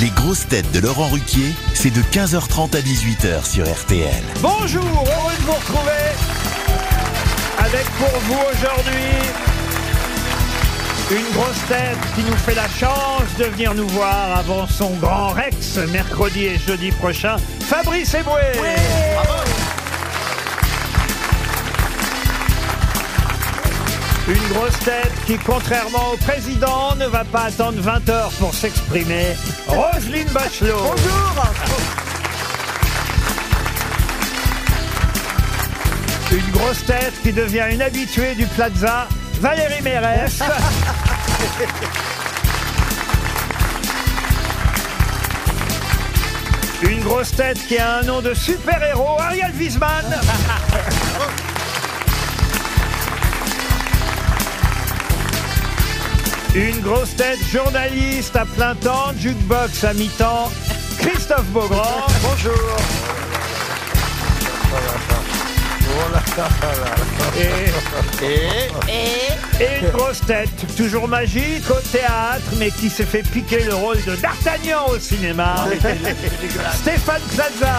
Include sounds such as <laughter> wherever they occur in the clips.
Les grosses têtes de Laurent Ruquier, c'est de 15h30 à 18h sur RTL. Bonjour, heureux de vous retrouver avec pour vous aujourd'hui une grosse tête qui nous fait la chance de venir nous voir avant son grand Rex mercredi et jeudi prochain, Fabrice Eboué. Une grosse tête qui, contrairement au président, ne va pas attendre 20 heures pour s'exprimer, Roselyne Bachelot. Une grosse tête qui devient une habituée du Plaza, Valérie Mérès. Une grosse tête qui a un nom de super-héros, Ariel Wiesman. Une grosse tête journaliste à plein temps, jukebox à mi-temps, Christophe Beaugrand. Bonjour. Et, et une grosse tête, toujours magique au théâtre, mais qui s'est fait piquer le rôle de D'Artagnan au cinéma. Stéphane Plaza.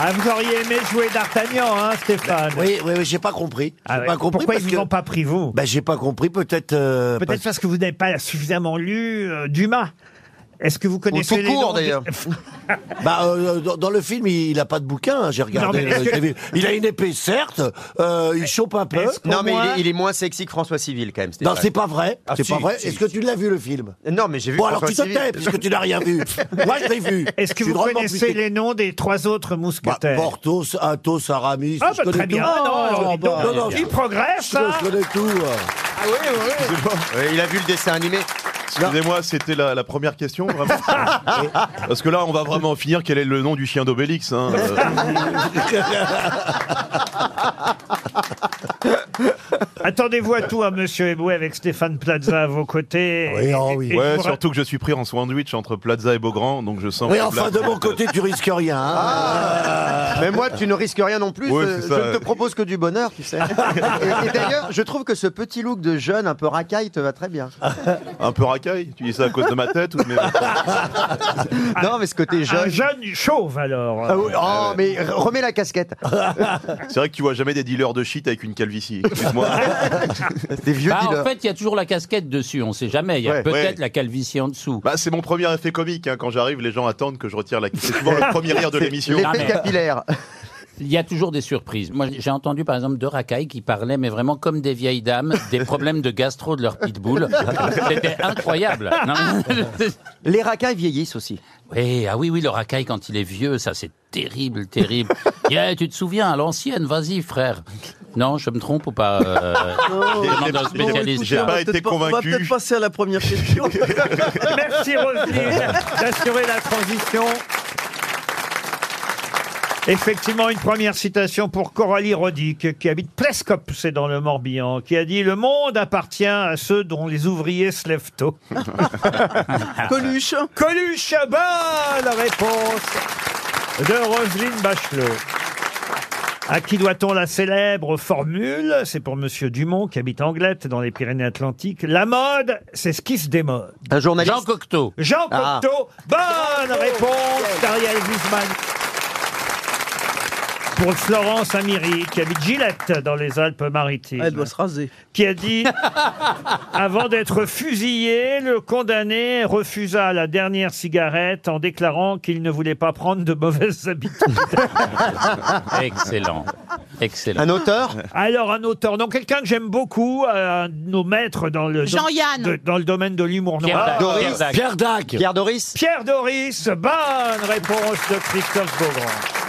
Ah, vous auriez aimé jouer D'Artagnan, hein, Stéphane Oui, oui, oui, j'ai pas compris. Ah J'ai ouais. pas compris Pourquoi ils parce vous que- ont pas pris, vous Bah, j'ai pas compris, peut-être. euh, Peut-être parce que vous n'avez pas suffisamment lu <laughs> euh, Dumas. Est-ce que vous connaissez tout les court, noms des- d'ailleurs. <laughs> parce- Bah, euh, dans, dans le film, il, il a pas de bouquin. hein, j'ai regardé. Non, mais est-ce euh, que- j'ai vu. Il a une épée, certes. euh, il chope un peu. Est-ce que- Non, Pour mais moi- il est, il est moins sexy que François Civil, quand même. Non, Stéphane. c'est pas vrai. Ah, c'est si, pas vrai. si, Euh, Est-ce que tu l'as vu le film Non, mais j'ai vu Bon, alors François tu te Civil. tais, puisque tu n'as rien <laughs> vu. Moi, je l'ai vu. Est-ce que Je suis vous drôlement connaissez pudique. les noms des trois autres Bah, mousquetaires Porthos, Athos, Aramis. Ah, je bah, connais très tout. bien. non, alors, dis donc, bah, non, non, il progresse. je, hein. je connais tout. euh. Ouais, Euh, il a vu le dessin animé. Excusez-moi, c'était la, la première <laughs> question, vraiment. Parce que là, on va vraiment en finir. Quel est le nom du chien d'Obélix hein, euh. Attendez-vous à tout, à Monsieur Eboué, avec Stéphane Plaza à vos côtés. Oui, Et- oh et- oui. et Ouais, vous- surtout que je suis pris en sandwich entre Plaza et Beaugrand, donc je sens. Oui, que la enfin, de blague- mon côté, tu risques rien. hein. <laughs> Mais moi, tu ne risques rien non plus. Ouais, je c'est je ça. ne te propose que du bonheur, <laughs> tu sais. et et d'ailleurs, je trouve que ce petit look de jeune un peu racaille te va très bien. <laughs> Ah, Un peu racaille. Tu dis ça à cause de ma tête ou de mes. <laughs> Non, mais ce côté Un jeune. jeune chauve, alors. Ah oui, oh, mais re- remets <laughs> la casquette. Ah, C'est vrai que tu vois jamais des dealers de shit avec une calvitie. Excuse-moi. <laughs> Des vieux Bah, dealers. en fait, il y a toujours la casquette dessus, on sait jamais. Il y a Ouais, peut-être ouais. la calvitie en dessous. Bah, c'est mon premier effet comique. hein. Quand j'arrive, les gens attendent que je retire la. C'est souvent le premier rire de l'émission. Ah, L'effet mais- capillaire. Il y a toujours des surprises. Moi, j'ai entendu par exemple deux racailles qui parlaient, mais vraiment comme des vieilles dames, des problèmes de gastro de leur pitbull. C'était incroyable. Non, mais- Ah. Les racailles vieillissent aussi. oui, ah oui, oui, le racaille quand il est vieux, ça c'est <laughs> terrible, terrible. Yeah, tu te souviens, à l'ancienne, vas-y frère. Non, je me trompe ou pas euh, Oh. J'ai- j'ai- demande à un spécialiste, J'ai là. pas été convaincu. passer à la première question. <laughs> Merci Roselyne d'assurer la transition. Effectivement, une première citation pour Coralie Rodic, qui habite Plescop, c'est dans le Morbihan, qui a dit « Le monde appartient à ceux dont les ouvriers se lèvent tôt Coluche. ». Coluche, bonne réponse de Roselyne Bachelot. À qui doit-on la célèbre formule C'est pour Monsieur Dumont, qui habite Anglette, dans les Pyrénées-Atlantiques. « La mode, c'est ce qui se démode ». Un journaliste. Jean Cocteau. Jean Ah. Cocteau, bonne réponse d'Ariel Wiesman. Pour Florence Amiri, qui habite Gillette dans les Alpes-Maritimes, se raser. qui <laughs> a dit Avant d'être fusillé, le condamné refusa la dernière cigarette en déclarant qu'il ne voulait pas prendre de <laughs> mauvaises habitudes. Excellent. Excellent. Un auteur. <laughs> Alors, un auteur, non, quelqu'un que j'aime beaucoup, euh, un de nos maîtres dans le, dom- Jean-Yann. de- dans le domaine de l'humour noir. Dac, Doris. Dac. Pierre Dac. Pierre Doris. Pierre Doris, bonne réponse de Christophe Beaugrand.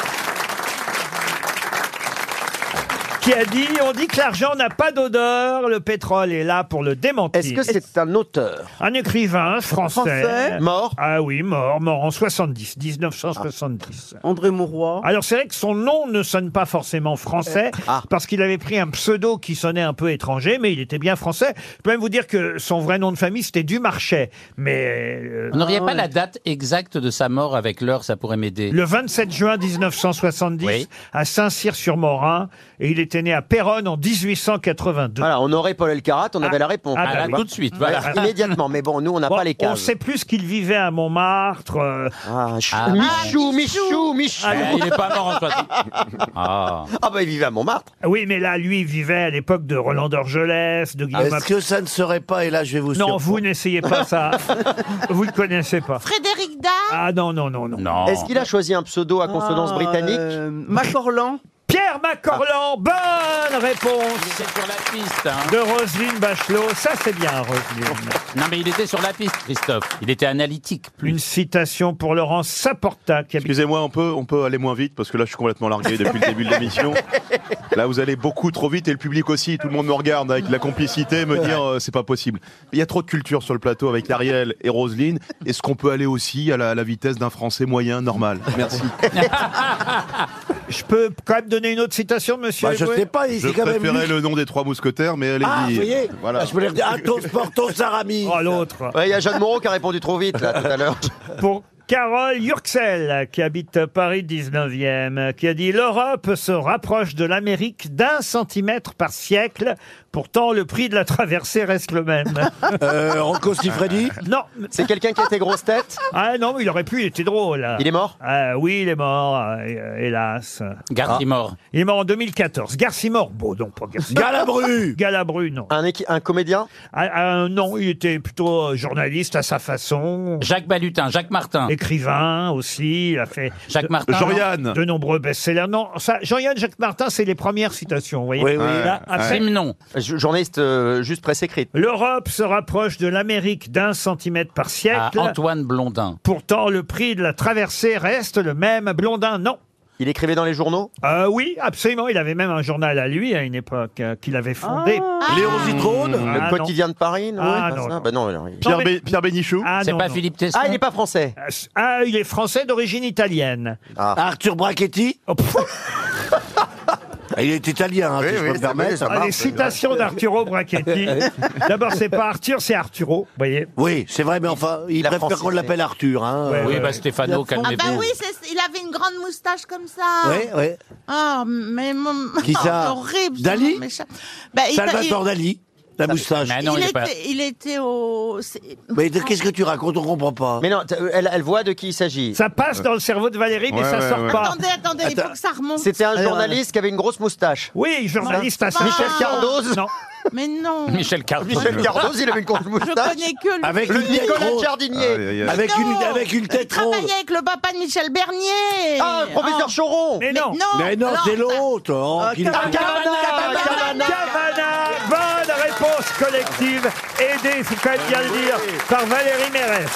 Qui a dit, on dit que l'argent n'a pas d'odeur, le pétrole est là pour le démentir. Est-ce que c'est un auteur Un écrivain français. Français Mort Ah oui, mort, mort en 70, 1970. Ah. André Mauroy. Euh. Alors c'est vrai que son nom ne sonne pas forcément français Ah. parce qu'il avait pris un pseudo qui sonnait un peu étranger, mais il était bien français. Je peux même vous dire que son vrai nom de famille c'était Dumarchais, mais euh, On Ah n'aurait pas la date exacte de sa mort avec l'heure, ça pourrait m'aider. Le 27 juin 1970, Oui. à Saint-Cyr-sur-Morin, et il était était né à Péronne en 1882. Voilà, on aurait Paul Elkarat, on avait la réponse. Ah, Ah, là, bah oui. tout de suite, Voilà, voilà. immédiatement, mais bon, nous, on n'a Bon, pas les on cases. sait plus qu'il vivait à Montmartre. euh, Ah, Ch- Ah. Michou, Michou, Michou. Ah, il n'est pas mort en 60. Ah. <laughs> Ah bah il vivait à Montmartre. Oui, mais là, lui, il vivait à l'époque de Roland d'Orgelès, de Guillaume. Est-ce que ça ne serait pas, et là je vais vous Non, surprendre. vous n'essayez pas ça. vous ne connaissez pas. Frédéric Dard Ah non, non, non, non. Non. Est-ce qu'il a choisi un pseudo à consonance britannique Macorlan. Pierre Macorlan, bonne Il réponse était sur la piste. hein. de Roselyne Bachelot. Ça, c'est bien, Roselyne. <laughs> Non, mais il était sur la piste, Christophe. Il était analytique. Une Plus. citation pour Laurence Saporta, qui habite Excusez-moi, on peut, on peut aller moins vite parce que là, je suis complètement largué depuis le début de <laughs> l'émission. Là, vous allez beaucoup trop vite et le public aussi. Tout le monde me regarde avec la complicité, me dire euh, c'est pas possible. Il y a trop de culture sur le plateau avec Ariel et Roselyne. Est-ce qu'on peut aller aussi à la, à la vitesse d'un Français moyen normal Merci. <laughs> Je peux quand même donner une autre citation, monsieur Bah, je Eboué sais pas, il Je c'est quand même. préférais lui. le nom des trois mousquetaires, mais allez-y. Ah, vous voyez Voilà. Je voulais dire ah, Athos, Porthos, <laughs> Aramis. Oh, l'autre. Ouais, il y a Jeanne Moreau qui a répondu trop vite là tout à <laughs> l'heure. Pour Carole Yurxel, qui habite Paris 19e, qui a dit L'Europe se rapproche de l'Amérique d'un centimètre par siècle. Pourtant, le prix de la traversée reste le <laughs> même. Euh, Rocco Siffredi. non, C'est quelqu'un qui était grosse tête ah non, mais il aurait pu, il était drôle. Il est mort Ah oui, il est mort, euh, hélas. Ah. Gartimore. Il est mort en 2014. Garcimore, bon, non, pas Garcimore. Galabru. <laughs> Galabru, non. un, équi- un comédien Ah, ah, non, il était plutôt euh, journaliste à sa façon, Jacques Balutin, Jacques Martin. écrivain aussi, il a fait Jacques Martin. Jean-Yann. de nombreux best-sellers. Non, ça, Jean-Yann Jacques Martin, c'est les premières citations, vous voyez. Oui, oui. Là, après, Simenon. J- Journaliste euh, juste presse écrite. L'Europe se rapproche de l'Amérique d'un centimètre par Ah, siècle. Antoine Blondin. Pourtant, le prix de la traversée reste le même. Blondin, non. Il écrivait dans les journaux Euh, oui, absolument. Il avait même un journal à lui à une époque euh, qu'il avait fondé. Léon Zitrone. Ah, Le non. quotidien de Paris non, Ah, pas non, ça non. Bah non, non, il- Pierre, Non, mais- Bé- Pierre Bénichou Ah, C'est non, pas non. Philippe Tesson. Ah, il n'est pas français. Ah. Ah, il est français d'origine italienne. Arthur Brachetti. Oh, pff, Ah, Il est italien, hein, si je peux me permettre. ah, les citations <laughs> d'Arturo Brachetti. D'abord, c'est pas Arthur, c'est Arturo. Vous voyez Oui, c'est vrai, mais enfin, il La préfère France, qu'on c'est- l'appelle Arthur. Hein. Ouais. Oui, Euh, bah Stéphano, Ah calmez-vous. bah oui, c'est- il avait une grande moustache comme ça. Ouais, ouais. Ah, mais mon... <laughs> oh, Qui ça Horrible. Dali son nom m'échappe. bah, il, Salvatore il- Ah Dali, la moustache. Mais non, il il est était, pas. il était au... c'est- Mais de- qu'est-ce que tu racontes On comprend pas. Mais non, t- euh, elle, elle voit de qui il s'agit. Ça passe dans le cerveau de Valérie, mais Ouais, ça ouais, sort ouais. pas. Attendez, attendez, il faut que ça remonte. C'était un journaliste qui avait une grosse moustache. Oui, journaliste à Michel Saint-Germain. Cardoz Non. Mais <laughs> non, Michel Cardin. Michel Cardoz, il avait une grosse je moustache. connais que le... Avec Le une tête Nicolas ronde. Jardinier. Aïe, aïe, aïe. Avec Non, une, avec une Il tête ronde. travaillait avec le papa de Michel Bernier. Oh. Ah, professeur Choron Mais Mais non. non Mais non, alors, c'est l'autre. hein, qu'il- Ah, Cavana Cavana Cavana, bonne réponse collective, aidée, il faut quand même bien le dire, par Valérie Mérès.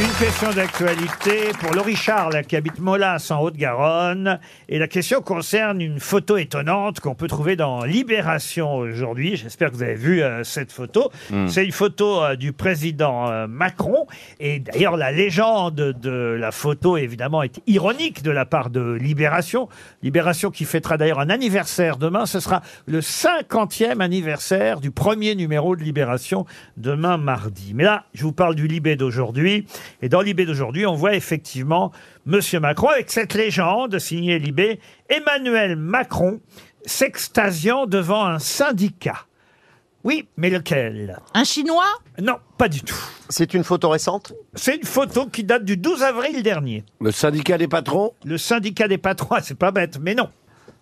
Une question d'actualité pour Laurie Charles qui habite Molas en Haute-Garonne. Et la question concerne une photo étonnante qu'on peut trouver dans Libération aujourd'hui. J'espère que vous avez vu euh, cette photo. C'est une photo euh, du président euh, Macron. Et d'ailleurs, la légende de la photo, évidemment, est ironique de la part de Libération. Libération qui fêtera d'ailleurs un anniversaire demain. Ce sera le 50e anniversaire du premier numéro de Libération demain mardi. Mais là, je vous parle du Libé d'aujourd'hui. Et dans Libé d'aujourd'hui, on voit effectivement Monsieur Macron avec cette légende signée Libé, Emmanuel Macron s'extasiant devant un syndicat. Oui, mais lequel Un Chinois Non, pas du tout. C'est une photo récente C'est une photo qui date du 12 avril dernier. Le syndicat des patrons. Le syndicat des patrons, c'est pas bête, mais non.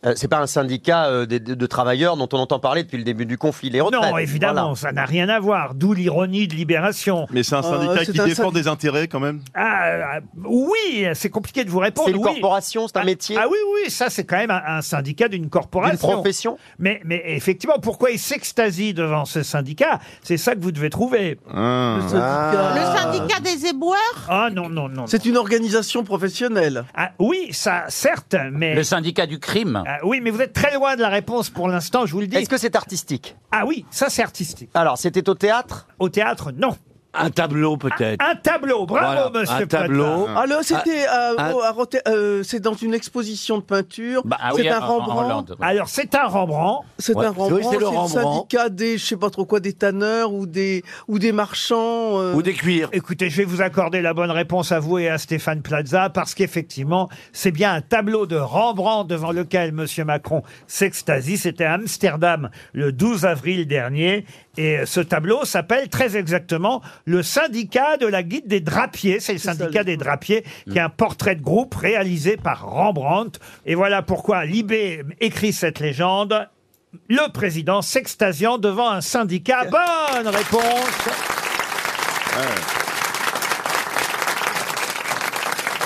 Euh, C'est pas un syndicat euh, des- de, de travailleurs dont on entend parler depuis le début du conflit. Les retraites. Non, évidemment, Voilà. Euh, ça n'a rien à voir. D'où l'ironie de Libération. Mais c'est un syndicat c'est qui un défend des intérêts quand même Ah, ah, oui, c'est compliqué de vous répondre. C'est une oui. corporation, c'est un Ah, métier, Ah oui, oui, ça c'est quand même un, un syndicat d'une une corporation. profession. mais, mais effectivement, pourquoi il s'extasie devant ce syndicat C'est ça que vous devez trouver. Hein. Le syndicat des éboueurs Ah non, non, non. non. C'est une organisation professionnelle. Ah, oui, ça, certes, mais... Le syndicat du crime. Ah oui, mais vous êtes très loin de la réponse pour l'instant, je vous le dis. Est-ce que c'est artistique Ah oui, ça c'est artistique. Alors, c'était au théâtre Au théâtre, non. Un tableau peut-être. Un tableau, bravo, Voilà, monsieur un tableau. Ah, le- c'était euh, ah. au- à Rote- euh, c'est dans une exposition de peinture. Bah, ah c'est oui, un en- en Rembrandt. Hollande, Platin. ouais. Alors, c'est un Rembrandt. C'est Ouais. un Rembrandt. Oui, c'est le Rembrandt. syndicat des, je sais pas trop quoi, des tanneurs ou des ou des marchands. euh, Ou des cuirs. Écoutez, je vais vous accorder la bonne réponse à vous et à Stéphane Plaza parce qu'effectivement, c'est bien un tableau de Rembrandt devant lequel Monsieur Macron s'extasie. C'était à Amsterdam le 12 avril dernier. Et euh, ce tableau s'appelle très exactement le syndicat de la guide des drapiers. C'est le syndicat des drapiers qui est un portrait de groupe réalisé par Rembrandt. Et voilà pourquoi Libé écrit cette légende. Le président s'extasiant devant un syndicat. Bonne réponse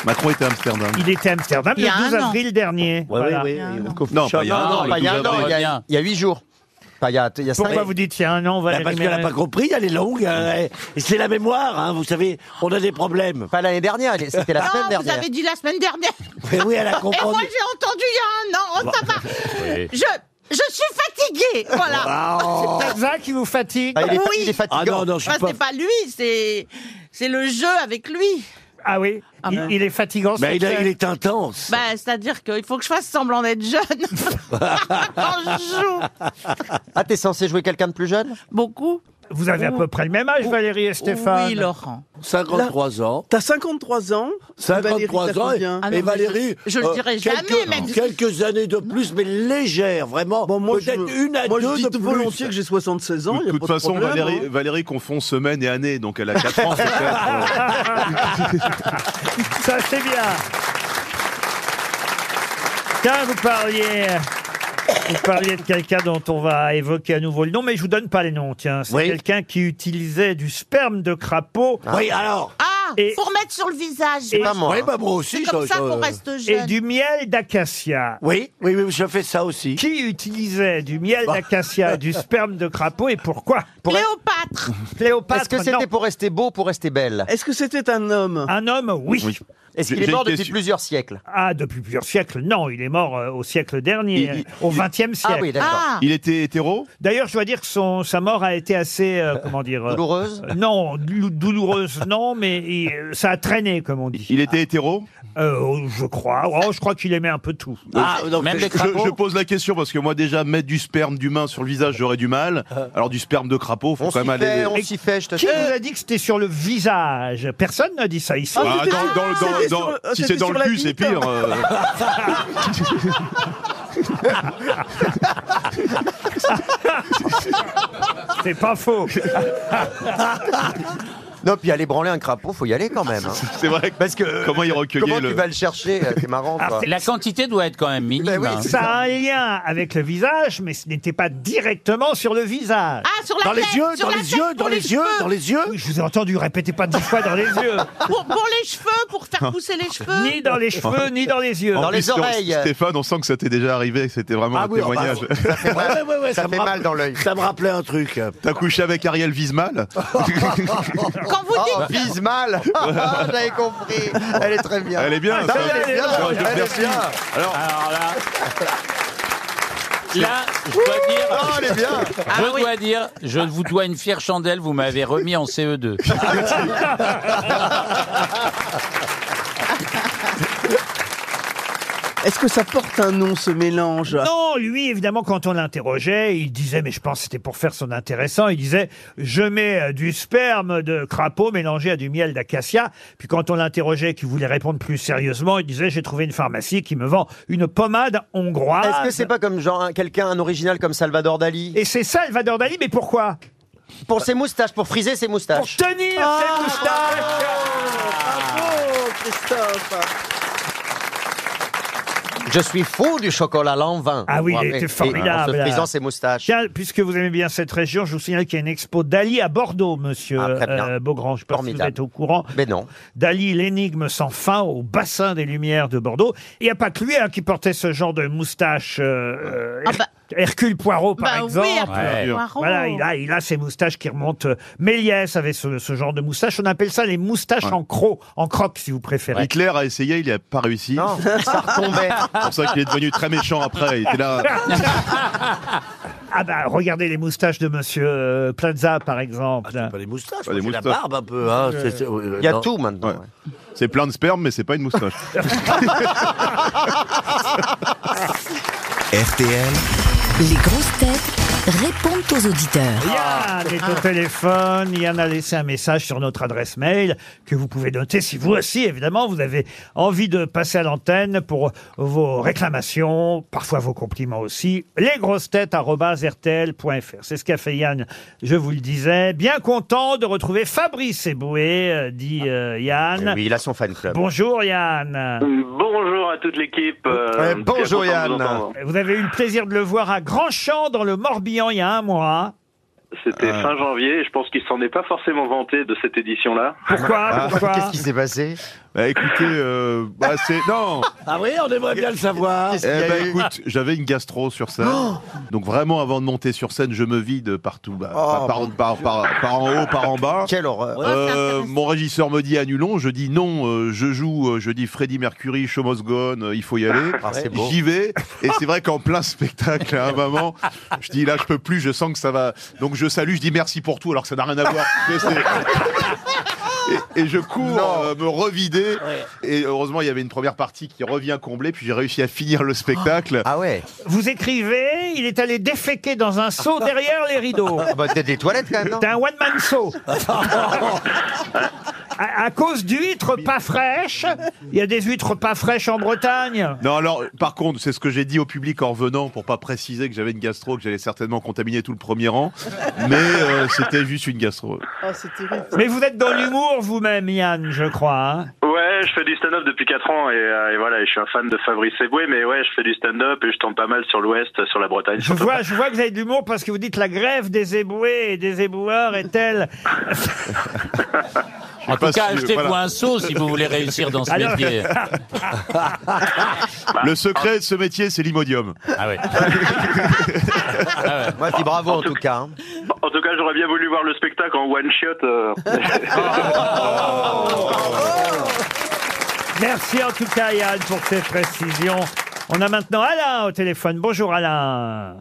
Macron était à Amsterdam. Il était à Amsterdam Il y a le 12 un an. avril dernier. Voilà. Ah. Non, pas il y a un Non, an, non, pas il y a un douze an, avril. il y a- Bien. il y a huit jours. Enfin, il y a, il y a cinq- <laughs> Pourquoi vous dites il y a un an, Bah, Valérie parce qu'elle n'a pas Mérès compris, elle est longue. hein, elle- et C'est la mémoire, hein, vous savez, on a des problèmes. Pas l'année dernière, elle est- c'était la semaine Non, Ah, vous dernière. avez dit la semaine dernière. Mais oui, elle a <laughs> Et moi, compris. j'ai entendu il y a un an. Oh, ça va. Eh. Oui. Je, je suis fatiguée. Voilà. Ah, Plaza qui vous fatigue Ah, il, est, Oui. il est Ah fatigant. non, non, je Enfin, suis pas. c'est pas lui, c'est, c'est le jeu avec lui. Ah oui, il, il est fatigant. ce Mais il, a- fait. il est intense. Bah, c'est-à-dire qu'il faut que je fasse semblant d'être jeune. Quand je joue. Ah, t'es censé jouer quelqu'un de plus jeune Beaucoup. Vous avez à peu près le même âge, Valérie et Stéphane. Oui, Laurent. 53 ans. T'as 53 ans. Valérie, 53 t'as ans. Et, combien Ah non, et mais Valérie. euh, je- je le dirai quelques, jamais, mais- Quelques années de plus, mais légère, vraiment. Bon, moi, je, Peut-être une à moi, deux je de dis plus. volontiers que j'ai 76 ans. De il y a toute pas de façon, problème, Valérie, hein. Valérie confond semaine et année, donc elle a 4 ans. <laughs> peut-être. Ça, c'est bien. Tiens, vous parliez. Vous parliez de quelqu'un dont on va évoquer à nouveau le nom, mais je vous donne pas les noms, tiens. C'est Oui. quelqu'un qui utilisait du sperme de crapaud Oui, alors. <laughs> Ah, Et- pour mettre sur le visage. Et- Pas moi. Oui, bah, moi C'est aussi. comme je- ça je- qu'on reste et jeune. du miel d'acacia. Oui, oui, oui, je fais ça aussi. Bah. Qui utilisait du miel d'acacia et du sperme de crapaud et pourquoi Cléopâtre. Cléopâtre, Est-ce que non. c'était pour rester beau, pour rester belle Est-ce que c'était un homme Un homme, oui. Oui. Est-ce qu'il J'ai est mort une depuis question. plusieurs siècles Ah, depuis plusieurs siècles, non, il est mort euh, au siècle dernier, Il- il- au il- XXe siècle. Ah oui, d'accord. Ah, Il était hétéro D'ailleurs, je dois dire que son, sa mort a été assez, euh, comment dire... euh, Douloureuse euh, non, dou- douloureuse, non, mais il- euh, ça a traîné, comme on dit. Il était hétéro Euh, je crois. Oh, je crois qu'il aimait un peu tout. Ah, donc, Même je- les je, crapauds. je pose la question parce que moi déjà mettre du sperme d'humain sur le visage j'aurais du mal. Ah. Alors du sperme de crapaud, faut On quand s'y même fait, aller. on s'y fait, je te Qui vous jure. a dit que c'était sur le visage Personne n'a dit ça ici. Ah, Ah, c'était dans- sur- dans- dans- c'était dans- sur le- si c'était c'est dans sur le la cul, c'est bite. pire. euh. <laughs> <laughs> <laughs> C'est <laughs> pas faux. Non, puis aller branler un crapaud, faut y aller quand même. hein. euh, c'est vrai. Parce que comment il Comment recueillait tu le. vas le chercher euh, C'est marrant, Ah, quoi. La quantité doit être quand même Ben minime. hein. Ça a un lien avec le visage, mais ce n'était pas directement sur le visage. ah sur la Dans les tête, yeux, sur dans la les tête, yeux, pour dans les yeux, cheveux. dans les yeux. Oui, Je vous ai entendu, répétez pas dix fois dans les yeux. Pour, pour les cheveux, pour faire pousser <laughs> les cheveux. Ni dans les cheveux, ni dans les yeux. En Dans les plus, sur- oreilles. Ah Stéphane, on sent que ça t'est déjà arrivé, c'était vraiment un oui, oh, bah, témoignage. ça fait <laughs> mal, Ouais, ouais, ouais, Ça me fait rapp- mal dans l'œil. Ça me rappelait un truc. T'as couché avec Ariel <laughs> Wiesmal Quand vous Oh, dites vise <laughs> mal <laughs> Ah, J'avais compris. Elle est très bien. Elle est bien. Non, ça. elle est bien. Je te Elle est remercie. bien. Alors, Alors là. Là, je dois dire. Non, elle est bien. Je dois dire, je vous dois une fière chandelle, vous m'avez remis en E CE2. <laughs> Est-ce que ça porte un nom, ce mélange Non, lui, évidemment, quand on l'interrogeait, il disait, mais je pense que c'était pour faire son intéressant, il disait, je mets euh, du sperme de crapaud mélangé à du miel d'acacia. Puis quand on l'interrogeait, qu'il voulait répondre plus sérieusement, il disait, j'ai trouvé une pharmacie qui me vend une pommade hongroise. Est-ce que c'est pas comme genre un- quelqu'un, un original comme Salvador Dali Et c'est Salvador Dali, mais pourquoi Pour ses moustaches, pour friser ses Pour moustaches. <laughs> tenir ses moustaches Je suis fou du chocolat en vin. Ah oui, il Ouais, était et- et En formidable. se frisant ses moustaches. Tiens, puisque vous aimez bien cette région, je vous signale qu'il y a une expo Dali à Bordeaux, monsieur Ah, très bien. euh, Beaugrand. Je pense que vous Formidable. êtes au courant. Mais non. Dali, l'énigme sans fin au bassin des Lumières de Bordeaux. Il n'y a pas que lui hein, qui portait ce genre de moustache. euh, euh, Ah bah- Hercule Poirot, par Bah exemple. oui, après Ouais. Poirot. Voilà, il a, il a ses moustaches qui remontent. Méliès avait ce, ce genre de moustache. On appelle ça les moustaches en croc, en croc si vous préférez. Hitler a essayé, il n'a pas réussi. <laughs> <laughs> Non, ça retombait. C'est pour ça qu'il est devenu très méchant après. Il était là. Ah bah, regardez les moustaches de Monsieur euh, Plaza, par exemple. Pas les moustaches, Pas les Ah, c'est la moustaches. barbe un peu. Hein. c'est- c'est- Il y a non. tout maintenant. Ouais. C'est plein de sperme, mais c'est pas une <laughs> moustache. RTL, Les grosses têtes répondent aux auditeurs. Yann est au téléphone. Yann a laissé un message sur notre adresse mail que vous pouvez noter si vous aussi, évidemment, vous avez envie de passer à l'antenne pour vos réclamations, parfois vos compliments aussi. Lesgrossetêtes.rtl.fr. C'est ce qu'a fait Yann, je vous le disais. Bien content de retrouver Fabrice Eboué, euh, dit euh, Yann. Ah. Eh Oui, il a son fan club. Bonjour Yann. Bonjour à toute l'équipe. Ouais, euh, Eh, <laughs> bonjour, très content de vous Yann. entendre. Vous avez eu le plaisir de le voir à Grandchamp dans le Morbihan il y a un mois. C'était Ah. fin janvier et je pense qu'il s'en est pas forcément vanté de cette édition-là. Ah, Pourquoi, pourquoi Ah. Qu'est-ce qui s'est passé Ah. Bah, écoutez, euh, bah, c'est. Non Ah oui, on aimerait bien le savoir. Qu'est-ce Eh qu'il y a ben eu écoute, j'avais une gastro sur scène. Oh donc vraiment, avant de monter sur scène, je me vide partout. bah, Oh, par, par- par- par en haut, par en bas. Quelle horreur. Ouais, Oh, c'est Euh, intéressant. mon régisseur me dit annulons, je dis non, euh, je joue, euh, je dis Freddie Mercury, Show must go on, euh, il faut y aller. Ah, c'est beau. J'y vais et c'est vrai qu'en plein spectacle, à un moment, je dis là je peux plus, je sens que ça va. Donc je salue, je dis merci pour tout alors que ça n'a rien à voir. Mais c'est- Et, et je cours euh, me revider. Et heureusement, il y avait une première partie qui revient comblée. Puis j'ai réussi à finir le spectacle. Ah ouais Vous écrivez, il est allé déféquer dans un seau derrière les rideaux. Ah bah, T'as des toilettes quand même, non T'es un one-man seau. À, à cause d'huîtres pas fraîches, il y a des huîtres pas fraîches en Bretagne. Non, alors, par contre, c'est ce que j'ai dit au public en revenant pour pas préciser que j'avais une gastro, que j'allais certainement contaminer tout le premier rang. Mais euh, c'était juste une gastro. Ah, c'est terrible. Mais vous êtes dans l'humour vous-même, Yann, je crois. hein. Ouais, je fais du stand-up depuis 4 ans et, euh, et voilà, je suis un fan de Fabrice Eboué, mais ouais, je fais du stand-up et je tombe pas mal sur l'Ouest, sur la Bretagne. Je surtout. vois, je vois que vous avez de l'humour parce que vous dites la grève des éboués et des éboueurs est telle. En tout pas cas, si- achetez-vous voilà. un seau si vous voulez réussir dans ce Alors- <laughs> métier. <laughs> Le secret de ce métier, c'est l'imodium. Ah ouais. Ah Moi, je dis bravo en tout cas. hein. En tout cas, j'aurais bien voulu voir le spectacle en one-shot. <laughs> euh. Merci en tout cas, Yann, pour ces précisions. On a maintenant Alain au téléphone. Bonjour Alain.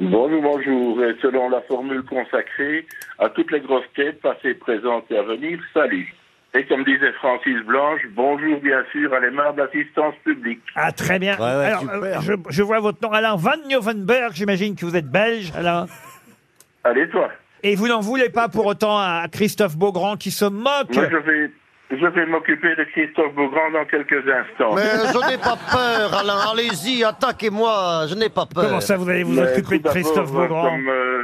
Bonjour, bonjour. Et selon la formule consacrée à toutes les grosses quêtes, passées, présentes et à venir, salut. Et comme disait Francis Blanche, bonjour bien sûr à l'aimable assistance publique. Ah, très bien. Ouais, ouais, Alors, super. euh, je, je vois votre nom, Alain Van Nieuwenberg. J'imagine que vous êtes belge, Alain. Allez toi, Et vous n'en voulez pas pour autant à Christophe Beaugrand qui se moque. moi je vais, je vais m'occuper de Christophe Beaugrand dans quelques instants. Mais euh, je <laughs> n'ai pas peur, Alain. Allez-y, attaquez-moi. Je n'ai pas peur. Comment ça, vous allez vous Mais occuper de tout Christophe d'abord, Beaugrand Comme, euh,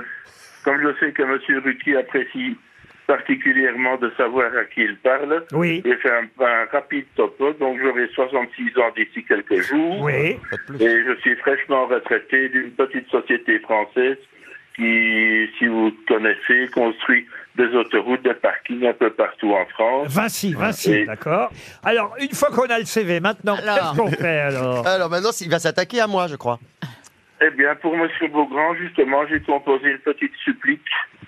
comme je sais que M. Ruki apprécie particulièrement de savoir à qui il parle, Oui. j'ai fait un, un rapide topo, donc j'aurai 66 ans d'ici quelques jours. Oui. Et je suis fraîchement retraité d'une petite société française qui, si vous connaissez, construit des autoroutes, des parkings un peu partout en France. Vinci, Vinci, Et- d'accord. Alors, une fois qu'on a le CV, maintenant, qu'est-ce qu'on fait alors Alors maintenant, il va s'attaquer à moi, je crois. Eh bien, pour M. Beaugrand, justement, j'ai composé une petite supplique.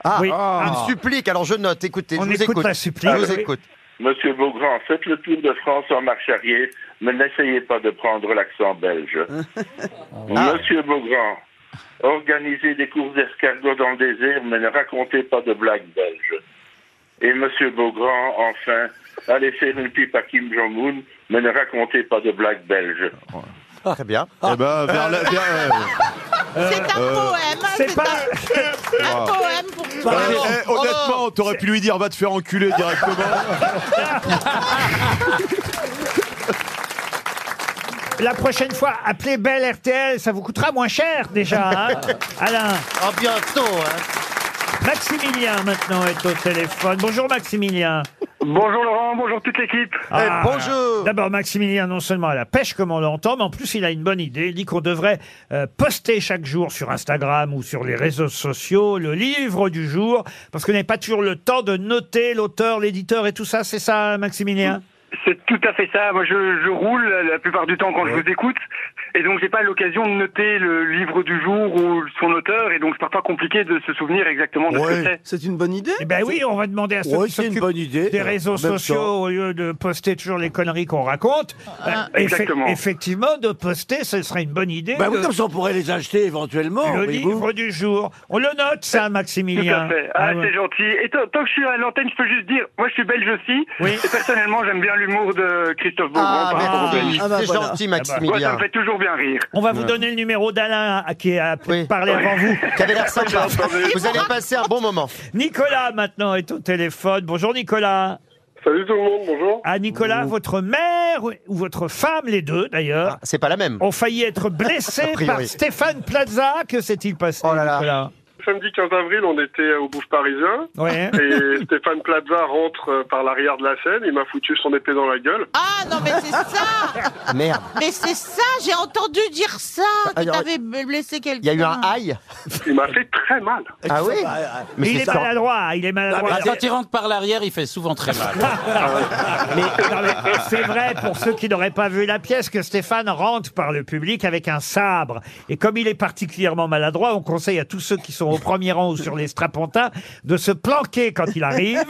Ah, Oui. il Ah. me supplique. Alors je note. Écoutez, On je vous écoute écoute. la supplique. Je vous Oui. écoute. Monsieur Beaugrand, faites le tour de France en marche arrière, mais n'essayez pas de prendre l'accent <laughs> belge. Ah. Monsieur Beaugrand, organisez des courses d'escargot dans le désert, mais ne racontez pas de blagues belges. Et Monsieur Beaugrand, enfin, allez faire une pipe à Kim Jong-un, mais ne racontez pas de blagues belges. Très bien. <laughs> Eh ben, vers la- vers, euh, C'est un hein, poème. C'est pas. <laughs> un poème pour eh, toi. eh, Oh. honnêtement, t'aurais pu lui dire va te faire enculer directement. La prochaine fois, appelez Belle RTL, ça vous coûtera moins cher déjà, hein Alain. À bientôt. Hein. Maximilien maintenant est au téléphone. Bonjour Maximilien. Bonjour Laurent, bonjour toute l'équipe. Eh, Ah. bonjour. D'abord, Maximilien, non seulement à la pêche, comme on l'entend, mais en plus, il a une bonne idée. Il dit qu'on devrait euh, poster chaque jour sur Instagram ou sur les réseaux sociaux le livre du jour, parce qu'on n'a pas toujours le temps de noter l'auteur, l'éditeur et tout ça. C'est ça, Maximilien Euh, C'est tout à fait ça. Moi, je, je roule la plupart du temps quand je vous écoute. Et donc j'ai pas l'occasion de noter le livre du jour ou son auteur, et donc c'est parfois compliqué de se souvenir exactement de ce que c'est. C'est une bonne idée. Eh ben oui, on va demander à ceux Ouais, qui c'est une s'occupent bonne idée. des réseaux En même sociaux, temps. au lieu de poster toujours les conneries qu'on raconte, Ah. euh, effe- Exactement. effectivement, de poster, ce serait une bonne idée. Bah oui, de- comme ça, on pourrait les acheter éventuellement. Le mais livre du jour. On le note, ça, Tout Maximilien. à fait. Ah, Ah ouais. c'est gentil. Et tant tant que je suis à l'antenne, je peux juste dire, moi je suis belge aussi. Et personnellement, j'aime bien l'humour de Christophe Beaugrand Ah, par rapport aux merci. Belges. Ah, bah, C'est voilà. gentil, Ah, bah. Maximilien. Moi, ça me fait toujours bien rire. On va vous donner le numéro d'Alain à- qui a parlé avant vous. Qui avait l'air <laughs> sympa. J'ai entendu. Vous allez passer un bon moment. Nicolas maintenant est au téléphone. Bonjour Nicolas. Salut tout le monde, bonjour. Ah Nicolas, votre mère ou votre femme, les deux d'ailleurs. c'est pas la même. Ont failli être blessés A priori. par Stéphane Plaza. Que s'est-il passé Nicolas Samedi 15 avril, on était au Bouffe Parisien. Ouais. Et Stéphane Plaza rentre euh, par l'arrière de la scène. Il m'a foutu son épée dans la gueule. Ah non, mais c'est ça Ah, Merde. Mais c'est ça, j'ai entendu dire ça, Ah, que Alors, t'avais blessé quelqu'un. Ah. aïe. Il m'a fait très mal. Ah oui Mais il est maladroit, il est maladroit. Ah, quand il rentre par l'arrière, il fait souvent très mal. <laughs> Mais, non, mais c'est vrai, pour ceux qui n'auraient pas vu la pièce, que Stéphane rentre par le public avec un sabre. Et comme il est particulièrement maladroit, on conseille à tous ceux qui sont au premier rang ou sur les strapontins de se planquer quand il arrive.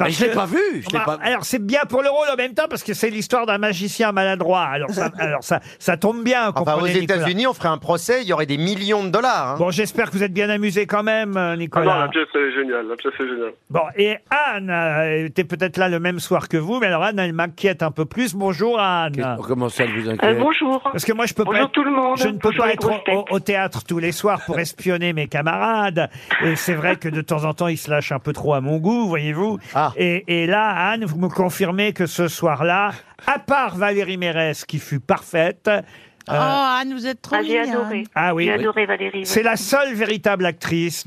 Mais je l'ai pas vu, je l'ai Bah, pas vu. Alors c'est bien pour le rôle en même temps, parce que c'est l'histoire d'un magicien maladroit. Alors ça, alors ça, ça tombe bien. Enfin, aux comprenez, Nicolas. États-Unis, on ferait un procès, il y aurait des millions de dollars. hein. Bon, j'espère que vous êtes bien amusé quand même, euh, Ah Nicolas. non, la pièce elle est géniale. La pièce est géniale. Bon, et Anne euh, était peut-être là le même soir que vous, mais alors Anne, elle m'inquiète un peu plus. Bonjour Anne. Ah. Oh, Comment ça, elle vous inquiète Euh, bonjour. Parce que moi, je peux pas. Bonjour être- tout le monde. Je ne peux Bonjour pas les être grosses au- au, au théâtre tous les soirs pour espionner mes camarades. Et c'est vrai que de temps en temps, ils se lâchent un peu trop à mon goût, voyez-vous. Et, et là, Anne, vous me confirmez que ce soir-là, à part Valérie Mérès qui fut parfaite. euh, Oh, Anne, vous êtes trop Ah, j'ai mignonne. adoré. Ah oui. J'ai adoré Valérie. C'est la seule véritable actrice,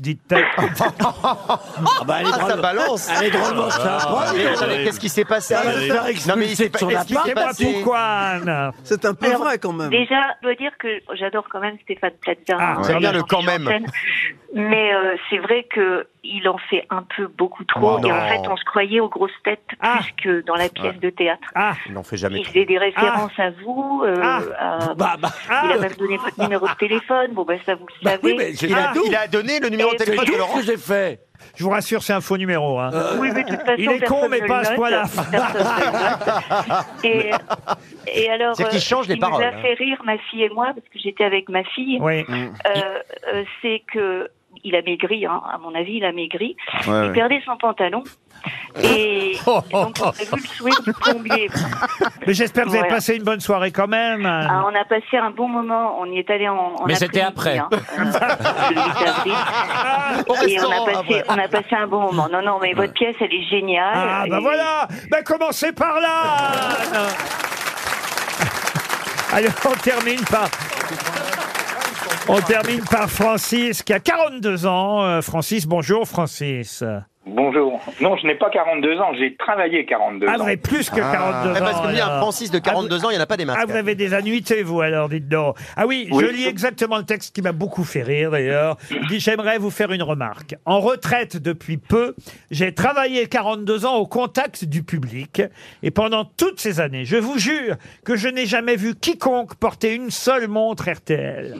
<laughs> dit-elle. Ah elle est Ah, ça drôle. balance. Elle est drôlement sympa. Ah, mais attendez, qu'est-ce qui s'est passé Elle va se faire expulser Non, mais il s'est de son pas- appart. Expliquez-moi passé. pourquoi, Anne. C'est un peu Alors, vrai quand même. Déjà, je dois dire que j'adore quand même Stéphane Plaza. Ah, Hein, c'est bien il le en quand fait même. sur scène. Mais euh, c'est vrai que il en fait un peu beaucoup trop. Oh, et non. en fait, on se croyait aux grosses têtes plus que dans la pièce Ah. de théâtre. Il n'en fait jamais Il trop. faisait des références à vous. euh, à- Il ah. a même donné votre numéro de téléphone. Bon, ben ça, vous Bah le savez. Bah Ah. il, a, il a donné le numéro de téléphone de Laurent. j'ai fait. Je vous rassure, c'est un faux numéro. hein. Euh, Oui, mais de toute façon, Il est con, personne mais ne pas à le ce note. point-là. Et, et alors, C'est qu'il euh, change ce les qui paroles, nous hein. a fait rire ma fille et moi parce que j'étais avec ma fille. Oui. euh, euh, c'est que il a maigri, hein, à mon avis, il a maigri. Ouais, il ouais. perdait son pantalon et, et donc on a <laughs> vu le souhait du plombier. Mais j'espère que vous avez Voilà. passé une bonne soirée quand même. Ah, on a passé un bon moment. On y est allé en. en Mais c'était après-midi, après. hein. Euh, le 8 avril. Et on a passé, on a passé un bon moment. Non, non, mais votre pièce, elle est géniale. Ah, bah Et- voilà Bah commencez par là Anne. Allez, on termine par... On termine par Francis, qui a 42 ans. Euh, Francis, bonjour Francis. Bonjour. Non, je n'ai pas 42 ans, j'ai travaillé 42 Ah, ans. vous avez plus que 42 ans. Eh, parce que lui, un alors. ben, Francis de 42 ans, il n'y en a pas des masques. hein. Ah, vous avez des annuités, vous, alors, dites donc. Ah oui, Oui. je lis exactement le texte qui m'a beaucoup fait rire, d'ailleurs. Il dit, j'aimerais vous faire une remarque. En retraite depuis peu, j'ai travaillé 42 ans au contact du public. Et pendant toutes ces années, je vous jure que je n'ai jamais vu quiconque porter une seule montre <laughs> RTL.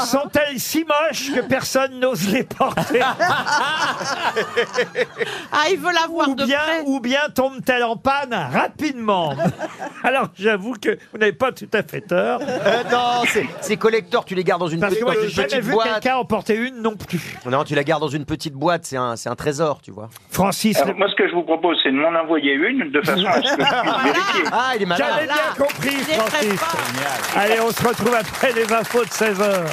Sont-elles si moches que personne n'ose les porter <laughs> Ah, il veut la voir ou bien, Ou bien tombe-t-elle en panne <laughs> rapidement Alors, j'avoue que vous n'avez pas tout à fait tort. Euh, non, c'est- ces collecteurs, tu les gardes dans une Parce petite, que moi, dans j'ai une jamais petite vu boîte. quelqu'un en porter une non plus. Non, tu la gardes dans une petite boîte, c'est un, c'est un trésor, tu vois. Francis. Alors, Euh, moi, ce que je vous propose, c'est de m'en envoyer une de façon à ce que je puisse <laughs> vérifier. <laughs> Ah, il est malade. J'avais bien compris, Francis. Allez, on se retrouve après les infos de 16h.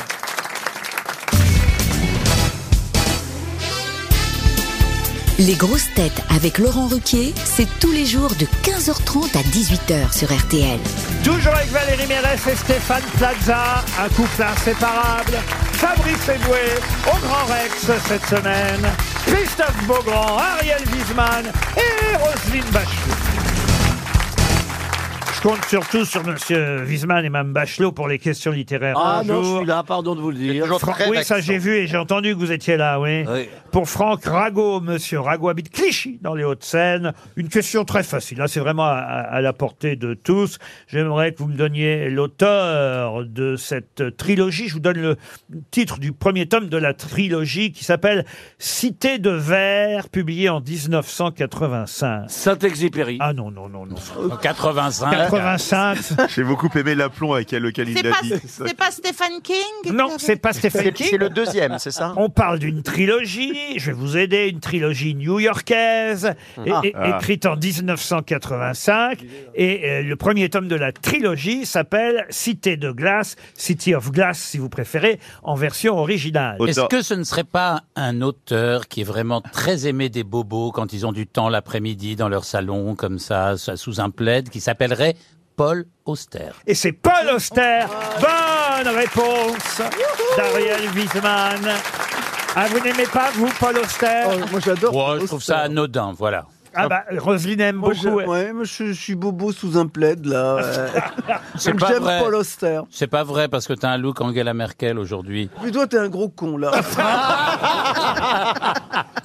Les grosses têtes avec Laurent Ruquier, c'est tous les jours de 15h30 à 18h sur RTL. Toujours avec Valérie Mérès et Stéphane Plaza, un couple inséparable. Fabrice Eboué au Grand Rex cette semaine. Christophe Beaugrand, Ariel Wiesman et Roselyne Bachelot. Je compte surtout sur Monsieur Wiesmann et Mme Bachelot pour les questions littéraires. Ah Un non, je jour. suis là, pardon de vous le dire. Fra- oui, ça j'ai vu et j'ai entendu que vous étiez là, oui. Pour Franck Rago, monsieur Rago habite Clichy, dans les Hauts-de-Seine. Une question très facile, là c'est vraiment à, à la portée de tous. J'aimerais que vous me donniez l'auteur de cette trilogie. Je vous donne le titre du premier tome de la trilogie qui s'appelle Cité de verre, publié en 1985. Saint-Exupéry. Ah non, non, non, non. 85. 85. J'ai beaucoup aimé l'aplomb avec lequel il C'est l'a pas, dit. c'est pas Stephen King Non, c'est pas Stephen C'est- King. c'est le deuxième, c'est ça On parle d'une trilogie, je vais vous aider, une trilogie new-yorkaise, et- Ah. et- Ah. écrite en 1985. Et euh, le premier tome de la trilogie s'appelle Cité de glace, City of Glass si vous préférez, en version originale. Est-ce que ce ne serait pas un auteur qui est vraiment très aimé des bobos quand ils ont du temps l'après-midi dans leur salon, comme ça, sous un plaid, qui s'appellerait Paul Auster Et c'est Paul Auster. Bonne réponse d'Ariel Wiesman. Ah, vous n'aimez pas, vous, Paul Auster Moi, j'adore. Oh, je trouve ça anodin, voilà. Ah bah, Roselyne aime Moi, beaucoup. je- ouais, moi, je, je suis bobo sous un plaid, là. euh. C'est Donc, pas J'aime vrai. Paul Auster. C'est pas vrai parce que t'as un look Angela Merkel aujourd'hui. Mais toi, t'es un gros con, là.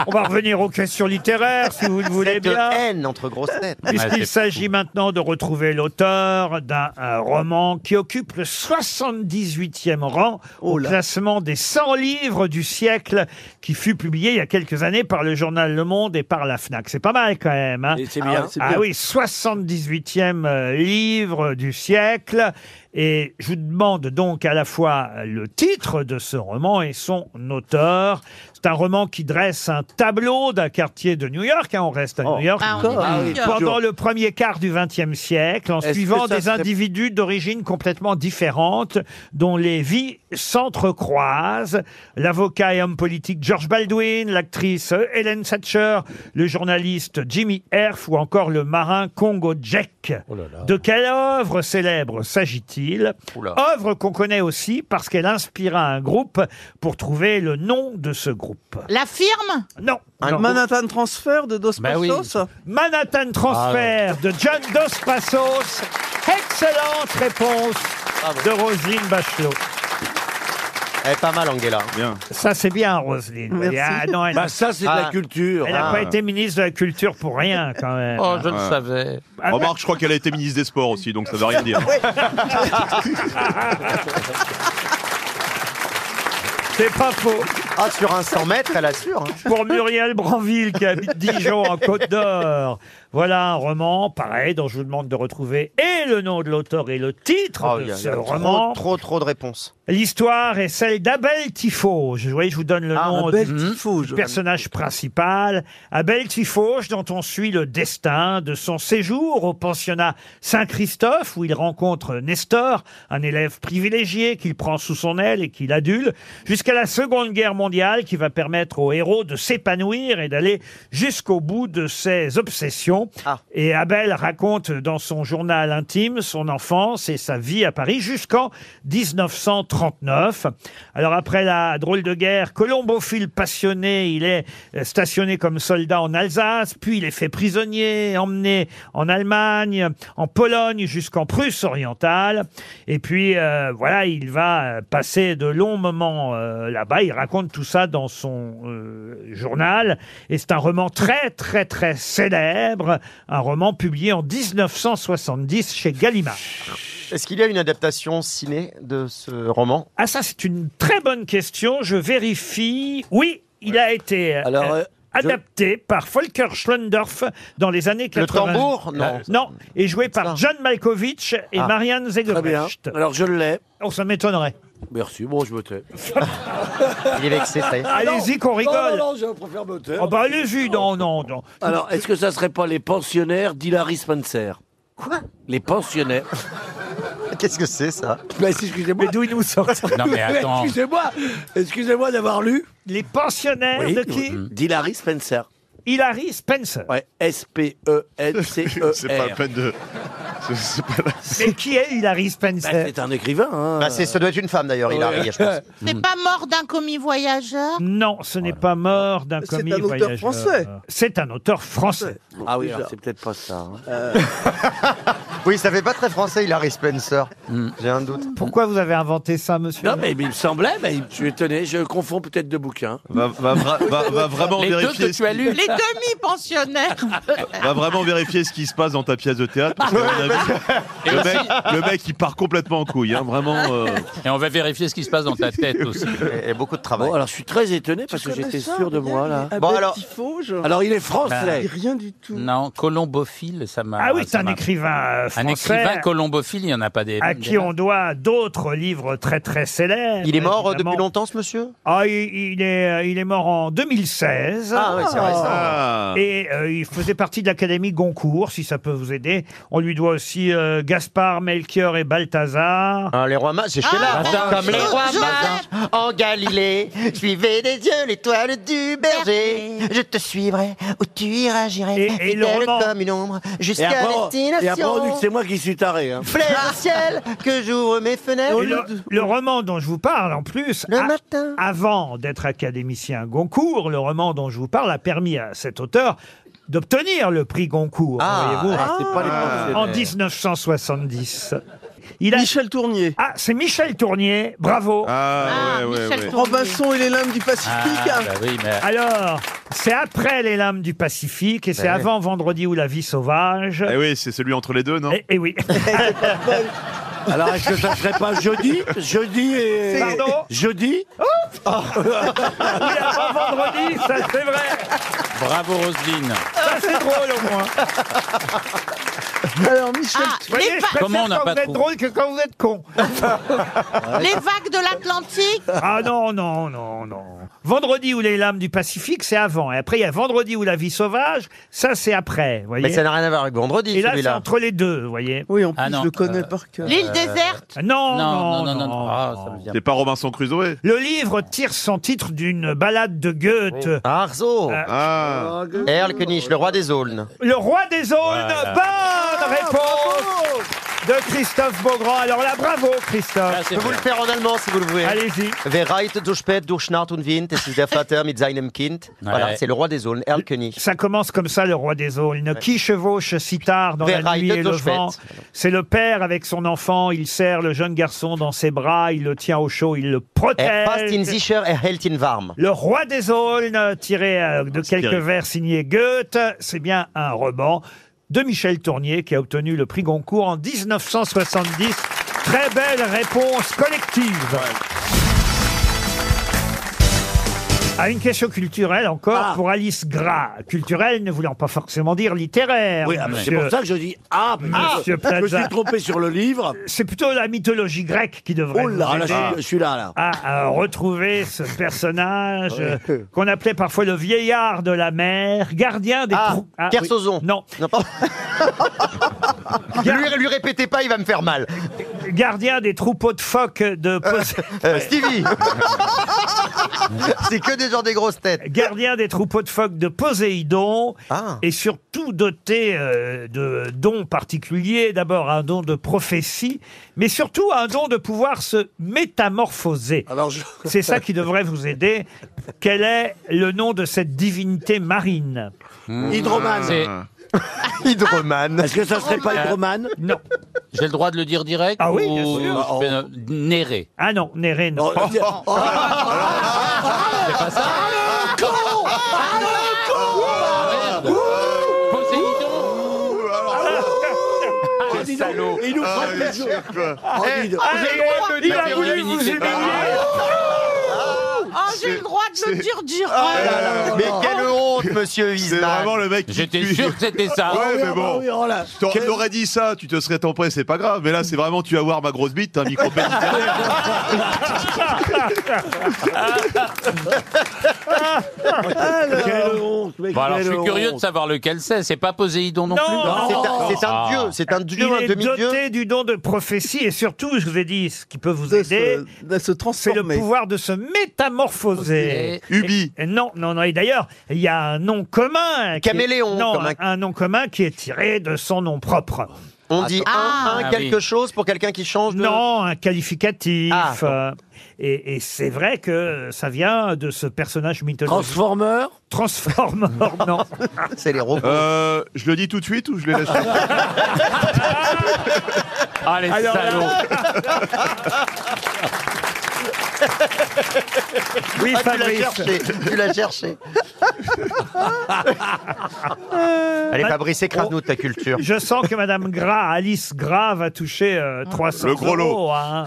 On va revenir aux questions littéraires, si vous le voulez Cette bien. haine entre grosses têtes. Puisqu'il s'agit maintenant de retrouver l'auteur d'un euh, roman qui occupe le 78e rang au classement des 100 livres du siècle qui fut publié il y a quelques années par le journal Le Monde et par la FNAC. C'est pas mal quand même. hein. Et c'est Ah bien, ouais, c'est Ah, bien. oui, 78e euh, livre du siècle. Et je vous demande donc à la fois euh, le titre de ce roman et son auteur. C'est un roman qui dresse un tableau d'un quartier de New York. hein, on reste à Oh. New York. Ah, on est à New York. Pendant le premier quart du XXe siècle, en Est-ce que suivant ça des serait- individus d'origine complètement différente, dont les vies s'entrecroisent. L'avocat et homme politique George Baldwin, l'actrice Helen Thatcher, le journaliste Jimmy Herf ou encore le marin Congo Jack. Oh De quelle œuvre célèbre s'agit-il Oula. Œuvre qu'on connaît aussi parce qu'elle inspira un groupe pour trouver le nom de ce groupe. La firme Non. Un non. Manhattan Transfer de Dos Passos Bah Ben oui. Manhattan Ah Transfer de John Dos Passos. Excellente réponse de Roselyne Bachelot. Elle est pas mal, Angela. Bien. Ça, c'est bien, Roselyne. Vous voyez, ah, non, elle- Bah, ça, c'est de la Ah. culture. Elle n'a Ah. pas été ministre de la Culture pour rien, quand même. Oh, je le Ouais. savais. Remarque, je crois qu'elle a été ministre des Sports aussi, donc ça veut rien dire. Ah C'est pas faux. Ah, sur un 100 mètres, elle assure. hein. Pour Muriel Branville, qui habite Dijon, en Côte d'Or. Voilà un roman, pareil, dont je vous demande de retrouver et le nom de l'auteur et le titre Oh, de il y a- il ce y a roman. trop, trop, trop de réponses. L'histoire est celle d'Abel Tifauge. Vous voyez, je vous donne le nom Abel du- Tifauge. du personnage principal. Abel Tifauge, dont on suit le destin de son séjour au pensionnat Saint-Christophe, où il rencontre Nestor, un élève privilégié qu'il prend sous son aile et qu'il adule, jusqu'à la Seconde Guerre mondiale, qui va permettre au héros de s'épanouir et d'aller jusqu'au bout de ses obsessions. Et Abel raconte dans son journal intime son enfance et sa vie à Paris jusqu'en 1939. Alors après la drôle de guerre, colombophile passionné, il est euh, stationné comme soldat en Alsace, puis il est fait prisonnier, emmené en Allemagne, en Pologne jusqu'en Prusse orientale. Et puis euh, voilà, il va euh, passer de longs moments euh, là-bas. Il raconte tout ça dans son euh, journal. Et c'est un roman très très très célèbre, un roman publié en 1970 chez Gallimard. Est-ce qu'il y a une adaptation ciné de ce roman Ah ça c'est une très bonne question, je vérifie. Oui, il a été euh, Alors, euh, je- adapté par Volker Schlöndorff dans les années Le 80. tambour Non. Non, et joué par John Malkovich et Ah. Marianne Très bien. Zegobrecht. Alors, je Oh, l'ai. On ça m'étonnerait. Merci, bon, je me <laughs> tais. Il est vexé, ça y est. Allez-y qu'on rigole. Non, non, non, je préfère me taire. Oh bah allez-y, non, non, non. Alors, est-ce que ça serait pas les pensionnaires d'Hilary Spencer <laughs> Quoi Les pensionnaires. Qu'est-ce que c'est, ça Mais Bah, excusez-moi. Mais d'où ils nous sortent Non, <laughs> mais attends. Excusez-moi. Excusez-moi d'avoir lu. Les pensionnaires Oui. de qui D'Hilary Mm. Spencer. Hilary Spencer. E Ouais, S-P-E-N-C-E-R. C'est pas la peine de. <laughs> Mais qui est Hilary Bah, Spencer C'est un écrivain. hein. Bah, c'est- ça doit être une femme d'ailleurs, il a ri, je <laughs> pense. <laughs> C'est pas mort d'un commis voyageur Non, ce n'est pas mort d'un C'est un commis auteur voyageur. français. C'est un auteur français. Ah oui, Déjà. alors c'est peut-être pas ça. hein. Euh. oui, ça fait pas très français, Hilary Spencer. J'ai un doute. Pourquoi vous avez inventé ça, monsieur Hmm. Non, mais il me semblait, mais je suis étonné, je confonds peut-être deux bouquins. Va, va vra- va- va vraiment Les deux vérifier. que tu as ce qui- Les demi-pensionnaires Va vraiment vérifier ce qui se passe dans ta pièce de théâtre. parce qu'à mon avis, le, mec, le mec, il part complètement en couille, hein, vraiment. euh. Et on va vérifier ce qui se passe dans ta <laughs> tête aussi. Et, beaucoup de travail. Bon, alors je suis très étonné parce que connais j'étais ça, sûr de moi là. Abel Tifauge. Bah, Ah, Il dit Rien du tout. Non, colombophile, ça m'a. Ah oui, c'est ça un m'a- écrivain euh, Un français. écrivain colombophile, il n'y en a pas des. à qui on doit d'autres livres très très célèbres. Il est mort, euh, depuis longtemps, ce monsieur Ah, il, il est, il est mort en 2016. Ah, ouais, c'est récent. Ah. Et euh, il faisait partie de l'Académie Goncourt, si ça peut vous aider. On lui doit aussi euh, Gaspard, Melchior et Balthazar. Ah, les rois mages, c'est chez là. Ah, Comme les Jo- rois Joseph. mages en Galilée, suivez des yeux l'étoile du berger. Je te suivrai où tu iras, j'irai. et le fidèle roman- comme une ombre Et jusqu'à après, on- destination. et après, on dit que c'est moi qui suis taré. hein. Flaire au <laughs> ciel, que j'ouvre mes fenêtres. Et le, le roman dont je vous parle, en plus, a- avant d'être académicien Goncourt, le roman dont je vous parle a permis à cet auteur d'obtenir le prix Goncourt, Ah, voyez-vous, ah, c'est pas les pensionnaires. en 1970. Il a... Michel Tournier. Ah, c'est Michel Tournier, bravo. Ah, ouais, ouais, ouais. Robinson et les lames du Pacifique. Ah, bah oui, mais- Alors, c'est après Les Lames du Pacifique et c'est Ouais. avant Vendredi ou la vie sauvage. Eh oui, c'est celui entre les deux, non Et, oui. <laughs> Alors est-ce que ça serait pas jeudi Jeudi et. Pardon Jeudi Ah. Oui, avant vendredi, ça c'est vrai. Bravo Roselyne. Ça c'est drôle au moins. Alors Michel, vous voyez, je préfère Comment on n'a quand pas vous êtes trouvé drôle que quand vous êtes con. Les vagues de l'Atlantique Ah non, non, non, non. Vendredi ou les lames du Pacifique, c'est avant. Et après, il y a Vendredi ou la vie sauvage, ça c'est après. vous voyez. Mais ça n'a rien à voir avec vendredi, Et là, c'est celui-là. entre les deux, vous voyez. Oui, en plus, Ah non, je le connais euh, par cœur. L'île déserte Non, Non, non, non, non, non. Ah, ça me vient. C'est pas Robinson Crusoe Le livre tire son titre d'une balade de Goethe. Oh. Arzo. Ah. Erlkenich, le roi des aulnes. Le roi des aulnes, Voilà. bonne réponse de Christophe Beaugrand. Alors là, bravo Christophe. Je peux vous le faire en allemand si vous le voulez. Allez-y. Wer reit durch Spät, durch Nacht und Wind, es ist der Vater mit seinem Kind. Voilà, c'est le roi des aulnes, Erlkenich. Ça commence comme ça, le roi des aulnes. Qui chevauche si tard dans la Verraille nuit de et le Tauchefête. vent C'est le père avec son enfant. Il serre le jeune garçon dans ses bras. Il le tient au chaud. Il le Er passt ihn protège. sicher, er hält ihn warm. Le roi des aulnes, tiré euh, de quelques vers signés Goethe, c'est bien un roman de Michel Tournier qui a obtenu le prix Goncourt en 1970. Très belle réponse collective. À une question culturelle encore Ah. pour Alice Gras. Culturelle ne voulant pas forcément dire littéraire. Oui, ah, mais c'est monsieur- pour ça que je dis ah, parce que Monsieur je me Plaza. suis trompé sur le livre. C'est plutôt la mythologie grecque qui devrait Oh là, nous là, aider Ah. je suis- je suis là, là. à, à retrouver ce personnage Ouais. euh, qu'on appelait parfois le vieillard de la mer, gardien des Ah, trous. Kersozon. Non. <laughs> Lui, lui répétez pas, il va me faire mal. Gardien des troupeaux de phoques de Posé- Euh, <laughs> Stevie <laughs> C'est que des gens des grosses têtes. Ah. Gardien des troupeaux de phoques de Poséidon et surtout doté euh, de dons particuliers, d'abord un don de prophétie, mais surtout un don de pouvoir se métamorphoser. C'est ça qui devrait vous aider. Quel est le nom de cette divinité marine Hydromane. <laughs> C'est- Hydromane. Est-ce que ça serait pas hydromane Non. J'ai le droit de le dire direct Ah oui, ou- bien sûr. ou je fais- Néré. Ah non, Néré, non. C'est pas ça Ah, salaud. Il nous prend les jours. Oh, dis donc. Il a voulu vous humilier. Oh, j'ai le droit de le dire dur Ah, Mais quelle honte, monsieur Oh. C'est Wiesmann vraiment le mec qui J'étais pue. sûr que c'était ça. Ouais, Ah oui, mais ah bon. oui, oh là. T'aurais Quel- t'aurais dit ça, tu te serais tempéré, c'est pas grave. Mais là, c'est vraiment, tu vas voir ma grosse bite, t'as un micro <laughs> Quelle honte, mec. Bon, alors, je quelle suis curieux de honte. savoir lequel c'est. C'est pas Poséidon non, Non, plus. non, C'est un, c'est un Ah. dieu, c'est un dieu, Il un est demi-dieu. doté du don de prophétie et surtout, je vous ai dit, ce qui peut vous de aider, se, de se c'est le transformer. pouvoir de se métamorphoser. Ubi. Et Non, non, non. Et d'ailleurs, il y a un nom commun. qui est- Caméléon, non, comme un- un... nom commun qui est tiré de son nom propre. On dit Attends. un, un Ah, quelque oui. chose pour quelqu'un qui change de... Ah, Non, un qualificatif. euh, et et c'est vrai que ça vient de ce personnage mythologique. Transformer Transformer, non. c'est les robots. Euh, je le dis tout de suite ou je le laisse <laughs> Allez, Alors là- Oui, Ah, Fabrice. Tu l'as <laughs> cherché. Allez, Fabrice, écrase-nous ta culture. Euh, Oh, Je sens que Madame Gras, Alice Gras, va toucher euh, 300 Le gros lot. euros, hein.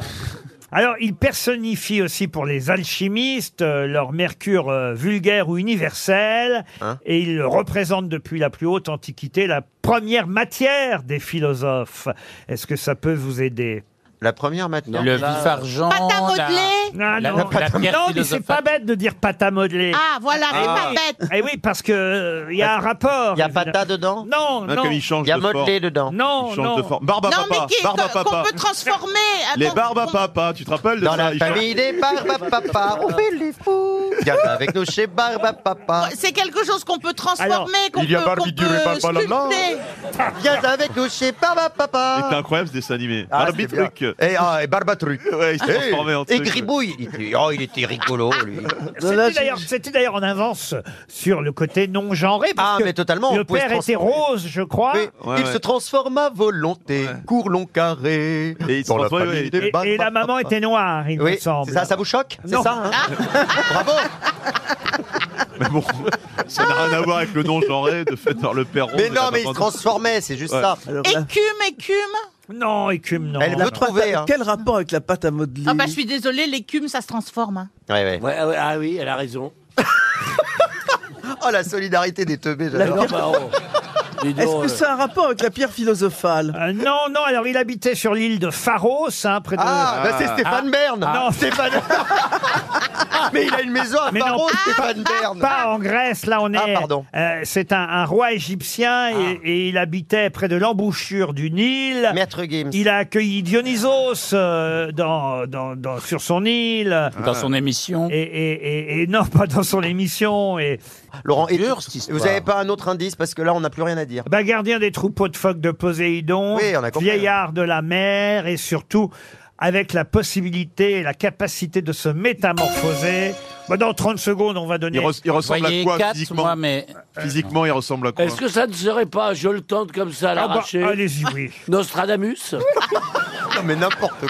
Alors, il personnifie aussi pour les alchimistes euh, leur mercure euh, vulgaire ou universel, et il le représente depuis la plus haute antiquité la première matière des philosophes. Est-ce que ça peut vous aider La première maintenant. Le vif argent. Pâte à modeler Ah, La- non, la pâte à- Non, mais c'est pas bête de dire pâte à modeler. Ah, voilà, c'est Ah. pas bête. Eh oui, parce que euh, il y a un rapport. Il y a pata dedans Non, Non, non. comme il change Il Hein, y a de modelé forme. dedans. Non, Il change non. de forme. Barbe à non, papa, mais qui- barbe à qu'on papa. peut transformer. Les Attends, barbes à qu'on- papa, tu te rappelles de Dans ça la ils chantent- famille des barbes à papa, on fait les fous. Viens avec nous chez Barbe à papa. C'est quelque chose qu'on peut transformer, Alors, qu'on il y a peut, Barbie qu'on Dieu et peut Papa Lala. sculpter. Viens avec nous chez Barbe à C'était papa. incroyable ce dessin animé. Ah, Barbie c'était bien. truc. Et, ah, et Barbatruc. <laughs> Ouais, il se transformait en et truc. Gribouille. Il était, oh, il était rigolo, lui. C'était d'ailleurs- C'était d'ailleurs en avance sur le côté non-genré. parce Ah, que mais totalement, Le on pouvait père se était transformer. rose, je crois. Oui, il se transforme à volonté, court long carré. Et il se dans la transforme, famille ouais. des Et, Barbe et à la maman Papa. était noire, il me Oui, semble. c'est ça, ça vous choque C'est Non. ça <laughs> hein Bravo Mais bon, ça n'a rien à voir avec le non-genré de fait par le père rond, Mais la non, mais il se maman- transformait, c'est juste Ouais. ça. Écume, écume. Non, écume, non. Elle La veut pâte à- trouver. hein. Quel rapport avec la pâte à modeler Ah bah je suis désolée, l'écume ça se transforme. hein. Ouais, ouais. Ouais, ouais, ah oui, elle a raison. <laughs> Oh, la solidarité des teubés, La j'adore. pire- Est-ce que euh, ça a un rapport avec la pierre philosophale Euh, non, non, alors il habitait sur l'île de Pharos, hein, près de... Ah, bah, c'est Stéphane Bern Non, Stéphane <laughs> Mais il a une maison à Mais non. Ah, Paro, Stéphane Bern Pas en Grèce, là on est. Ah, pardon. Ah. euh, c'est un, un roi égyptien et, et il habitait près de l'embouchure du Nil. Maître Gims. Il a accueilli Dionysos euh, dans, dans- dans- sur son île. Dans son émission. Et, et- et- et non, pas dans son émission. Et Laurent, et Dur, cette histoire. vous avez pas un autre indice parce que là on n'a plus rien à dire. bah, gardien des troupeaux de phoques de Poséidon, Oui, on a compris. vieillard de la mer et surtout avec la possibilité et la capacité de se métamorphoser. Bah, dans 30 secondes, on va donner. Il, res- il ressemble Voyez, à quoi quatre, physiquement moi, mais Physiquement, il ressemble à quoi Est-ce que ça ne serait pas, je le tente comme ça à Ah bah, l'arraché, Allez-y, oui. <laughs> Nostradamus <laughs> Non mais n'importe quoi.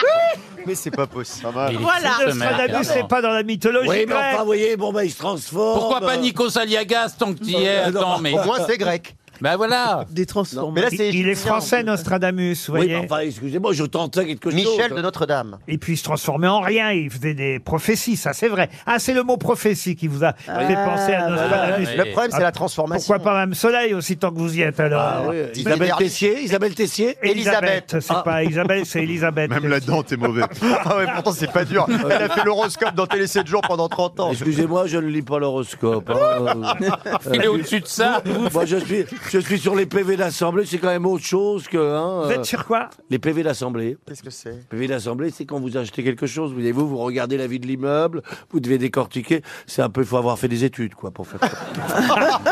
mais c'est pas possible. il est Voilà. fou, ce mec, Nostradamus, alors. c'est pas dans la mythologie Oui, mais grecque. enfin, vous voyez, bon, bah, il se transforme. Pourquoi pas Nico Aliagas tant que tu y es Attends, mais. Au moins c'est grec. Ben voilà Des transformations. Mais là Il, c'est il est égyptien. français, Nostradamus, vous Oui, voyez. mais enfin, excusez-moi, je tente ça quelque chose. Michel de Notre-Dame. Et puis il se transformait en rien, il faisait des prophéties, ça c'est vrai. Ah, c'est le mot prophétie qui vous a Ah. fait penser à Nostradamus. bah, oui. Le problème c'est la transformation. Pourquoi pas même Soleil aussi tant que vous y êtes alors Ah, oui, Isabelle Isabelle- Tessier, Isabelle Tessier Elisabeth, Elisabeth. c'est pas Isabelle, c'est Elisabeth. Même là-dedans, t'es mauvais. Ah ouais, pourtant c'est pas <laughs> dur. Elle a fait l'horoscope dans Télé 7 jours pendant 30 Oh. ans. Excusez-moi, je ne lis pas l'horoscope. hein. <laughs> Il est au-dessus de ça. Moi, je suis, je suis sur les PV d'Assemblée, c'est quand même autre chose que... hein, Vous euh, êtes sur quoi Les PV d'Assemblée. Qu'est-ce que c'est PV d'assemblée, c'est quand vous achetez quelque chose, vous vous, vous regardez la vie de l'immeuble, vous devez décortiquer. C'est un peu, il faut avoir fait des études, quoi, pour faire ça.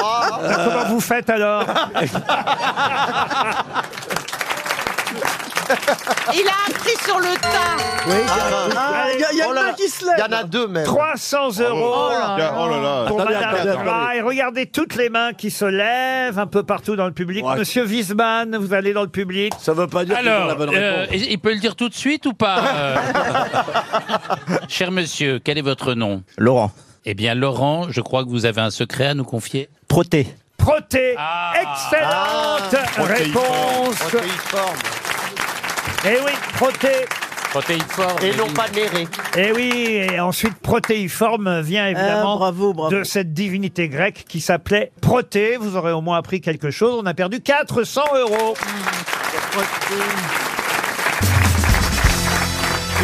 Ah, Comment vous faites <laughs> alors Eh Il a appris sur le tas. Oui, Ah, il y a, il y a Oh le là mec là. qui se lève Il y en a deux même. 300 euros Tiens, Ah, Oh là là. pour Attendez, Madame attendez, Gras. attendez. Et regardez toutes les mains qui se lèvent un peu partout dans le public. Ouais. Monsieur Wiesmann, vous allez dans le public. Ça veut pas dire qu'ils ont la Alors, bonne euh, réponse. il peut le dire tout de suite ou pas <laughs> euh Cher monsieur, quel est votre nom Laurent. Eh bien, Laurent, je crois que vous avez un secret à nous confier. Proté. Proté, Ah. excellente réponse. Protéiforme. Eh oui, Proté. Protéiforme. Et non pas néré. Et Eh oui, et ensuite protéiforme vient Ah, évidemment bravo, bravo. de cette divinité grecque qui s'appelait Proté. Vous aurez au moins appris quelque chose. On a perdu 400 euros.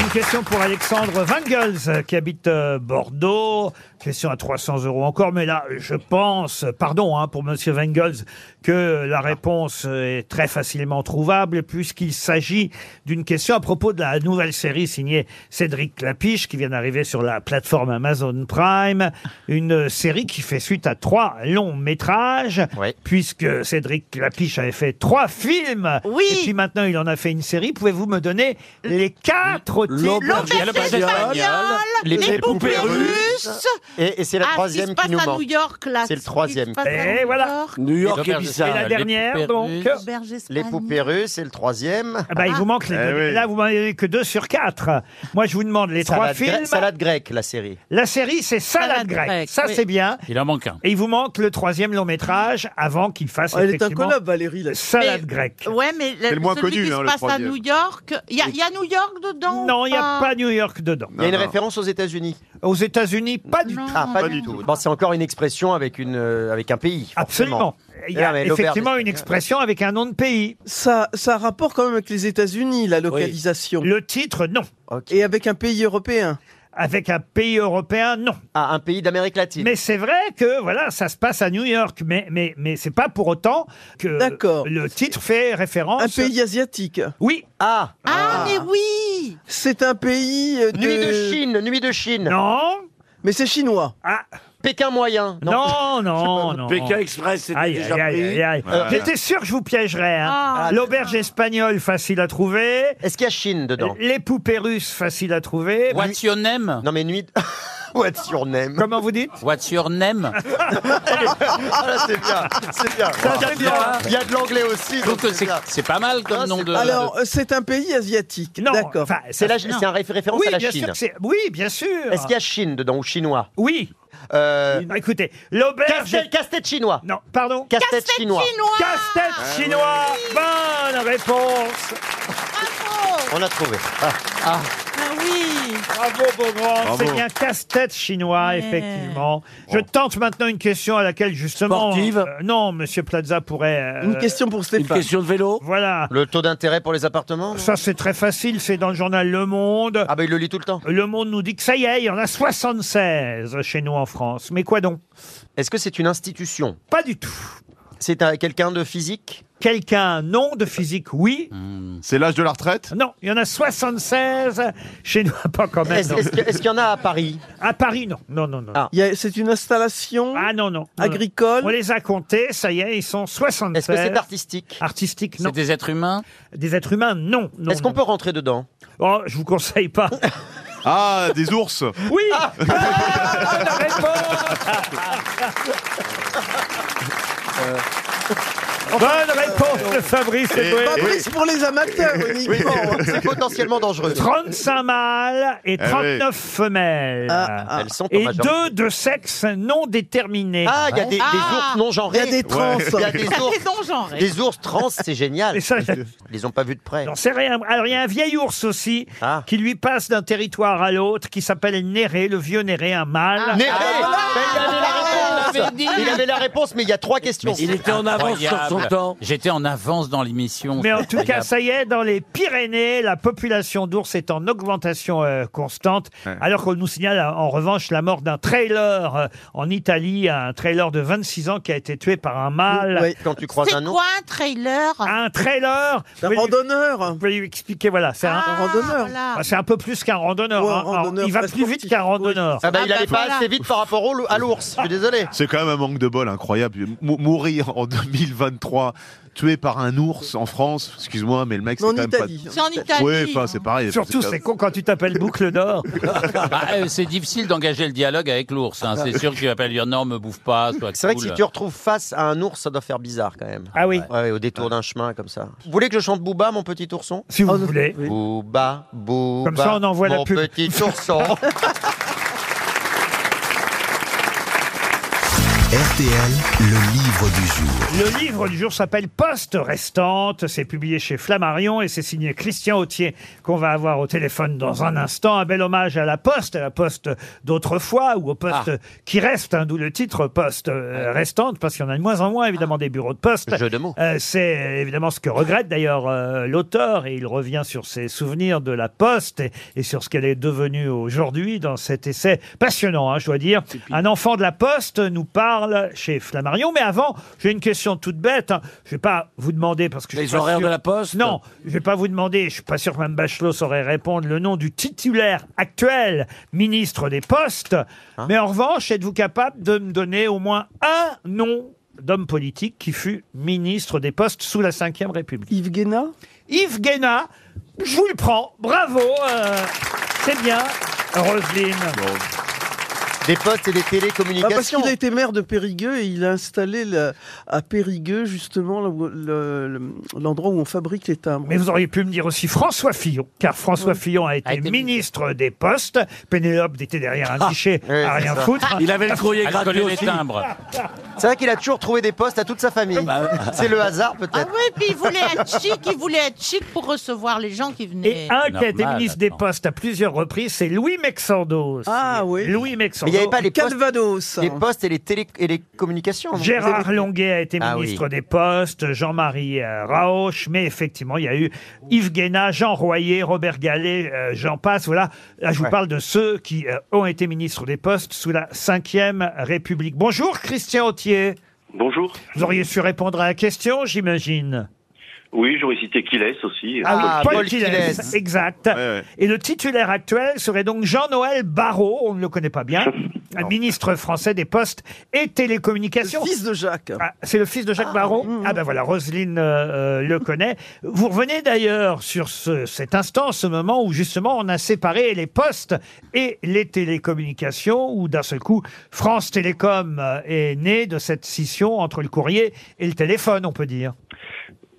Une question pour Alexandre Wangels euh, qui habite euh, Bordeaux. question à 300 euros encore, mais là, je pense, pardon hein, pour Monsieur Wengels, que la réponse euh, est très facilement trouvable puisqu'il s'agit d'une question à propos de la nouvelle série signée Cédric Clapiche qui vient d'arriver sur la plateforme Amazon Prime, une série qui fait suite à trois longs métrages puisque Cédric Clapiche avait fait trois films oui. et puis maintenant il en a fait une série. Pouvez-vous me donner les quatre titres Les Les poupées poupées russes. et, c'est la Ah, troisième ce qui se qui passe nous à manque. New York, là. C'est le ce qui troisième. se passe à Et New voilà. York. New York et Bizarre. Eh, Et la dernière, donc Auberge espagnole. Les poupées russes, c'est le troisième. Ah bah, il vous manque les deux. Là, vous m'en avez que deux sur quatre. Moi, je vous demande les trois Salade films. gre- Salade grecque, la série. La série, c'est Salade Salade grecque. grecque, Ça, oui. c'est bien. Il en manque un. Et il vous manque le troisième long métrage avant qu'il fasse. Ah, elle est effectivement incollable, Valérie, là. Salade Mais- grecque. Ouais, mais le, C'est le moins celui connu, qui hein, se le passe à troisième. New York, il y, a- il y a New York dedans Non, il n'y a pas New York dedans. Il y a une référence aux États-Unis. Aux États-Unis, pas du tout. Ah, pas, du tout. Bon, c'est encore une expression avec, une, euh, avec un pays. Eh, Absolument. Il y Ah, a effectivement une expression avec un nom de pays. Ça, ça a rapport quand même avec les États-Unis, la localisation. Le titre, non. Et avec un pays européen. Avec un pays européen, non. Ah, un pays d'Amérique latine. Mais c'est vrai que voilà, ça se passe à New York, mais mais mais c'est pas pour autant que le titre fait référence. Un pays asiatique. Oui. Ah. Ah, mais oui C'est un pays. euh, de... Nuit de Chine, nuit de Chine. Non. Mais c'est chinois. Ah. Pékin moyen. Non, non, non. Pékin Express, c'était Aïe, déjà aïe, aïe, pris. aïe, aïe. Euh, J'étais sûr que je vous piégerais. hein. Ah. L'auberge espagnole, facile à trouver. Est-ce qu'il y a Chine dedans Les poupées russes, facile à trouver. What's your name Non, mais nuit. <laughs> What's your name Comment vous dites What's your <laughs> name Ah, là, c'est bien, Ah, c'est bien. Ça, c'est Il y a- bien. Il y a de l'anglais aussi. donc c'est bien. Ah, C'est pas mal comme nom de. Alors, euh, c'est un pays asiatique. D'accord. C'est la- c'est un réf- référence Oui, à la bien Chine. sûr que c'est- oui, bien sûr. Est-ce qu'il y a Chine dedans ou chinois Oui. bah, Écoutez, l'auberge. Casse-tête chinois. Non, pardon. Casse-tête chinois. Ah Casse-tête chinois. Bonne réponse. On a trouvé. Ah. oui. Bravo, Beaugrand. Bravo. C'est bien casse-tête chinois, Ouais. effectivement. Je tente maintenant une question à laquelle, justement. Sportive. euh, non, Monsieur Plaza pourrait. euh, de vélo. Voilà. Le taux d'intérêt pour les Oh appartements Ça, c'est très facile, c'est dans le journal Le Monde. Ah, ben il le lit tout le temps. Le Monde nous dit que ça y est, il y en a 76 chez nous en France. Mais quoi donc Est-ce que c'est une institution Pas du tout. C'est un- quelqu'un de physique Quelqu'un, non, de physique, oui. Hmm. C'est l'âge de la retraite Non, il y en a 76 chez nous, Ah, pas quand même. Est-ce est-ce que- est-ce qu'il y en a à Paris Ah. À Paris, non. Non, non, non. Il y a- C'est une installation Ah non, non. agricole. On les a comptés, ça y est, ils sont 76. Est-ce que c'est artistique Artistique, non. C'est des êtres humains Des êtres humains, non. non, Est-ce qu'on non. peut rentrer dedans Oh, je vous conseille pas. <laughs> Ah, des ours Oui Ah. Ah, Bonne réponse de Fabrice C'est Eboué. Fabrice pour les amateurs uniquement. C'est potentiellement dangereux. 35 mâles et Eh oui. 39 femelles. Ah, ah. Elles sont en et deux majorité. de sexe non déterminé. Ah, il y a des, des ours non genrés. Il y a des trans. Il y a des Il y a ours. des non-genrés. Des ours trans, c'est génial. Ils les ont pas vus de près. Ah. J'en sais rien. Alors, il y a un vieil ours aussi qui lui passe d'un territoire à l'autre qui s'appelle Néré, le vieux Néré, un mâle. Néré Ben, Ah, il, avait il la réponse. avait dit. il avait la réponse, mais il y a trois questions. Incroyable. J'étais en avance dans l'émission. Mais en c'est tout cas, incroyable. ça y est, dans les Pyrénées, la population d'ours est en augmentation euh, constante, alors qu'on nous signale euh, en revanche la mort d'un trailer euh, en Italie, un trailer de 26 ans qui a été tué par un mâle. Quand tu croises C'est un ours. quoi un trailer Un trailer Un hein. randonneur Vous pouvez lui expliquer, voilà. C'est un, Ah, randonneur. voilà. Ah, C'est un peu plus qu'un randonneur. Ouais, un hein. Alors, randonneur il va très plus vite qu'un randonneur. Ah bah, il allait pas assez vite par rapport au loup- à l'ours. Je suis désolé. C'est quand même un manque de bol incroyable. Mou- mourir en <laughs> 2023 tué par un ours en France, excuse-moi, mais le mec, c'est En quand même pas. Italie. hein. C'est en Italie. Ouais, enfin, Bah, c'est pareil. Surtout, c'est con quand <laughs> tu t'appelles Boucle d'Or. Bah, euh, c'est difficile d'engager le dialogue avec l'ours. hein. C'est sûr que tu vas pas lui dire non, me bouffe pas. C'est vrai que si tu te retrouves face à un ours, ça doit faire bizarre quand même. Ah oui. Ouais, au détour d'un chemin comme ça. Vous voulez que je chante Booba, mon petit ourson Si vous Oh, voulez. Booba, Booba. Comme ça, on envoie la mon pub. <laughs> petit ourson. RTL, le livre du jour. Le livre du jour s'appelle Poste restante. C'est publié chez Flammarion et c'est signé Christian Autier qu'on va avoir au téléphone dans un instant. Un bel hommage à la Poste, à la Poste d'autrefois ou au Poste Ah. qui reste, hein, d'où le titre Poste euh, restante, parce qu'il y en a de moins en moins Ah. évidemment des bureaux de poste. Jeu de mots. Euh, c'est évidemment ce que regrette d'ailleurs euh, l'auteur et il revient sur ses souvenirs de la Poste et, et sur ce qu'elle est devenue aujourd'hui dans cet essai passionnant, hein, je dois dire. Un enfant de la Poste nous parle chez Flammarion, mais avant, j'ai une question toute bête. hein. Je vais pas vous demander parce que je Les suis pas horaires sûr- de la Poste Non, je vais pas vous demander. Je suis pas sûr que Mme Bachelot saurait répondre le nom du titulaire actuel ministre des Postes. mais en revanche, êtes-vous capable de me donner au moins un nom d'homme politique qui fut ministre des Postes sous la Ve République Yves Guéna Yves Guéna, je vous le prends. Bravo, euh, c'est bien, Roselyne. Des postes et des télécommunications. Ah, parce qu'il a été maire de Périgueux et il a installé le- à Périgueux justement le- le- le- l'endroit où on fabrique les timbres. Mais vous auriez pu me dire aussi François Fillon, car François Fillon a été, ministre des Postes. Pénélope était derrière un guichet ouais, à c'est rien ça. foutre. Il avait le courrier Elle gratuit collait les aussi. timbres. C'est vrai qu'il a toujours trouvé des postes à toute sa famille. C'est le hasard Ah peut-être. oui, puis il voulait être chic, il voulait être chic pour recevoir les gens qui venaient. Et un qui a été ministre des Postes à plusieurs reprises, c'est Louis Mexando. aussi. Ah oui. Louis Mais Mexando. il n'y avait pas les postes, Calvados. les postes et les, télé, et les communications. non Vous Gérard avez- Longuet a été Ah oui. ministre des Postes, Jean-Marie euh, Raoche, mais effectivement, il y a eu Yves Guéna, Jean Royer, Robert Gallet, euh, j'en passe. Voilà, là, je vous Ouais. parle de ceux qui euh, ont été ministres des Postes sous la Ve République. Bonjour, Christian Autier. Bonjour. Vous auriez su répondre à la question, j'imagine. Oui, j'aurais cité Kiles aussi. Ah oui, Paul Kiles, exact. Et le titulaire actuel serait donc Jean-Noël Barrot, on ne le connaît pas <laughs> bien, un ministre français des Postes et Télécommunications. Ah, Le fils de Jacques. hum, c'est le fils de Jacques Barrot Ah ben voilà, Roselyne euh, euh, le connaît. Vous revenez d'ailleurs sur ce- cet instant, ce moment où justement on a séparé les Postes et les Télécommunications, où d'un seul coup, France Télécom euh, est née de cette scission entre le courrier et le téléphone, on peut dire.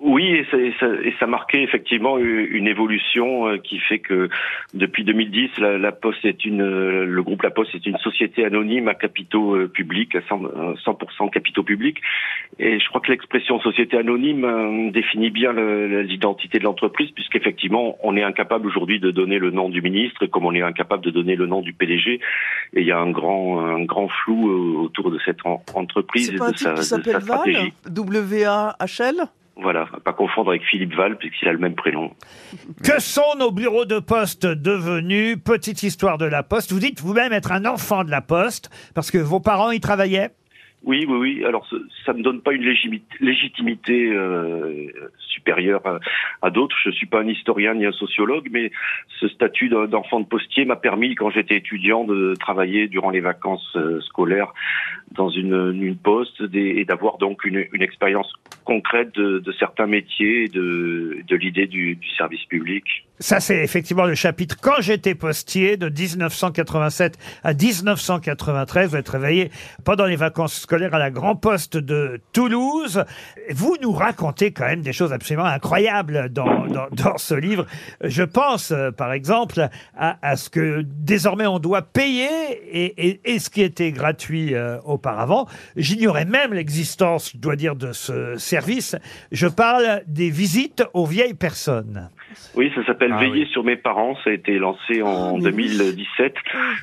Oui, et ça, et ça, et ça marquait effectivement u- une évolution euh, qui fait que depuis 2010, la, la Poste est une, euh, le groupe La Poste est une société anonyme à capitaux euh, publics, à 100%, euh, 100% capitaux publics. Et je crois que l'expression société anonyme euh, définit bien le- l'identité de l'entreprise, puisqu'effectivement, on est incapable aujourd'hui de donner le nom du ministre, comme on est incapable de donner le nom du PDG. Et il y a un grand, un grand flou euh, autour de cette en- entreprise C'est et pas un de sa, type de qui sa s'appelle stratégie. Val W-A-H-L Voilà, à pas confondre avec Philippe Val, puisqu'il a le même prénom. Que sont nos bureaux de poste devenus Petite histoire de la poste. Vous dites vous-même être un enfant de la poste parce que vos parents y travaillaient. Oui, oui, oui. Alors, ce- ça ne donne pas une légimi- légitimité euh, supérieure à, à d'autres. Je suis pas un historien ni un sociologue, mais ce statut d'un- d'enfant de postier m'a permis, quand j'étais étudiant, de travailler durant les vacances euh, scolaires dans une, une poste des- et d'avoir donc une, une expérience concrète de, de certains métiers et de, de l'idée du, du service public. Ça, c'est effectivement le chapitre Quand j'étais postier de 1987 à 1993. Vous êtes réveillé pendant les vacances scolaires à la Grand Poste de Toulouse. Vous nous racontez quand même des choses absolument incroyables dans, dans, dans ce livre. Je pense, euh, par exemple, à, à ce que désormais on doit payer et, et- et ce qui était gratuit euh, auparavant. J'ignorais même l'existence, je dois dire, de ce service. Je parle des visites aux vieilles personnes. Oui, ça s'appelle Veiller sur mes parents. Ça a été lancé en 2017.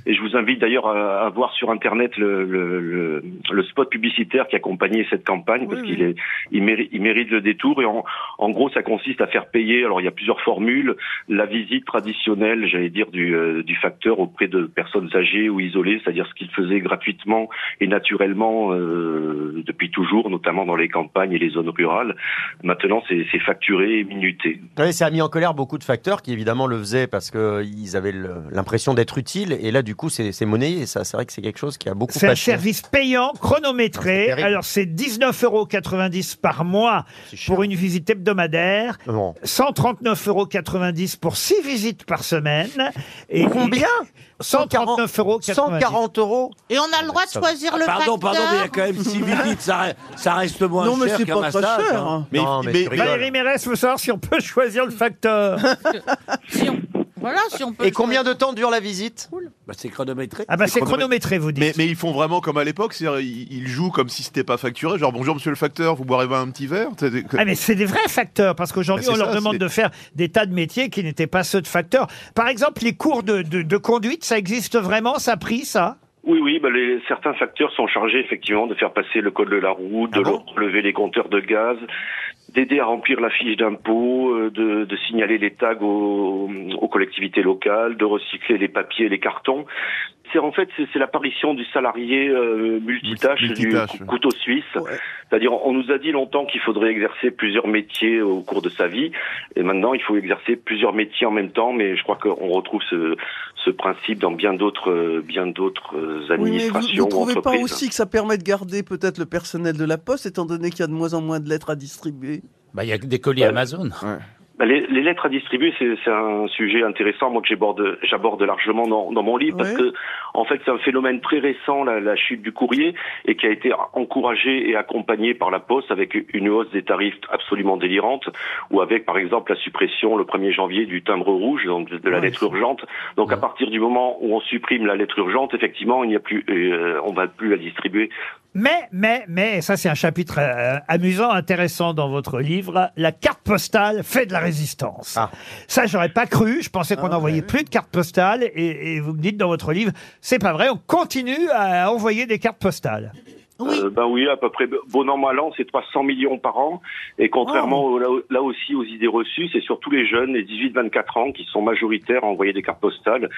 Et je vous invite d'ailleurs à, à voir sur Internet le, le, le, le spot publicitaire qui accompagnait cette campagne parce qu'il est, il, mérite, il mérite le détour. Et en, en gros, ça consiste à faire payer. Alors, il y a plusieurs formules. La visite traditionnelle, j'allais dire, du, euh, du facteur auprès de personnes âgées ou isolées, c'est-à-dire ce qu'il faisait gratuitement et naturellement euh, depuis toujours, notamment dans les campagnes et les zones rurales. Maintenant, c'est c'est facturé et minuté. Ouais, ça a mis en colère beaucoup de facteurs qui évidemment le faisaient parce qu'ils avaient le- l'impression d'être utiles et là du coup c'est c'est monnayé ça c'est vrai que c'est quelque chose qui a beaucoup C'est un fâché. service payant, chronométré. terrible. Alors, c'est 19,90 euros par mois pour une visite hebdomadaire. Bon. 139,90 euros pour six visites par semaine. Et combien 149,90 euros. 140 euros Et on a le droit de Ah, choisir le facteur. Pardon, pardon, mais il y a quand même 6 visites, ça, re- ça reste moins Non, mais cher c'est qu'un pas très massage, cher, hein. hein. Valérie Mérès veut savoir si on peut choisir le facteur. Voilà, si on peut. Et combien de temps dure la visite c'est chronométré. Ah bah, c'est chronométré, vous dites. Mais, mais ils font vraiment comme à l'époque, c'est-à-dire ils, ils jouent comme si c'était pas facturé, genre bonjour monsieur le facteur, vous boirez un petit verre C'est des- Ah mais c'est des vrais facteurs, parce qu'aujourd'hui Bah, on c'est leur ça, demande c'est- de faire des tas de métiers qui n'étaient pas ceux de facteurs. Par exemple, les cours de, de- de conduite, ça existe vraiment, ça a pris ça Oui, oui, bah, les, certains facteurs sont chargés effectivement de faire passer le code de la route, de relever les compteurs de gaz, d'aider à remplir la fiche d'impôt, euh, de, de signaler les tags aux, aux collectivités locales, de recycler les papiers et les cartons. C'est en fait c'est c'est l'apparition du salarié euh, multitâche, multitâche, du cou- couteau suisse. C'est-à-dire on nous a dit longtemps qu'il faudrait exercer plusieurs métiers au cours de sa vie, et maintenant il faut exercer plusieurs métiers en même temps. Mais je crois qu'on retrouve ce, ce principe dans bien d'autres euh, bien d'autres euh, Oui, mais vous administrations ne ou trouvez pas entreprises. aussi que ça permet de garder peut-être le personnel de la poste, étant donné qu'il y a de moins en moins de lettres à distribuer Bah, il y a que des colis Amazon. Bah, les, les lettres à distribuer, c'est c'est un sujet intéressant, moi que j'aborde, j'aborde largement dans, dans mon livre, parce que en fait c'est un phénomène très récent, la, la chute du courrier, et qui a été encouragé et accompagné par la Poste avec une hausse des tarifs absolument délirante, ou avec par exemple la suppression le 1er janvier du timbre rouge, donc de, de la lettre urgente. Donc à partir du moment où on supprime la lettre urgente, effectivement, il n'y a plus, euh, on va plus la distribuer. Mais, mais, mais, et ça c'est un chapitre euh, amusant, intéressant dans votre livre, la carte postale fait de la résistance. Ah. Ça, j'aurais pas cru, je pensais qu'on n'envoyait plus de cartes postales, et, et vous me dites dans votre livre, c'est pas vrai, on continue à envoyer des cartes postales. Euh, ben oui, à peu près. Bon an, mal an, c'est 300 millions par an. Et contrairement au- là, là aussi aux idées reçues, c'est surtout les jeunes, les 18-24 ans, qui sont majoritaires à envoyer des cartes postales.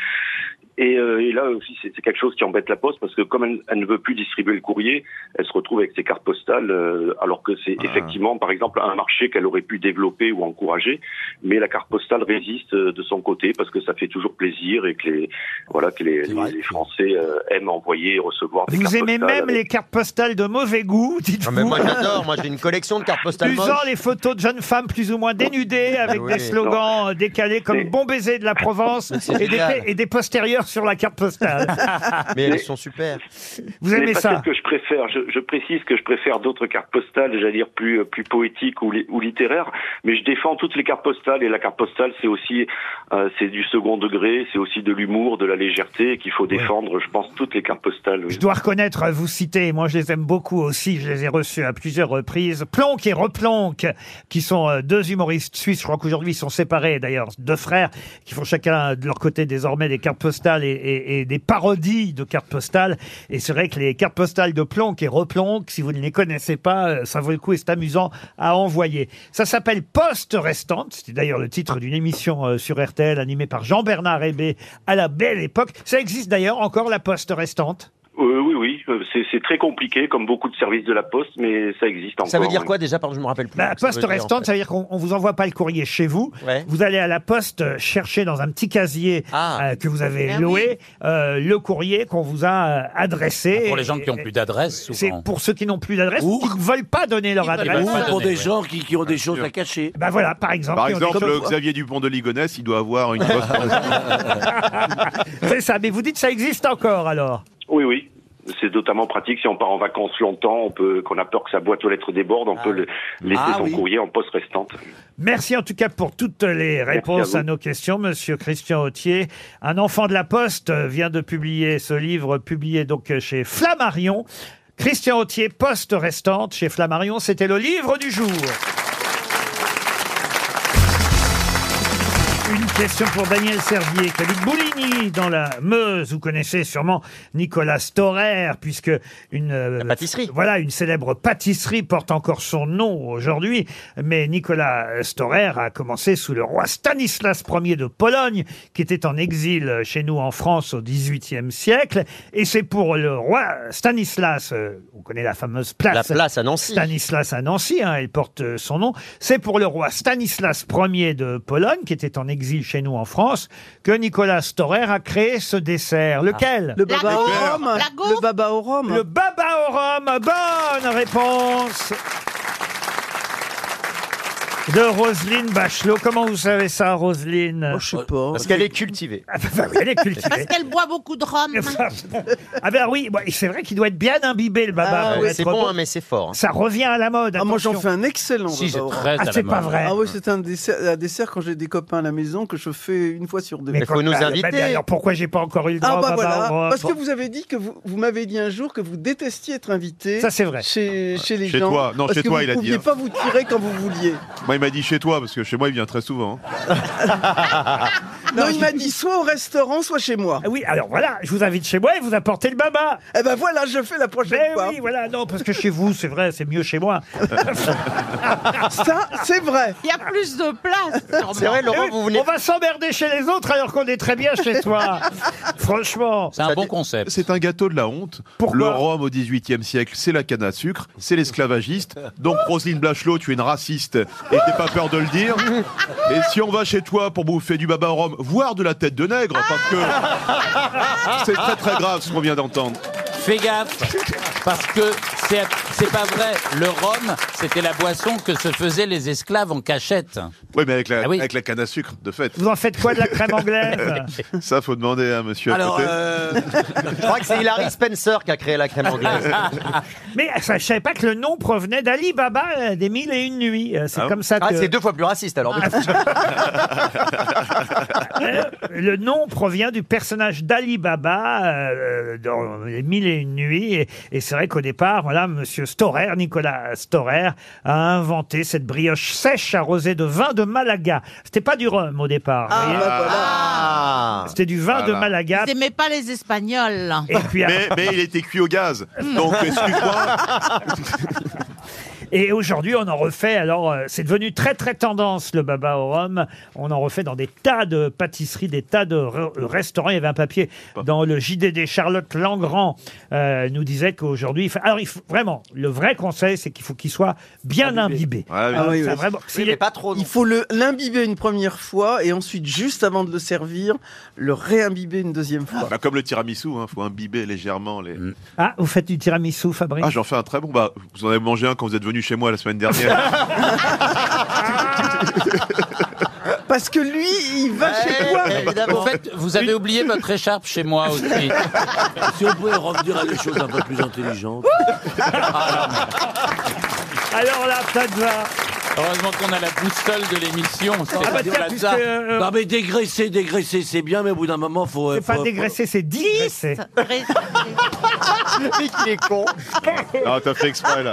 Et, euh, et là aussi, c'est c'est quelque chose qui embête la Poste, parce que comme elle, elle ne veut plus distribuer le courrier, elle se retrouve avec ses cartes postales, euh, alors que c'est effectivement, par exemple, un marché qu'elle aurait pu développer ou encourager. Mais la carte postale résiste euh, de son côté, parce que ça fait toujours plaisir et que les, voilà, que les, les- les Français euh, aiment envoyer et recevoir des Vous cartes aimez postales. même les cartes postales de mauvais goût, <laughs> dites-vous. Ah, mais moi j'adore, moi j'ai une collection de cartes postales. Usant moches. les photos de jeunes femmes plus ou moins dénudées avec Ah, Oui. des slogans euh, décalés comme Bon baiser de la Provence <laughs> C'est et des, génial. pa- et des postérieurs sur la carte postale. <laughs> Mais elles sont super. Vous Mais aimez pas ça celle que je préfère. Je, je précise que je préfère d'autres cartes postales, j'allais dire plus euh, plus poétiques ou, li- ou littéraires. Mais je défends toutes les cartes postales et la carte postale, c'est aussi euh, c'est du second degré, c'est aussi de l'humour, de la légèreté et qu'il faut défendre. Je pense toutes les cartes postales. oui. Je dois reconnaître, vous citez, moi je les aime beaucoup aussi, je les ai reçus à plusieurs reprises, Plonk et Replonk, qui sont euh, deux humoristes suisses, je crois qu'aujourd'hui ils sont séparés d'ailleurs, deux frères, qui font chacun de leur côté désormais des cartes postales et, et- et des parodies de cartes postales. Et c'est vrai que les cartes postales de Plonk et Replonk, si vous ne les connaissez pas, euh, ça vaut le coup et c'est amusant à envoyer. Ça s'appelle Poste Restante, c'était d'ailleurs le titre d'une émission euh, sur RTL animée par Jean-Bernard Hébé à la belle époque. Ça existe d'ailleurs encore la Poste Restante Euh, oui, oui, euh, c'est c'est très compliqué, comme beaucoup de services de la Poste, mais ça existe encore. Ça veut dire quoi déjà Pardon, je me rappelle plus. Bah, Ça veut poste dire, en restante, fait. ça veut dire qu'on on vous envoie pas le courrier chez vous. Ouais. Vous allez à la poste euh, chercher dans un petit casier euh, que vous avez Ah oui. loué euh, le courrier qu'on vous a euh, adressé. Ah, Pour les gens qui n'ont plus d'adresse, C'est souvent. pour ceux qui n'ont plus d'adresse, ou qui ne veulent pas donner leur veulent adresse. pas Ou pour donner, des gens qui, qui ont des choses à cacher. Bah voilà, par exemple. Par et on est exemple, comme- Ah. le Xavier Dupont de Ligonnès, il doit avoir une poste. <laughs> C'est ça, mais vous dites ça existe encore alors. Oui, oui. C'est notamment pratique si on part en vacances longtemps, on peut qu'on a peur que sa boîte aux lettres déborde, on peut le- laisser Ah son oui. courrier en poste restante. Merci en tout cas pour toutes les réponses à à, vous. nos questions, Monsieur Christian Autier. Un enfant de la Poste euh, vient de publier ce livre, publié donc euh, chez Flammarion. Christian Autier, Poste restante chez Flammarion, c'était le livre du jour. Une question pour Daniel Servier, qui habite Bouligny, dans la Meuse. Vous connaissez sûrement Nicolas Storer, puisque une euh, pâtisserie. Voilà, une célèbre pâtisserie porte encore son nom aujourd'hui. Mais Nicolas Storer a commencé sous le roi Stanislas Ier de Pologne, qui était en exil chez nous en France au XVIIIe siècle. Et c'est pour le roi Stanislas, euh, on connaît la fameuse place. La place à Nancy. Stanislas à Nancy, hein, elle porte euh, son nom. C'est pour le roi Stanislas Ier de Pologne, qui était en exil chez nous en France, que Nicolas Storer a créé ce dessert. Lequel Le baba au rhum Le baba au rhum Le baba au rhum, bonne réponse de Roselyne Bachelot. Comment vous savez ça, Roselyne Oh, Je sais pas. Parce qu'elle est cultivée. Elle est cultivée. <laughs> Parce qu'elle boit beaucoup de <laughs> rhum. Ah ben oui, bon, et c'est vrai qu'il doit être bien imbibé le baba. Ah pour ouais, bah, être c'est bon, hein, mais c'est fort. hein. Ça revient à la mode. Ah, moi j'en attention. fais un excellent. Si, baba c'est au rhum. très à la Ah, c'est pas mode. vrai. Ah oui, c'est un dessert, un dessert quand j'ai des copains à la maison que je fais une fois sur deux. Mais quand- ah, bah, mais alors pourquoi j'ai pas encore eu le droit Ah au bah baba voilà, au rhum parce que vous avez dit que vous, vous m'avez dit un jour que vous détestiez être invité. Ça, c'est vrai. Chez, chez les Chez gens. toi. Non, parce chez que toi, vous il a dit, pouviez hein. pas vous tirer quand vous vouliez. Moi, il m'a dit chez toi, parce que chez moi, il vient très souvent. hein. <laughs> Non, il m'a dit soit au restaurant, soit chez moi. Ah Oui, alors voilà, je vous invite chez moi et vous apportez le baba. Eh ben voilà, je fais la prochaine Ben fois. oui, voilà, non, parce que chez vous, c'est vrai, c'est mieux chez moi. <laughs> Ça, c'est vrai. Il y a plus de place. C'est vrai, Laurent, Eh oui, vous venez- On va s'emmerder chez les autres alors qu'on est très bien <laughs> chez toi. Franchement. C'est un bon concept. C'est un gâteau de la honte. le Rhum au XVIIIe siècle, c'est la canne à sucre, c'est l'esclavagiste. Donc, Roselyne Blachelot, tu es une raciste et t'es pas peur de le dire. Et si on va chez toi pour bouffer du baba au rhum, voire de la tête de nègre, parce que c'est très très grave ce qu'on vient <laughs> d'entendre. Fais gaffe, parce que c'est c'est pas vrai. Le rhum, c'était la boisson que se faisaient les esclaves en cachette. Oui, mais avec la, Ah oui. avec la canne à sucre, de fait. Vous en faites quoi de la <laughs> crème anglaise Ça, faut demander à monsieur à Alors, côté. euh, je crois que c'est Hilary Spencer qui a créé la crème anglaise. <laughs> Mais ça, je savais pas que le nom provenait d'Ali Baba euh, des Mille et Une Nuits. Euh, C'est comme ça que Ah, Ah, c'est deux fois plus raciste alors. le nom provient du personnage d'Ali Baba euh, dans les Mille et Une Nuits. Et, et c'est vrai qu'au départ, voilà, Monsieur Storer, Nicolas Storer, a inventé cette brioche sèche arrosée de vin de Malaga. C'était pas du rhum au départ. vous voyez. bah. C'était du vin de Voilà. Malaga. Ah. Ils aimaient pas les Espagnols. Ah. Et puis, ah, mais, mais il était cuit au gaz. <laughs> Donc, excuse-moi. Et aujourd'hui, on en refait. Alors, euh, c'est devenu très, très tendance, le baba au rhum. On en refait dans des tas de pâtisseries, des tas de re- euh, restaurants. Il y avait un papier dans le JDD. Charlotte Langrand euh, nous disait qu'aujourd'hui... il fa- Alors, il faut- vraiment, le vrai conseil, c'est qu'il faut qu'il soit bien imbibé. oui. Alors, Ah oui, ça, oui. vraiment, <laughs> s'il est- pas trop. Il faut le- l'imbiber une première fois et ensuite, juste avant de le servir, le réimbiber une deuxième fois. Bah, comme le tiramisu, hein, faut imbiber légèrement les. Ah, vous faites du tiramisu, Fabrice Ah, j'en fais un très bon. Bah, vous en avez mangé un quand vous êtes venu chez moi la semaine dernière. <laughs> Parce que lui, il va chez toi. En fait, vous avez oublié votre écharpe chez moi aussi. Si on pouvait revenir à Ah, des choses un peu plus intelligentes. Alors là, ça te va. Heureusement qu'on a la boussole de l'émission. c'est Ah bah tiens, voilà puisque, ça. euh, Non mais dégraisser, dégraisser, c'est bien, mais au bout d'un moment, faut. c'est pas faut- dégraissé, bah, c'est digraissé. <laughs> Mais qu'il est con. ah, t'as fait exprès là.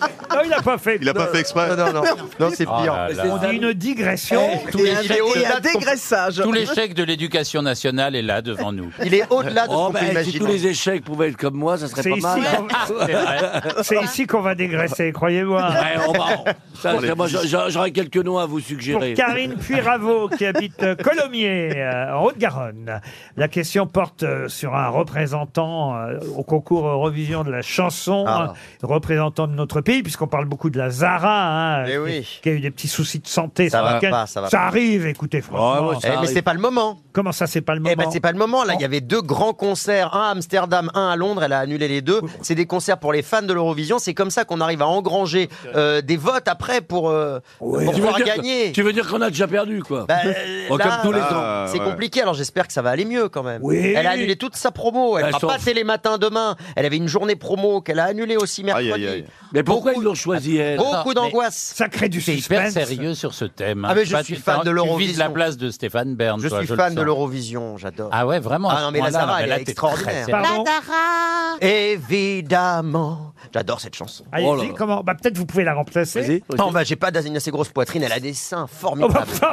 Non, Oh il a pas fait. Il a pas fait exprès. Non, non, non. Oh, Non, c'est Ah pire. là là. Eh, On dit une digression. Tous Et les un, il est et au-delà un de ce qu'on- dégraissage. Tous l'échec de l'éducation nationale est là devant nous. il est au-delà de ce Oh, qu'on bah, peut si imaginer. tous les échecs pouvaient être comme moi, ça serait Ah, C'est pas ici mal. qu'on- C'est vrai. c'est ici qu'on va dégraisser, croyez-moi. <laughs> Ouais, on va- ça, ça, moi, j'a- j'a- j'aurais quelques noms à vous suggérer. Pour Karine Puiraveau, qui habite euh, Colomiers, euh, en Haute-Garonne. La question porte euh, sur un représentant euh, au concours Eurovision de la chanson, Ah. euh, représentant de notre pays, puisqu'on parle beaucoup de la Zara, hein, Eh qui, oui. qui a eu des petits soucis de santé. Ça sur va laquelle- pas, ça va pas. arrive, écoutez, franchement. ouais, ça- Eh, mais c'est pas le moment. Comment ça, c'est pas le moment Eh ben c'est pas le moment là. Il y avait deux grands concerts, un à Amsterdam, un à Londres. Elle a annulé les deux. C'est des concerts pour les fans de l'Eurovision. C'est comme ça qu'on arrive à engranger euh, des votes après pour, euh, pour Tu veux pouvoir dire- gagner. Tu veux dire qu'on a déjà perdu, quoi Bah, euh, Oh, là, comme tous les euh, ans. C'est Ouais. compliqué. Alors j'espère que ça va aller mieux quand même. Oui. Elle a annulé toute sa promo. Elle Bah, fera sauf- pas télématin demain. Elle avait une journée promo qu'elle a annulée aussi mercredi. Aïe, aïe, aïe. Mais pourquoi ils l'ont choisi, elle Ah, Beaucoup mais- d'angoisse. Ça crée du C'est hyper suspense. sérieux sur ce thème. hein. Ah, mais Tu je vois, suis tu- fan de tu vides l'Eurovision. la place de Stéphane Bern. Je toi, suis le fan de sens. l'Eurovision. J'adore. Ah ouais, vraiment. à Ah ce non, mais la point-là, Zara, mais elle là, t'es est très extraordinaire. sérieux. Pardon Dara. Évidemment. J'adore cette chanson. Allez-y, Oh là là. comment bah, Peut-être vous pouvez la remplacer. Vas-y. Non, bah, j'ai pas une assez grosse poitrine, elle a des seins Oh, bah, formidables. putain.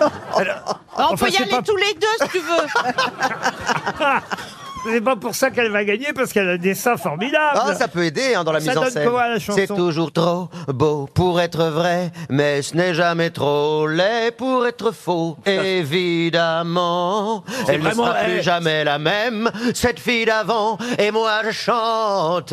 Ah, On Enfin, peut y c'est aller pas- tous les deux si tu veux. <laughs> C'est pas pour ça qu'elle va gagner, parce qu'elle a des seins formidables. Ah, ça peut aider hein, dans la Ça mise en donne scène. quoi, la chanson C'est toujours trop beau pour être vrai, mais ce n'est jamais trop laid pour être <laughs> faux. Évidemment, elle ne vraiment- sera plus eh. jamais la même, cette fille d'avant, et moi je chante.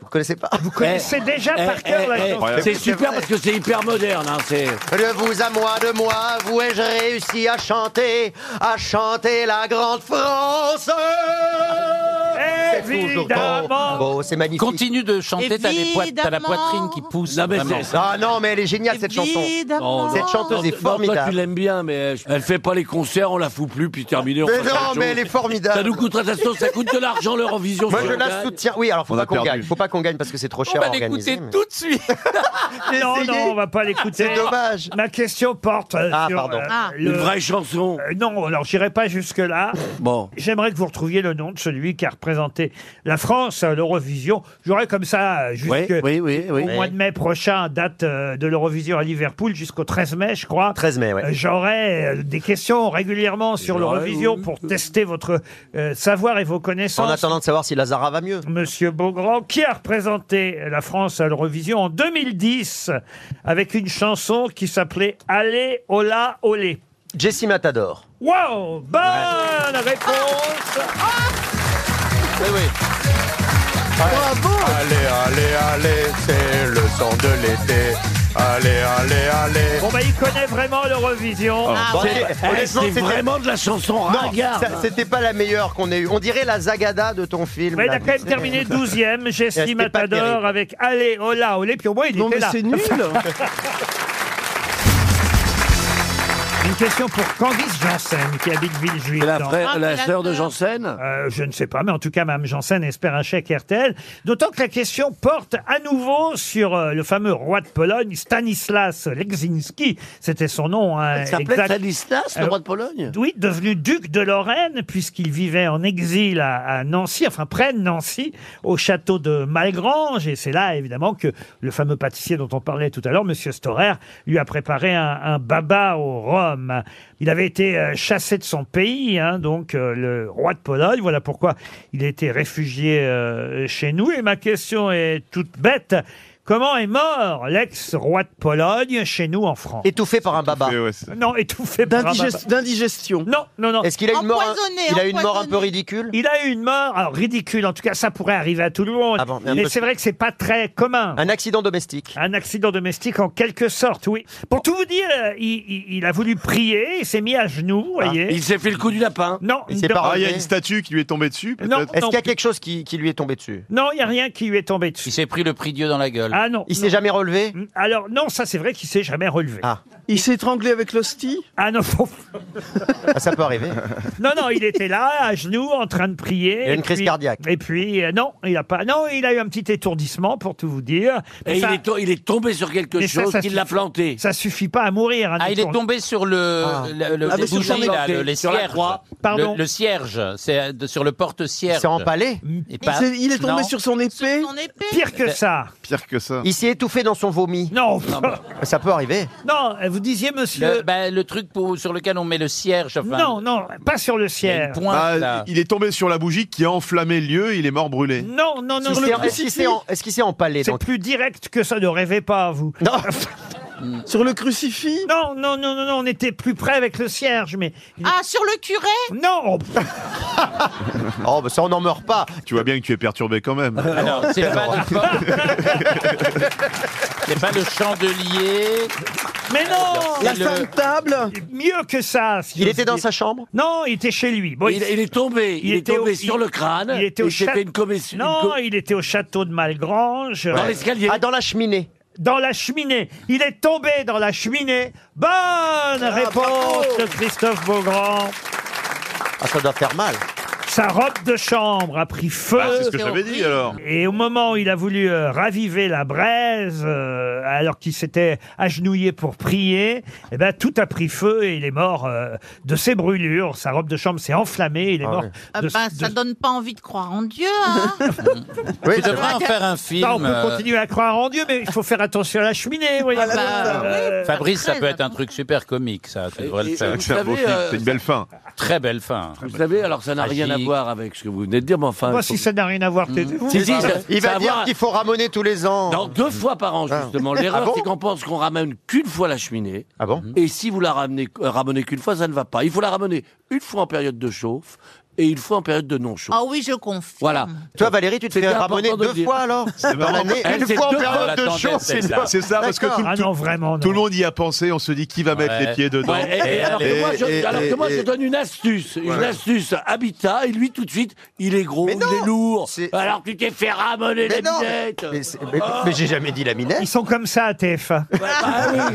Vous connaissez pas Vous Eh, C'est déjà eh, par cœur eh, la eh, chanson. C'est super parce que c'est hyper moderne. hein, c'est- De vous à moi, de moi, à vous ai-je réussi à chanter, à chanter la grande France Eh, C'est tout aujourd'hui. Évidemment. Bon, c'est magnifique. Continue de chanter, t'as les poit- t'as la poitrine qui pousse. Non, mais vraiment. c'est- ah non, mais elle est géniale cette chanson. Évidemment. Cette chanteuse est Non, toi, tu formidable. l'aimes bien, mais euh, je- elle fait pas les concerts, on la fout plus, puis terminé. on Mais passe non, à autre chose. mais elle est formidable. Ça nous coûtera ça, ça coûte de l'argent l'Eurovision. Moi si je on la gagne. soutiens. Oui, alors faut On a pas qu'on perdu. gagne, faut pas qu'on gagne parce que c'est trop On cher va à organiser. l'écouter mais- tout de suite. <laughs> Non, Essayez. non, on va pas l'écouter. C'est dommage. Ma question porte euh, Ah, sur pardon. Ah. Une vraie chanson. non, alors j'irai pas <laughs> jusque là. Bon. J'aimerais que vous retrouviez le nom de celui qui a représenté la France à l'Eurovision. J'aurai comme ça euh, jusque au oui. mois de mai prochain, date euh, de l'Eurovision à Liverpool, jusqu'au 13 mai, je crois. 13 mai, ouais. Euh, J'aurai euh, des questions régulièrement sur J'aurai- l'Eurovision euh, pour tester votre euh, savoir et vos connaissances. En attendant de savoir si Lazara va mieux. Monsieur Beaugrand, qui a représenté la France à l'Eurovision en 2010 avec une chanson qui s'appelait Allez, hola, olé. Jessie Matador. Wow Bonne réponse Eh Allez, allez, allez, c'est le sang de l'été. Allez, allez, allez. Bon bah il connaît vraiment l'Eurovision. Ah, bon, C'est- ok. eh, Honnêtement, c'est c'était- vraiment de la chanson Non, ringarde. ça- c'était pas la meilleure qu'on ait eue. On dirait la Zagada de ton film. Ouais, il là. a quand même <laughs> terminé 12e, Ouais, Jessie Eh, c'était pas Matador terrible. avec Allez, hola, olé, puis au moins il Non, était mais là. c'est <laughs> nul. Une question pour Candice Janssen qui habite Villejuif. La, dans- frère, Ah, la sœur de Janssen Euh, je ne sais pas, mais en tout cas, Mme Janssen espère un chèque RTL. D'autant que la question porte à nouveau sur euh, le fameux roi de Pologne, Stanislas Lexinski. C'était son nom. Hein, Il s'appelait exact. Stanislas, le Euh, roi de Pologne Oui, devenu duc de Lorraine, puisqu'il vivait en exil à, à Nancy, enfin près de Nancy, au château de Malgrange. Et c'est là, évidemment, que le fameux pâtissier dont on parlait tout à l'heure, Monsieur Storer, lui a préparé un, un baba au rhum. Il avait été euh, chassé de son pays, hein, donc euh, le roi de Pologne. Voilà pourquoi il était réfugié euh, chez nous. Et ma question est toute bête. Comment est mort l'ex-roi de Pologne chez nous en France Étouffé par un baba. Non, étouffé par un baba. D'indigest- D'indigestion. Non, non, non. Est-ce qu'il a une mort, Empoisonné, il a une mort un peu empoisonné. ridicule Il a eu une mort, alors ridicule, en tout cas, ça pourrait arriver à tout le monde. Ah bon, mais un mais peu- c'est vrai que c'est pas très commun. Un accident domestique. Un accident domestique en quelque sorte, oui. Pour tout vous dire, euh, il, il- il a voulu prier, il s'est mis à genoux, Ah, vous voyez. Il s'est fait le coup du lapin. Non, Il s'est non, pas Ah, il y a relevé. une statue qui lui est tombée dessus, Non. peut-être Est-ce non qu'il y a plus. quelque chose qui, qui lui est tombé <laughs> dessus non, il n'y a rien qui lui est tombé Il dessus. s'est pris le prix Dieu dans la gueule. Ah non. Il non. s'est jamais relevé Alors non, ça c'est vrai qu'il s'est jamais relevé. Ah, Il s'est étranglé avec l'hostie Ah non, <laughs> bah, ça peut arriver. non, non, il était là, à genoux, en train de prier. Il a et une crise puis- cardiaque. Et puis, euh, non, il a pas. Non, il a eu un petit étourdissement, pour tout vous dire. Et il ça, est, to- il est tombé sur quelque Mais ça, chose ça qui suffit. l'a planté. ça suffit pas à mourir. hein, un Ah, il est étourdissement. tombé sur le, Euh, le, le- Ah, mais le sur bougie, le là, porte- le- les sur la cierges. croix. Pardon Le, le cierge, c'est euh, de- sur le Il porte-cierge. s'est empalé Et Il pas- s'est- Il est tombé Non. Euh, sur son épée Son épée. Pire que ça. Pire que ça. Il s'est étouffé dans son vomi. Non, <laughs> Ça peut arriver. non, vous disiez monsieur. Le, bah, le truc pour- sur lequel on met le cierge. enfin, Non, non, pas sur le il y a une ciel. pointe, Bah, là. il est tombé sur la bougie qui a enflammé le lieu, il est mort brûlé. Non, non, non, Il le s'est- Est-ce crucifix, qu'il s'est en- est-ce qu'il s'est empalé c'est dans- plus direct que ça, ne rêvez pas, vous. Non, <laughs> sur le crucifix. Non, non, non, non, non, on était plus près avec le cierge, mais... Ah, sur le curé <laughs> Non <laughs> oh, bah, ça, on n'en meurt pas. Tu vois bien que tu es perturbé quand même. Ah non, c'est pas, <laughs> le porte- c'est pas le chandelier. Mais non La le- sainte table. Mieux que ça si Il j'ose était dans dire. sa chambre Non, il était chez lui. Bon, il, il est tombé, il, il est était tombé au- sur il- le crâne. il était au il s'est chat- fait une commission. Non, il était au château de Malgrange, dans euh, l'escalier. Ah, dans la cheminée. dans la cheminée. Il est tombé dans la cheminée. Bonne Ah, réponse de Christophe Beaugrand. Ah, ça doit faire mal. Sa robe de chambre a pris feu. Ah, c'est ce que j'avais dit alors. Et au moment où il a voulu euh, raviver la braise, euh, alors qu'il s'était agenouillé pour prier, eh ben, tout a pris feu et il est mort euh, de ses brûlures. Sa robe de chambre s'est enflammée, il est Ah mort. ouais. <laughs> Ah de- bah, ça <laughs> de- donne pas envie de croire en Dieu, <laughs> hein Tu Oui, c'est devrais vrai. en faire un film. Ah, on peut euh, continuer à croire en Dieu, mais il faut faire attention à la cheminée. vous voyez. Ah, là, bah, là, là. Euh, Fabrice, ça Très peut être un truc super comique, ça. Tu devrais Et- le et- faire. Vous C'est un beau savez, film, euh, c'est une belle fin. Très belle fin. Vous savez, alors ça n'a rien à Tragique. voir avec ce que vous venez de dire, mais enfin. moi, il faut- si ça n'a rien à voir, taisez-vous. Si, si, ça- Mm. Il Ah, ça va a dire voir- qu'il faut ramoner tous les ans. Dans deux fois par an, justement. L'erreur, Ah bon c'est qu'on pense qu'on ramène qu'une fois la cheminée. Ah bon Et si vous la ramenez, euh, ramenez qu'une fois, ça ne va pas. Il faut la ramener une fois en période de chauffe. et il faut en période de non-chaud. Ah oui, je confirme. Voilà. Toi, Valérie, tu te fais C'était ramonner important de le deux dire. fois alors C'est dans vraiment- l'année Elle, Une c'est fois en deux fois. période de Attendez, chaud, c'est c'est ça. C'est ça, parce que tout, Ah tout- non, vraiment, tout le monde y a pensé. On se dit qui va mettre les pieds dedans. Ouais, et- et alors que moi, je, alors que moi, je donne une astuce, une Ouais. astuce habitat, et lui tout de suite, il est gros, il est lourd. Alors tu t'es fait ramonner Mais les non. binettes. Mais c'est- mais- mais j'ai jamais dit la minette. Ils sont comme ça à TF1.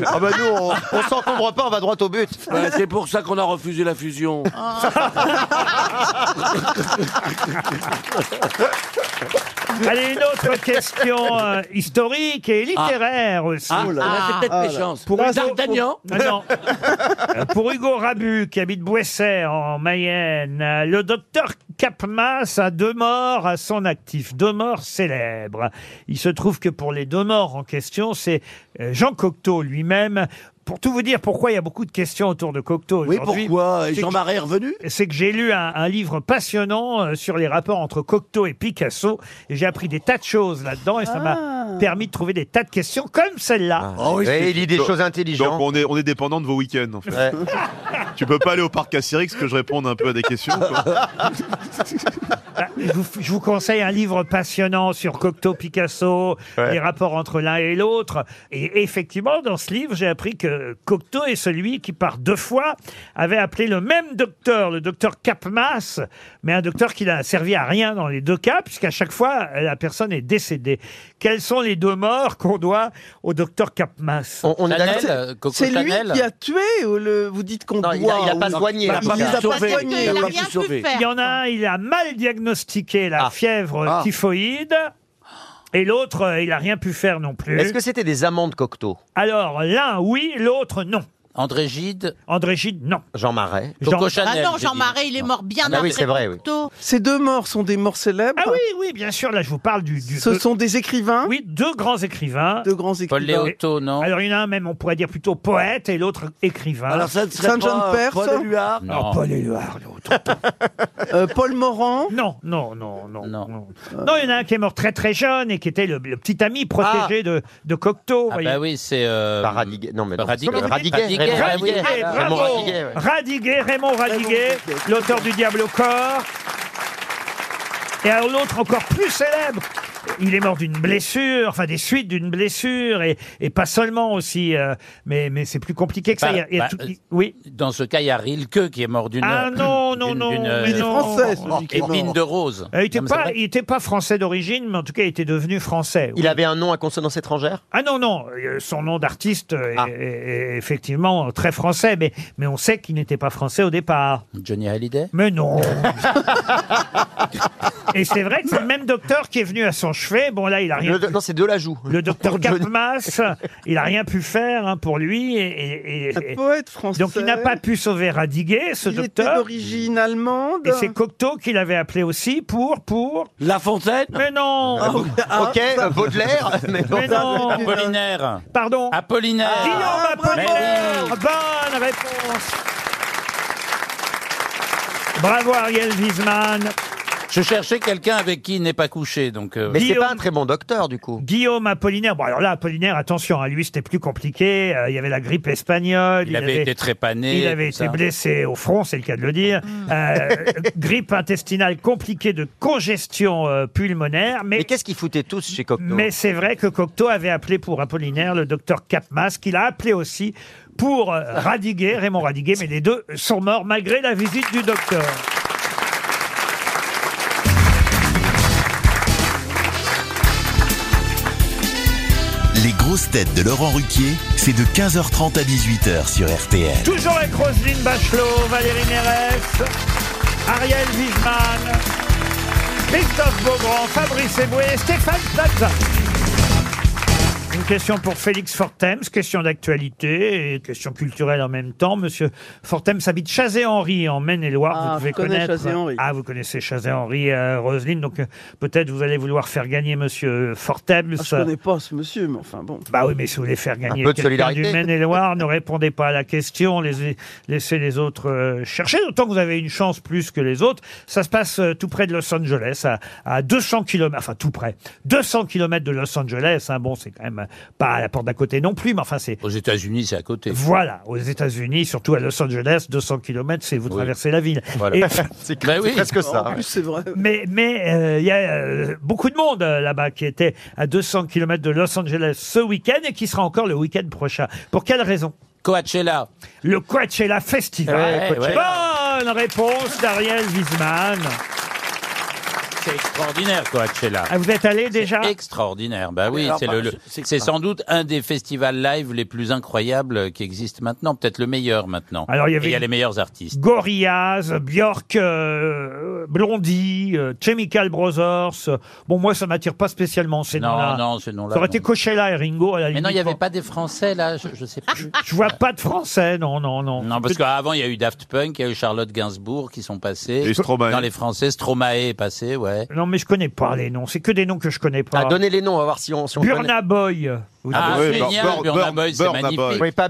Ah bah nous, on, on s'encombre pas, on va droit au but. Ouais, c'est pour ça qu'on a refusé la fusion. Ah. <laughs> Allez, une autre question euh, historique et littéraire aussi. Ah, là, c'est peut-être mes chances. Pour Pour Hugo- D'Artagnan Ah, non. Euh, Pour Hugo Rabu, qui habite Bouessert, en Mayenne, euh, le docteur Capmas a deux morts à son actif, deux morts célèbres. Il se trouve que pour les deux morts en question, c'est euh, Jean Cocteau lui-même. Pour tout vous dire pourquoi il y a beaucoup de questions autour de Cocteau Oui, aujourd'hui. pourquoi Et C'est Jean que- Marais est revenu c'est que j'ai lu un, un livre passionnant euh, sur les rapports entre Cocteau et Picasso. Et j'ai appris des tas de choses là-dedans et ça m'a permis de trouver des tas de questions comme celle-là. Oh Ah. Ouais, il lit des Donc- choses intelligentes. Donc on est, on est dépendant de vos week-ends en fait. Ouais. <laughs> tu peux pas aller au parc à Astérix que je réponde un peu à des questions. quoi. Ah, Je vous, je vous conseille un livre passionnant sur Cocteau Picasso, Ouais. les rapports entre l'un et l'autre. Et effectivement, dans ce livre, j'ai appris que Cocteau est celui qui, par deux fois, avait appelé le même docteur, le docteur Capmas, mais un docteur qui n'a servi à rien dans les deux cas, puisqu'à chaque fois, la personne est décédée. Quels sont les deux morts qu'on doit au docteur Capmas on est Chanel, d'accord- euh, Coco C'est lui Chanel. qui a tué ou le, vous dites qu'on doit Ah, il a- il a pas ou- soigné, il a Il pas les a pu pas sauver, soignés. il a oui. pas pu sauver. Il y en a un, il a mal diagnostiqué la fièvre Ah. typhoïde. Et l'autre, euh, il n'a rien pu faire non plus. Est-ce que c'était des amandes Cocteau Alors, l'un, oui, l'autre, non. André Gide, André Gide, non. Jean Marais Coco Ah Chanel. non, j'ai Jean dit. Marais, il est mort bien Ah après oui, c'est vrai, oui. Cocteau. Ces deux morts sont des morts célèbres. Ah oui, oui, bien sûr, là, je vous parle du... du- Ce de- sont des écrivains, Oui, deux grands écrivains. de grands Paul écrivains. Léoto, non Alors, il y en a un même, on pourrait dire plutôt poète, et l'autre écrivain. Alors ça ne serait Saint-Jean pas, de Perse. Paul Éluard non, Paul Éluard, l'autre. Euh, Paul Morand. Non, non, non, non, non. Non. Non, il y en a un qui est mort très très jeune et qui était le, le petit ami protégé de, de Cocteau. Ah voyez. bah oui, c'est... euh, Paradiguet. Non, mais non. Radiguet. Comment vous dites Radiguet, Radiguet, Radiguet, Raymond bravo. Radiguet, ouais. Radiguet, Raymond Radiguet, l'auteur du Diable au corps. Et alors l'autre encore plus célèbre. Il est mort d'une blessure, enfin des suites d'une blessure, et, et pas seulement aussi, euh, mais, mais c'est plus compliqué que ça. Il y a- il y a Bah, tout- bah, il- oui. Dans ce cas, il y a Rilke qui est mort d'une... Ah non, non, d'une- non, d'une, euh, mais non. Français, celui qui est Épine mort. de rose. Euh, Il n'était Non, mais c'est pas, vrai. il était pas français d'origine, mais en tout cas, il était devenu français. Il avait un nom à consonance étrangère Ah non, non, euh, son nom d'artiste est, Ah. est- est effectivement très français, mais, mais on sait qu'il n'était pas français au départ. Johnny Hallyday Mais non <laughs> Et c'est vrai que c'est le même docteur qui est venu à son chevet. Bon, là, il a rien Le- pu- Non, c'est Delajoux. Le <laughs> docteur Pour Johnny. Capmas, il a rien pu faire hein, pour lui. Et, et- et- Un et- poète français. donc, il n'a pas pu sauver Radiguet, ce Il était docteur. d'origine allemande. Et c'est Cocteau qui l'avait appelé aussi pour, pour... La Fontaine Mais non Ah, ah, Ok, euh, Baudelaire, mais bon. <laughs> Mais non Apollinaire. Pardon Ah, Apollinaire. Guillaume Apollinaire Mais oui. Bonne réponse Bravo Ariel Wiesman, Je cherchais quelqu'un avec qui il n'est pas couché, donc... euh, Mais c'est Guillaume. pas un très bon docteur, du coup. Guillaume Apollinaire. Bon alors là Apollinaire, attention, à lui c'était plus compliqué. Euh, il y avait la grippe espagnole. Il avait été trépané. il avait tout été ça. blessé au front, c'est le cas de le dire. Euh, grippe intestinale compliquée de congestion euh, pulmonaire, mais Mais qu'est-ce qu'ils foutaient tous chez Cocteau Mais c'est vrai que Cocteau avait appelé pour Apollinaire le docteur Capmas, qu'il a appelé aussi pour euh, Radiguet, Raymond Radiguet, mais les deux sont morts malgré la visite du docteur. <laughs> Les grosses têtes de Laurent Ruquier, c'est de 15h30 à 18h sur RTL. Toujours avec Roselyne Bachelot, Valérie Mérès, Ariel Wiesmann, Christophe Beaugrand, Fabrice Eboué et Stéphane Plaza. Une question pour Félix Fortems, question d'actualité et question culturelle en même temps. Monsieur Fortems habite Chazé-Henri en Maine-et-Loire. Ah, vous devez je connais connaître. Chazé-Henri. Ah, vous connaissez Chazé-Henri, euh, Roselyne. Donc euh, peut-être vous allez vouloir faire gagner Monsieur Fortems. Ah, je connais pas ce monsieur, mais enfin bon. Bah oui, mais si vous voulez faire gagner peu de quelqu'un solidarité. du Maine-et-Loire, ne répondez pas à la question, laissez, laissez les autres euh, chercher, d'autant que vous avez une chance plus que les autres. Ça se passe euh, tout près de Los Angeles, à, à 200 km, enfin tout près, 200 km de Los Angeles, hein, bon, c'est quand même pas à la porte d'à côté non plus, mais enfin c'est. Aux États-Unis, c'est à côté. Voilà, aux États-Unis, surtout à Los Angeles, 200 km, c'est vous traversez la ville. Oh, Voilà. <laughs> <laughs> C'est Ben clair, c'est presque ça. En plus, c'est vrai. Mais mais euh, il y a euh, beaucoup de monde euh, là-bas qui était à 200 km de Los Angeles ce week-end et qui sera encore le week-end prochain. Pour quelle raison Coachella. Le Coachella Festival. Ouais, Coachella. Bonne réponse d'Ariel Wiesman. C'est extraordinaire, Coachella. Ah, vous êtes allé déjà Extraordinaire, bah oui, Alors, c'est bah, le- le- je- c'est c'est sans doute un des festivals live les plus incroyables qui existent maintenant, peut-être le meilleur maintenant. Alors, il y Et avait il y a une- les meilleurs artistes. Gorillaz, Björk, euh, Blondie, euh, Chemical Brothers. Bon, moi, ça m'attire pas spécialement ces Non, noms-là. non, ces noms-là, Ça aurait non. été Coachella et Ringo à la Mais non, il limite. n'y avait pas des Français là, je, je sais plus. Je vois pas de Français, non, non, non. Non, parce qu'avant, il y a eu Daft Punk, il y a eu Charlotte Gainsbourg qui sont passés. Et Stromae. Dans les Français, Stromae est passé, ouais. Non, mais je connais pas les noms. C'est que des noms que je connais pas. Ah, donnez les noms, on va voir si on, si on Burna Boy. Vous Ah, savez. génial, Burna Boy, c'est magnifique. Oui, pas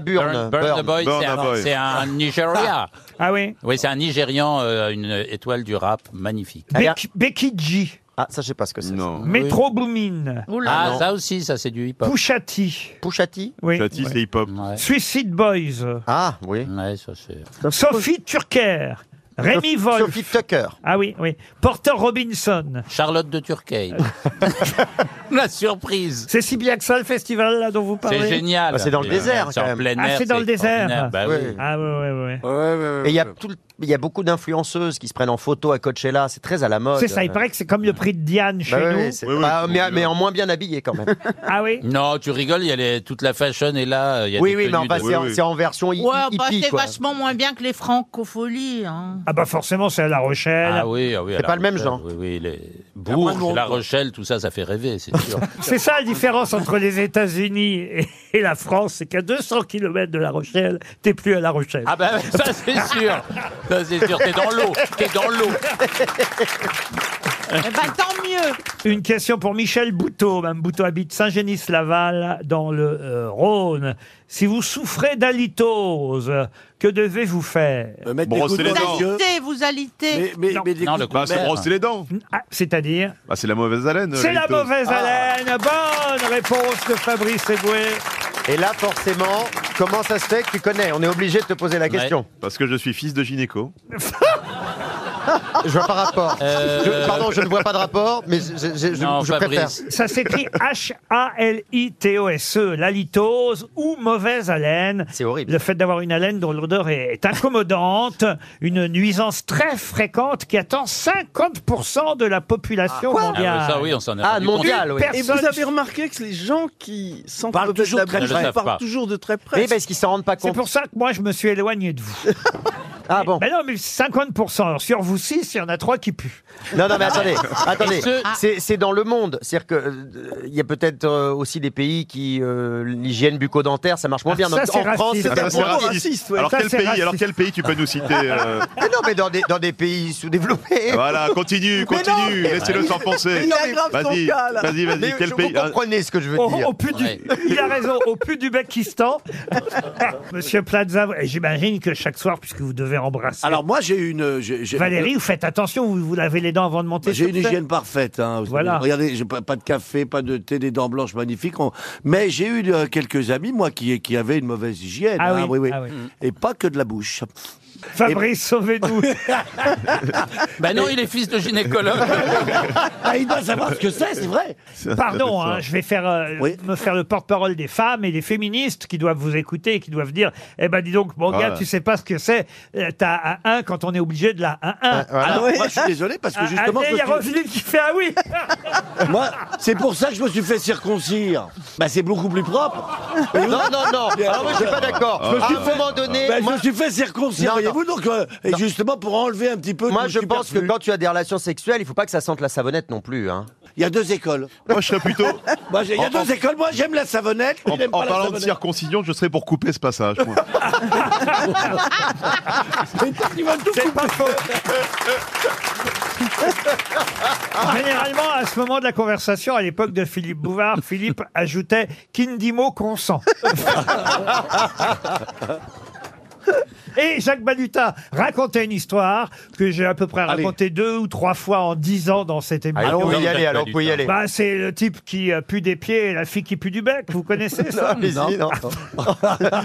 Burn- Burn. Burna Boy, c'est Burna un- Boy. c'est un, <laughs> Nigeria. Ah oui Oui, c'est un Nigérian, euh, une étoile du rap, magnifique. Becky, Becky G. Ah, ça, je sais pas ce que c'est. Non. Metro Boomin. ah, ça aussi, ça c'est du hip-hop. Pouchati. Pouchati Oui. Tati, Ouais. c'est hip-hop. Suicide Boys. Ah, oui. Ouais, ça c'est... Sophie Turker. Rémi Wolf. Sophie Tucker. Ah oui, oui. Porter Robinson. Euh. Charlotte de Turquie. <laughs> La surprise. C'est si bien que ça, le festival là, dont vous parlez C'est génial. Ah, c'est dans le désert, C'est quand en même. plein air. Ah, c'est dans le désert extraordinaire. Bah oui. Ah ouais, ouais, ouais. Et il y a tout le- il y a beaucoup d'influenceuses qui se prennent en photo à Coachella, c'est très à la mode. C'est ça, il paraît que c'est comme le prix de Diane chez Bah oui, nous. oui, c'est- bah, mais, mais en moins bien habillé quand <laughs> même. Ah oui Non, tu rigoles, il y a les- toute la fashion est là. il y a oui, des oui, mais tenues enfin, de- c'est en- c'est en version hi- Ouais, bah, hippie. c'est quoi. vachement moins bien que les francopholies. Hein. Ah bah forcément, c'est à La Rochelle. Ah oui, ah oui. à C'est La pas le même Rochelle, genre. Oui, oui, les Ah, Bourges, La Rochelle, tout ça, ça fait rêver, c'est sûr. <laughs> C'est ça la différence entre les États-Unis et, et la France, c'est qu'à 200 km de La Rochelle, t'es plus à La Rochelle. ah ben, ça c'est sûr. Ça c'est sûr, t'es dans l'eau, t'es dans l'eau. Eh ben, tant mieux. Une question pour Michel Bouteau. Mme Bouteau habite Saint-Génis-Laval, dans le euh, Rhône. Si vous souffrez d'halitose, que devez-vous faire Brosser les dents. Vous alitez, vous alitez. Non. Non, le bah, c'est brosser les dents. Ah, C'est-à-dire Bah, c'est la mauvaise haleine. C'est la litose. mauvaise Ah, haleine. Bonne réponse de Fabrice Eboué. Et là, forcément, comment ça se fait que tu connais On est obligé de te poser la question. Parce que je suis fils de gynéco. <laughs> Je vois pas rapport. Euh, Je- pardon, je ne vois pas de rapport, mais je, je- je- je- Non, je Fabrice. préfère. Ça <laughs> s'écrit H-A-L-I-T-O-S-E, E, l'halitose ou mauvaise haleine. C'est horrible. Le fait d'avoir une haleine dont l'odeur est est incommodante, une nuisance très fréquente qui attend 50% de la population Ah, mondiale. ouais, ça oui, on s'en est Ah, rendu mondial, compte. oui. Et vous Personne- avez remarqué que les gens qui sentent Parlent le bête toujours de la très bouche près. Ne le savent pas. parlent toujours de très près. Oui, parce Eh ben, qu'ils s'en rendent pas C'est compte. pour ça que moi, je me suis éloigné de vous. <laughs> Ah bon Mais non, mais 50%. Alors, sur vous 6, il y en a 3 qui puent. Ah. Non, non, <laughs> mais attendez, attendez. Et ce- Ah. C'est, c'est dans le monde. C'est-à-dire qu'il y a peut-être euh, aussi des pays qui euh, l'hygiène bucco-dentaire, ça marche moins bien. Ah, ça, Donc, c'est en France, raciste. c'est Ah, ça, un c'est bon- raciste. raciste, ouais, alors, ça, quel c'est pays, raciste. alors quel pays tu peux nous citer euh, Ah, <laughs> Mais non, mais dans des, dans des pays sous-développés. Voilà, continue, continue, mais- laissez-le s'enfoncer. Il aggrave son Vas-y, cas, là. vas-y, Mais vas-y, quel je- pays hein Vous comprenez ce que je veux Au, dire au Oh, plus Ouais. du, il a raison, au plus du Pakistan. Monsieur Plaza, j'imagine que chaque soir, puisque vous devez embrasser Alors moi j'ai une j'ai- j'ai- Valérie, vous faites attention, vous vous lavez les dents avant de monter j'ai sur une scène. hygiène parfaite. hein. Voilà. Regardez, j'ai pas, pas de café, pas de thé, des dents blanches magnifiques. On- Mais j'ai eu euh, quelques amis, moi, qui, qui avaient une mauvaise hygiène. Ah hein, oui, ah oui. Et pas que de la bouche. Fabrice, <laughs> sauvez-nous. Bah non, il est fils de gynécologue. Ah, il doit savoir ce que c'est, <laughs> c'est vrai. Pardon, hein, je vais faire, euh, Oui. me faire le porte-parole des femmes et des féministes qui doivent vous écouter et qui doivent dire Eh ben, dis donc, mon gars, Ouais. tu sais pas ce que c'est, euh, ta A1 quand on est obligé de la Ah, 1-1. Alors, Ah, moi, je suis désolé parce que justement, je Ah, il y a me suis- Roselyne qui fait Ah oui moi, c'est pour ça que je me suis fait circoncire. Bah, c'est beaucoup plus propre. Ah Non, non, non. Alors, moi, je suis pas d'accord. Ah, à ah, un moment donné, Bah, je moi, me suis fait circoncire, Non, non. voyez-vous. Donc, euh, et justement, pour enlever un petit peu. moi, tout le je pense que superflu. quand tu as des relations sexuelles, il faut pas que ça sente la savonnette non plus. Hein. il y a deux écoles. Moi, je serais plutôt. <laughs> Moi, j'ai- Il y En- a en- deux écoles. Moi, j'aime <laughs> la savonnette. lui, En, il aime en pas la parlant de savonnette. circoncision, je serais pour couper ce passage. moi. Il va tout couper. Généralement, à ce moment de la conversation, à l'époque de Philippe Bouvard, Philippe <laughs> ajoutait Kindimo consent. Et Jacques Baluta racontait une histoire que j'ai à peu près racontée deux ou trois fois en dix ans dans cette émission. Allez, on peut y aller, alors, on peut y aller. Bah, c'est le type qui euh, pue des pieds et la fille qui pue du bec. <laughs> Vous connaissez ça Ah, Non, mais si, non.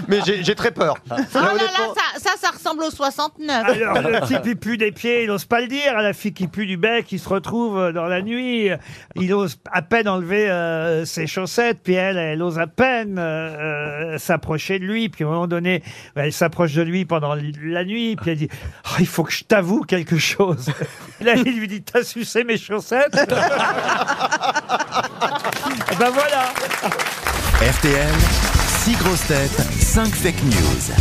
<laughs> Mais j'ai très peur. Oh là là, ça, ça, ça ressemble au 69. Alors, le type, il pue des pieds, il n'ose pas le dire. La fille qui pue du bec, il se retrouve euh, dans la nuit. Il ose à peine enlever euh, ses chaussettes. Puis elle, elle ose à peine euh, euh, s'approcher de lui. Puis à un moment donné, elle s'approche de lui pendant l- la nuit. Puis elle dit Ah, Il faut que je t'avoue quelque chose. <laughs> Là, il lui dit T'as sucé mes chaussettes Eh Ben voilà RTL, 6 grosses têtes, 5 fake news.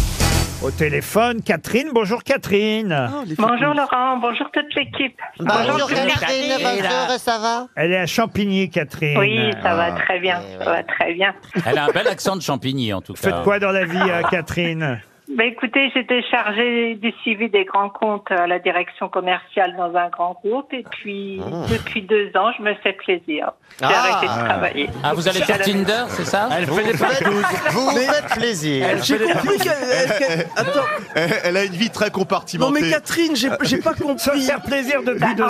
Au téléphone, Catherine. Bonjour Catherine. Ah, Bonjour Laurent, bonjour toute l'équipe. Ah, Bonjour, Catherine. bonjour, ça va Elle est à Champigny, Catherine. Oui, ça Ah. va très bien, ça va très bien. Elle a un bel accent de champigny, en tout cas. Ah. Faites quoi dans la vie, euh, <laughs> Catherine Bah, écoutez, j'étais chargée du suivi des grands comptes à la direction commerciale dans un grand groupe et puis Ah. depuis deux ans, je me fais plaisir. J'ai arrêté de travailler. Ah, vous allez bah, Je suis à faire la Tinder, c'est ça Elle Vous vous faites, vous vous Mais- faites plaisir. Elle J'ai fait des- compris qu'elle- qu'elle- attends. Elle, elle a une vie très Non compartimentée. mais Catherine, j'ai j'ai pas compris. Ça faire plaisir Bah, en fait, je me fais plaisir depuis deux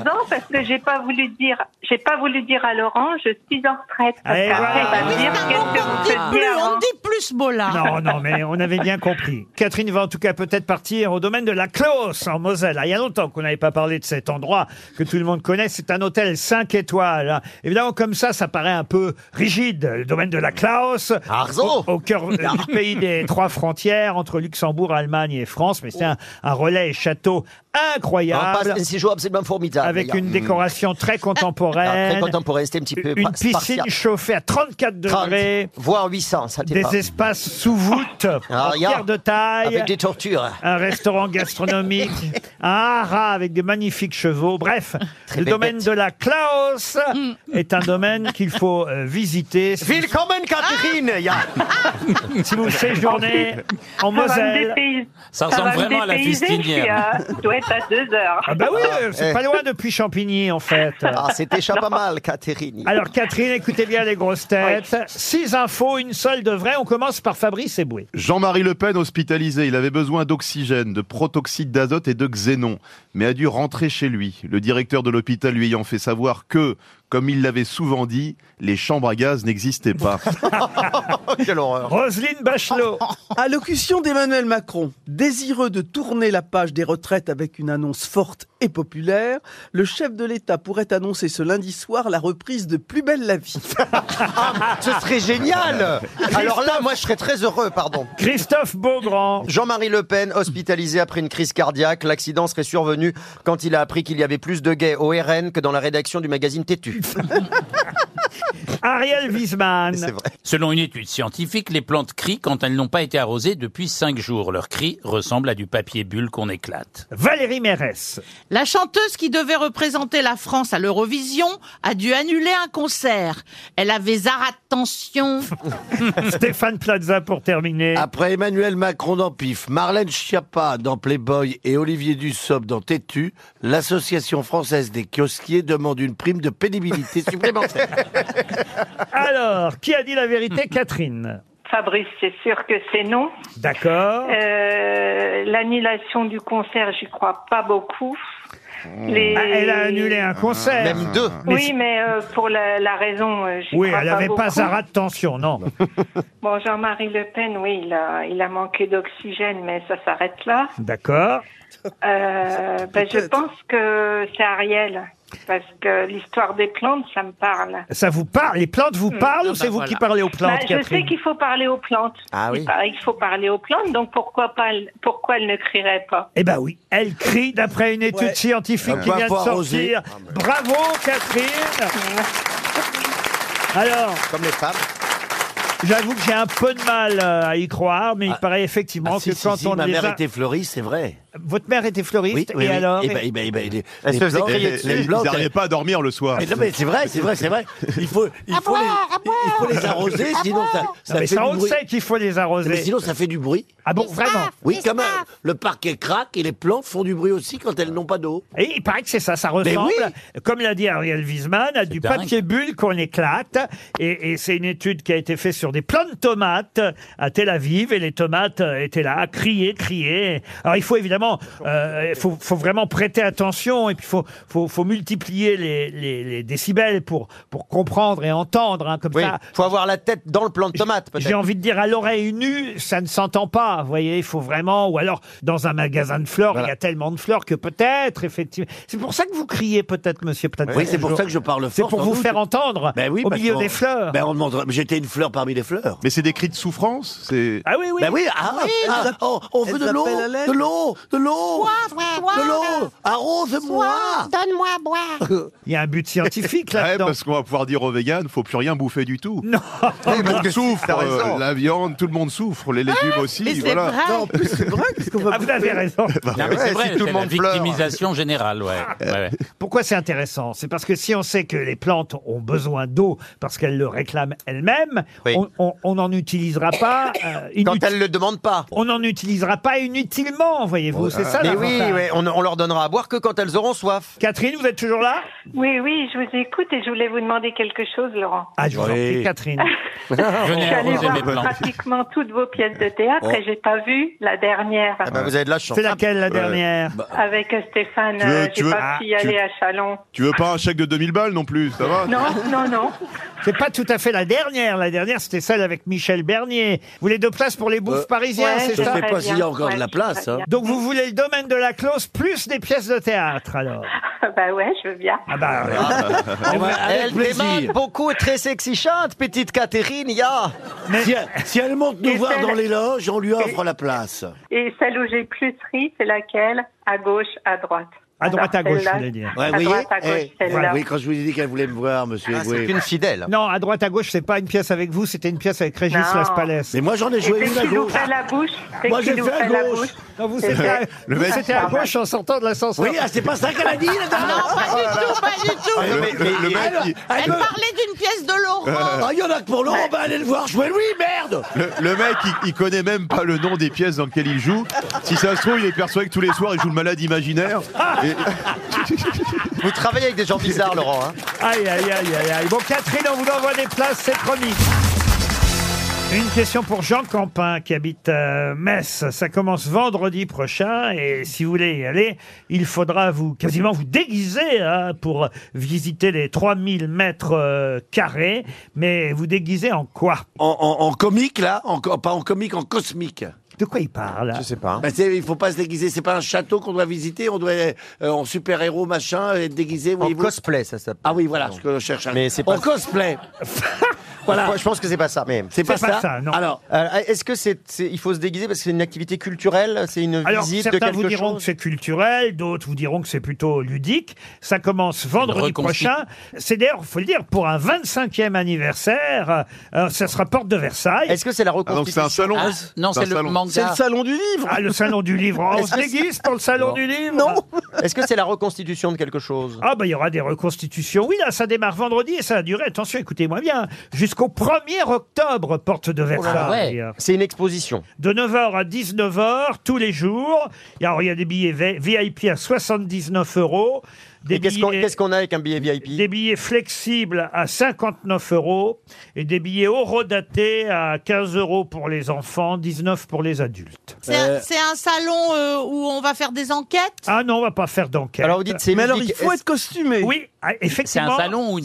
ans parce que j'ai pas voulu dire, j'ai pas voulu dire à Laurent, je suis en retraite. Parce Eh qu'après, voilà. il va me dire qu'est-ce que vous hein. faisiez avant. plus Bola. Non, non, mais on avait bien compris. Catherine va en tout cas peut-être partir au domaine de la Clos en Moselle. Ah, il y a longtemps qu'on n'avait pas parlé de cet endroit que tout le monde connaît. C'est un hôtel 5 étoiles. hein. Évidemment, comme ça, ça paraît un peu rigide. Le domaine de la Klaus, Arzeau. au, au <laughs> cœur euh, du pays des trois frontières entre Luxembourg, Allemagne et France. Mais c'est un, un relais et château Ah, incroyable. pas- C'est jouable, c'est même formidable. Avec d'ailleurs. une décoration <laughs> très Ah, contemporaine. très contemporaine, c'était un petit peu Euh, Une pa- piscine spartiate. chauffée à 34 degrés. voire 800, ça Des dépend. espaces sous voûte, en Ah, y a- pierre de taille. Avec des tortures. Un <laughs> restaurant gastronomique, un haras avec des magnifiques chevaux. Bref, belle le Mm. domaine de la Klaus est un domaine qu'il faut euh, visiter. Si <laughs> Willkommen, Catherine ja. <laughs> vous- si vous séjournez en Ça va me Moselle. dépayser. Ça va ressemble me vraiment à la dépayser, fustinière. Je suis, euh, je dois être à deux heures. <laughs> Ah bah oui, euh, c'est pas loin depuis Champigny en fait. Ah, c'était déjà pas mal, Catherine. Alors Catherine, écoutez bien les grosses têtes. Six infos, une seule de vraie. On commence par Fabrice Eboué. Jean-Marie Le Pen hospitalisé, il avait besoin d'oxygène, de protoxyde d'azote et de xénon, mais a dû rentrer chez lui. Le directeur de l'hôpital lui ayant fait savoir que, comme il l'avait souvent dit, les chambres à gaz n'existaient pas. <laughs> Quelle horreur. Roselyne Bachelot. <laughs> Allocution d'Emmanuel Macron. Désireux de tourner la page des retraites avec une annonce forte et populaire, le chef de l'État pourrait annoncer ce lundi soir la reprise de Plus belle la <laughs> vie. Ah, Ce serait Ah, génial Alors là, moi, je serais très heureux, pardon. Christophe Beaugrand. Jean-Marie Le Pen, hospitalisé après une crise cardiaque. L'accident serait survenu quand il a appris qu'il y avait plus de gays au RN que dans la rédaction du magazine <laughs> Tétu. Ariel Wiesman. Selon une étude scientifique, les plantes crient quand elles n'ont pas été arrosées depuis 5 jours. Leur cri ressemble à du papier bulle qu'on éclate. Valérie Mérès. La chanteuse qui devait représenter la France à l'Eurovision a dû annuler un concert. Elle avait Zara de tension. <laughs> Stéphane Plaza pour terminer. Après Emmanuel Macron dans PIF, Marlène Schiappa dans Playboy et Olivier Dussopt dans Tétu, l'Association française des kiosquiers demande une prime de pénibilité supplémentaire. <laughs> Alors, qui a dit la vérité Catherine. Fabrice, c'est sûr que c'est non. D'accord. Euh, L'annulation du concert, j'y crois pas beaucoup. Les- Ah, Elle a annulé un concert. Hmm. Même deux. Oui, mais euh, pour la, la raison, euh, j'y Oui, crois elle n'avait pas beaucoup. Zara de tension, non. Bon, Jean-Marie Le Pen, oui, il a, il a manqué d'oxygène, mais ça s'arrête <laughs> là. D'accord. Euh, ben, je Peut-être. pense que c'est Ariel, parce que l'histoire des plantes, ça me parle. Ça vous parle Les plantes vous parlent Mm. ou c'est vous qui parlez aux plantes, Bah, Je sais Catherine qu'il faut parler aux plantes. Ah oui. Il paraît qu'il faut parler aux plantes, donc pourquoi, pas, pourquoi elle ne crierait pas Eh ben oui, elle crie d'après une étude Ouais. scientifique Elle qui va vient de pas arroser. sortir. Bravo Catherine Alors, comme les femmes. J'avoue que j'ai un peu de mal euh, à y croire, mais il paraît effectivement Ah, si, que si, quand si, on ma les mère a- était fleurie, c'est vrai. votre mère était fleuriste, Oui, oui, et oui. alors Eh ben, eh ben, eh ben, les- Elle se les faisait blancs- crier les- dessus. les Ils blancs, n'arrivaient pas à dormir le soir. Mais non, mais c'est vrai, c'est vrai, c'est <laughs> vrai. Il faut, il faut, les, il faut les arroser, sinon ça, ça Non, mais fait ça, du on le bruit. sait qu'il faut les arroser. Mais sinon, ça fait du bruit. Ah bon, vraiment Oui, comme un- le parquet craque et les plantes font du bruit aussi quand elles n'ont pas d'eau. Et il paraît que c'est ça, ça Mais ressemble, oui. comme l'a dit Ariel Wiesman, à du dingue. papier bulle qu'on éclate. Et, et c'est une étude qui a été faite sur des plants de tomates à Tel Aviv. Et les tomates euh, étaient là, à crier, crier. Alors il faut évidemment, euh, il faut, faut vraiment prêter attention. Et puis il faut, faut, faut multiplier les, les- les décibels pour, pour comprendre et entendre. hein, comme Oui, ça, faut avoir la tête dans le plant de tomate, peut-être. j'ai envie de dire à l'oreille nue, ça ne s'entend pas. Vous voyez, il faut vraiment, ou alors dans un magasin de fleurs, il y a tellement de fleurs que peut-être, effectivement. C'est pour ça que vous criez peut-être, monsieur Platon. Oui, c'est pour ça que je parle fort. C'est pour sans vous doute. faire entendre Ben oui, au parce milieu qu'on- des fleurs. Ben on demande, j'étais une fleur parmi les fleurs. Mais c'est des cris de souffrance. C'est. Ah oui, oui. Ben oui, ah, Oui, ah, elles app- oh, on veut elles de l'eau, appellent à l'aide. de l'eau, de l'eau, soif, de l'eau, arrose-moi. Donne-moi à boire. Il y a un but scientifique là-dedans. parce qu'on va pouvoir dire aux véganes, faut plus rien bouffer du tout. Non. Tout le parce monde que souffre, t'as raison. euh, la viande, tout le monde souffre, les légumes aussi. mais c'est voilà. vrai. Non, en plus, c'est vrai, qu'est-ce qu'on va Ah, vous avez bouffer raison. Bah Non, mais ouais, c'est vrai, si tout le c'est la monde pleure. victimisation générale, ouais. Ouais, ouais. Pourquoi c'est intéressant C'est parce que si on sait que les plantes ont besoin d'eau parce qu'elles le réclament elles-mêmes, on- on on n'en utilisera pas. Quand elles le demandent pas. On n'en utilisera pas inutilement, voyez-vous. Oh, Oh, c'est euh, ça Mais oui, l'avantage. ouais, on, on leur donnera à boire que quand elles auront soif. Catherine, vous êtes toujours là Oui, oui, je vous écoute et je voulais vous demander quelque chose, Laurent. Ah, je vous en Oui. prie, Catherine. Je suis allée arroser mes voir plantes. pratiquement toutes vos pièces de théâtre Oh. et j'ai pas vu la dernière. ben, Bah. bah, vous avez de la chance. C'est laquelle, la dernière Bah. Avec Stéphane, Tu veux- euh, tu j'ai veux- pas Ah, pu tu- y aller à Chalon. Tu veux pas un chèque de 2000 balles non plus, ça va Non, non, non. C'est pas tout à fait la dernière. La dernière, c'était celle avec Michel Bernier. Vous voulez deux places pour les bouffes Euh, parisiens, ouais, c'est je ça sais pas Ouais, s'il y a encore de la je place, sais hein. bien. Donc vous voulez le domaine de la clause plus des pièces de théâtre, alors <laughs> bah ouais, je veux bien. Ah bah, ouais. Elle, <laughs> On va- avec plaisir. démarre beaucoup très sexy chante, petite Catherine, ya. Si, elle- si elle monte nous Et voir celle- dans les loges, on lui offre la place. Et celle où j'ai plus ri, c'est laquelle À gauche, à droite. À droite, à Alors, gauche, celle-là- vous voulez dire. à droite, à gauche, celle-là. Eh, oui, quand je vous ai dit qu'elle voulait me voir, monsieur. Ah, c'est une fidèle. Non, à droite, à gauche, c'est pas une pièce avec vous, c'était une pièce avec Régis Non. Laspalès. Mais moi, j'en ai Et dès qu'il ouvrait la bouche, dès Moi, j'ai qu'il fait à ouvrait la gauche. bouche. Non, vous, c'est c'était à, vrai. vous, c'était à gauche en sortant de l'ascenseur. Oui, ah, c'est pas ça qu'elle a dit, la dame Non, pas du tout, pas du tout. Ah, le- le- le mec, elle, il- elle elle me- parlait d'une pièce de Laurent. Ah, il y en a que pour Laurent, ben allez le voir jouer, lui, merde Le, le mec, il, il connaît même pas le nom des pièces dans lesquelles il joue. Si ça se trouve, il est persuadé que tous les soirs, il joue le malade imaginaire. Et- Vous travaillez avec des gens bizarres, Laurent. hein. Aïe, aïe, aïe, aïe, aïe. Bon, Catherine, on vous envoie des places, c'est promis. Une question pour Jean Campin qui habite euh, Metz. Ça commence vendredi prochain et si vous voulez y aller, il faudra vous quasiment vous déguiser hein, pour visiter les 3000 mètres euh, carrés. Mais vous déguiser en quoi en, en- en comique, là en, co- Pas en comique, en cosmique. De quoi il parle Je sais pas. Bah, il faut pas se déguiser. C'est pas un château qu'on doit visiter. On doit euh, en super héros machin être déguisé. En voyez-vous. cosplay, ça s'appelle. Ah oui, voilà, ce que je cherche. Mais c'est En pas. cosplay. voilà. Je pense que c'est pas ça. Mais C'est pas ça. Alors, Euh, est-ce que c'est, c'est- il faut se déguiser parce que c'est une activité culturelle, c'est une Alors, visite de certains quelque vous diront que chose. c'est culturel, d'autres vous diront que c'est plutôt ludique. Ça commence vendredi reconstitue- prochain. C'est d'ailleurs, faut le dire, pour un 25e anniversaire. Euh, ça sera porte de Versailles. Est-ce que c'est la Ah, donc c'est un salon. Ah, non, c'est le manga. C'est le salon du livre. Ah, le salon du livre. Oh, On se déguise pour le salon du livre Non. Est-ce que c'est la reconstitution de quelque chose Ah, bah, il y aura des reconstitutions. Oui, là, ça démarre vendredi et ça a duré, attention, écoutez-moi bien, jusqu'au 1er octobre, porte Oh de Ah ouais. Versailles. C'est une exposition. De 9h à 19h, tous les jours. Et Alors, il y a des billets V- VIP à 79 euros. Des Et qu'est-ce qu'on, billets- qu'est-ce qu'on a avec un billet VIP Des billets flexibles à 59 euros et des billets horodatés à 15 euros pour les enfants, 19 pour les adultes. C'est Euh, un- c'est un, salon euh, où on va faire des enquêtes. Ah non, on va pas faire d'enquête. Alors vous dites c'est Mais alors, il ludique. faut Est-ce- être costumé. Oui, ah, effectivement.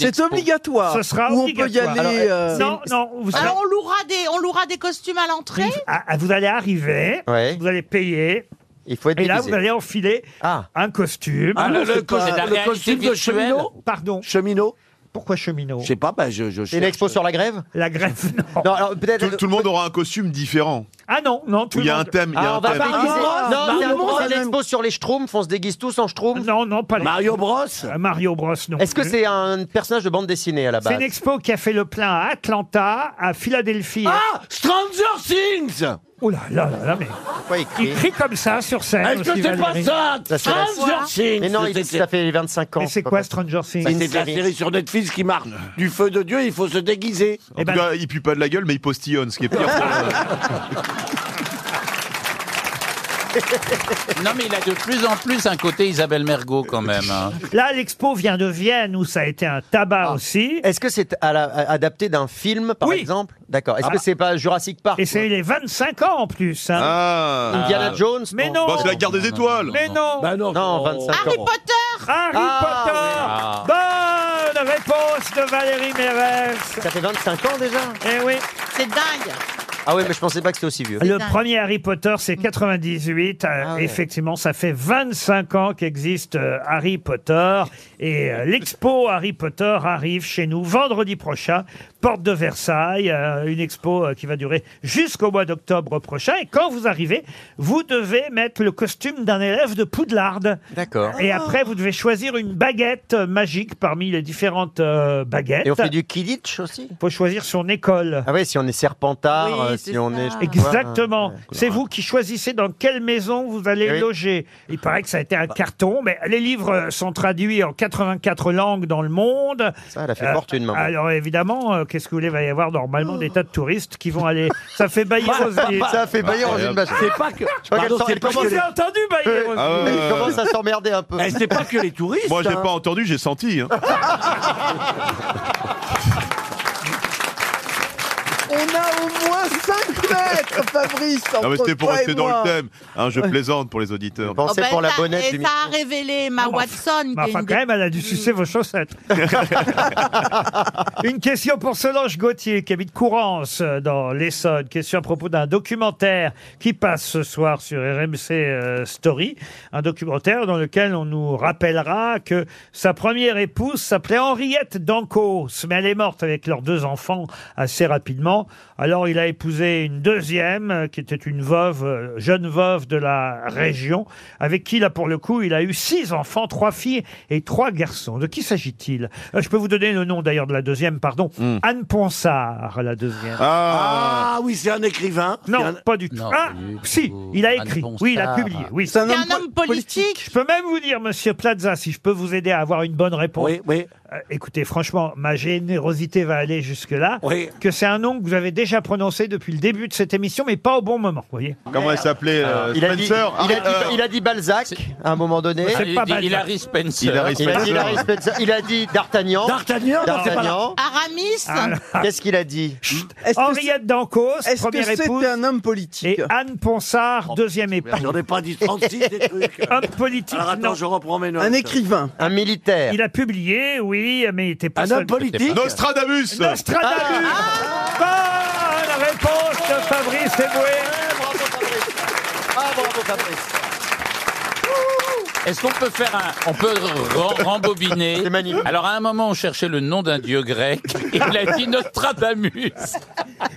C'est obligatoire. Ce sera Ou on peut y obligatoire. aller. euh, Non, non, vous, Alors Ah, on louera des, on louera des costumes à l'entrée. allez- ah, ah, vous allez arriver, Ouais. vous allez payer, Il faut être et là déguisé. vous allez enfiler Ah. un costume. ah, le, le c'est cos- pas- la le réalité costume de virtuelle. cheminot Pardon, Cheminot pourquoi cheminot Je sais pas, bah, je, je C'est une cherche. expo sur la grève <laughs> La grève, non. Non, alors peut-être. tout, tout le monde aura un costume différent. Ah non, non, tout Il y a un thème, Ah, il y a un thème. Ah, Non, c'est un Bros, grand expo sur les Schtroumpfs, on se déguise tous en Schtroumpfs. Non, non, pas Mario Bros Mario Bros, non. Est-ce que c'est un personnage de bande dessinée à la C'est base une expo qui a fait le plein à Atlanta, à Philadelphie. Ah Stranger Things Oh là là là là, mais. il crie comme ça sur scène. Est-ce que aussi, c'est pas Valérie. ça Ça, c'est la- Stranger Things Mais non, il- C'était- ça fait les 25 ans. Mais c'est quoi Stranger Things C'est la série sur Netflix qui marche. Du feu de Dieu, il faut se déguiser. Eh ben- En tout cas, il pue pas de la gueule, mais il postillonne, ce qui est pire. <laughs> Non, mais il a de plus en plus un côté Isabelle Mergot quand même. hein. Là, l'expo vient de Vienne où ça a été un tabac aussi. Ah. Est-ce que c'est à la- à- adapté d'un film, par exemple D'accord. Est-ce Ah. que c'est pas Jurassic Park Et c'est les 25 ans en plus. hein. Ah. Indiana Jones Mais non. non Bah, c'est la guerre des étoiles. Mais non non, 25 Harry ans. Potter Harry Ah, Potter Bonne réponse de Valérie Mérès Ça fait 25 ans déjà Eh oui C'est dingue. Ah oui, mais je pensais pas que c'était aussi vieux. Le premier Harry Potter, c'est 98. Euh, Ah ouais. Effectivement, ça fait 25 ans qu'existe euh, Harry Potter. Et euh, l'expo Harry Potter arrive chez nous vendredi prochain, porte de Versailles. euh, une expo euh, qui va durer jusqu'au mois d'octobre prochain. Et quand vous arrivez, vous devez mettre le costume d'un élève de Poudlard. D'accord. Et après, vous devez choisir une baguette euh, magique parmi les différentes euh, baguettes. Et on fait du Kidditch aussi faut choisir son école. Ah oui, si on est serpentard, Oui, euh, c'est si on est... je sais pas. Exactement. C'est vous qui choisissez dans quelle maison vous allez Eh oui. loger. Il paraît que ça a été un carton, mais les livres euh, sont traduits en 84 langues dans le monde. Euh, Ça, elle a fait fortune, maman. Alors évidemment, euh, qu'est-ce que vous voulez, il va y avoir Oh. normalement des tas de touristes qui vont aller. Ça fait baillir aux yeux. <laughs> Ça fait baillir aux yeux de ma- C'est pas que. Je crois qu'elle Pardon, sort- c'est elle pas commence que- J'ai entendu baillir aux Ah ouais, yeux. ouais, ouais. Il commence à s'emmerder un peu. Eh, c'est pas que les touristes. Moi, je l'ai hein. pas entendu, j'ai <laughs> senti. hein. On a au moins 5 mètres, Fabrice. Non, mais entre c'était pour toi et rester dans moi. le thème. Hein, je plaisante pour les Oh, auditeurs. ben, ça- et ça a révélé Emma Watson. Mais qui est enfin, une quand des- même, elle a dû sucer vos <laughs> chaussettes. Une question pour Solange Gauthier, qui habite Courance, euh, dans l'Essonne. Question à propos d'un documentaire qui passe ce soir sur RMC euh, Story. Un documentaire dans lequel on nous rappellera que sa première épouse s'appelait Henriette Dancos, mais elle est morte avec leurs deux enfants assez rapidement. Alors, il a épousé une deuxième, euh, qui était une veuve, euh, jeune veuve de la région, avec qui, là, pour le coup, il a eu six enfants, trois filles et trois garçons. De qui s'agit-il Euh, Je peux vous donner le nom, d'ailleurs, de la deuxième, pardon. Anne Ponsard, la deuxième. Ah oui, c'est un écrivain. Non, C'est un- pas du tout. ah, si, il a écrit. Oui, il a publié. Oui. C'est un C'est un homme politique. Je peux même vous dire, monsieur Plaza, si je peux vous aider à avoir une bonne réponse. Oui, oui. Euh, écoutez, franchement, ma générosité va aller jusque-là. Oui. Que c'est un nom que vous avez déjà prononcé depuis le début de cette émission, mais pas au bon moment, vous voyez. Comment elle s'appelait Ah. euh, Il a, dit, Spencer Ah, il, a dit, Harry- il a dit Balzac à un moment donné. C'est Il pas dit mal, ça. Hilary Spencer. Hilary Il a dit, Larry Spencer. Il a dit D'Artagnan. D'Artagnan, non, c'est pas- D'Artagnan. Aramis. Ah, Qu'est-ce qu'il a dit Est-ce que Henriette Dancos, Est-ce que première c'était épouse. un homme politique Et Anne Oh, Ponsard, deuxième épouse. J'en ai pas dit 36 des trucs. <laughs> Homme politique, Alors attends, non. je reprends mes notes. Un écrivain. Un militaire. Il a publié, oui, mais il n'était pas Un seul. homme politique Nostradamus Nostradamus Ah. Bonne réponse de Fabrice Eboué Ah, bravo, Fabrice. Est-ce qu'on peut faire un. On peut re- rembobiner. C'est magnifique. Alors, à un moment, on cherchait le nom d'un dieu grec. <laughs> Et il a dit Nostradamus.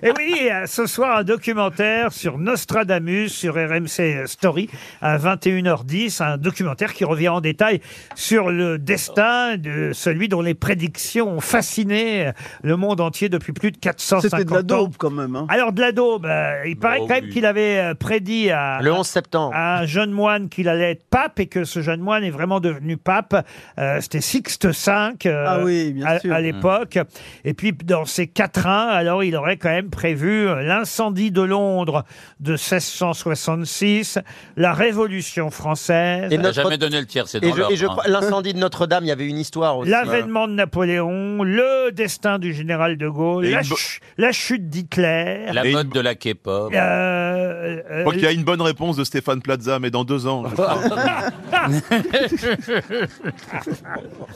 Et oui, euh, ce soir, un documentaire sur Nostradamus, sur RMC Story, à 21h10, un documentaire qui revient en détail sur le destin de celui dont les prédictions ont fasciné le monde entier depuis plus de 450 ans. C'était de la daube quand même. hein. Alors, de la daube, euh, il paraît Oh, quand même oui. qu'il avait euh, prédit à, Le 11 septembre. à un jeune moine qu'il allait être pape et que ce jeune moine est vraiment devenu pape. Euh, C'était Sixte V euh, Ah oui, bien à, sûr. à l'époque. Et puis dans ses quatrains, alors il aurait quand même prévu euh, l'incendie de Londres de 1666, la Révolution française. Et Il n'a notre- jamais donné le tiers, c'est Et dans je, et je l'ordre. hein. crois- l'incendie de Notre-Dame, il y avait une histoire aussi. hein. L'avènement de Napoléon, le destin du général de Gaulle, Et la, une bo- ch- la chute d'Hitler. hein. La Et mode une- de la K-pop. euh, euh, Je crois qu'il y a une bonne réponse de Stéphane Plaza, mais dans deux ans. je crois.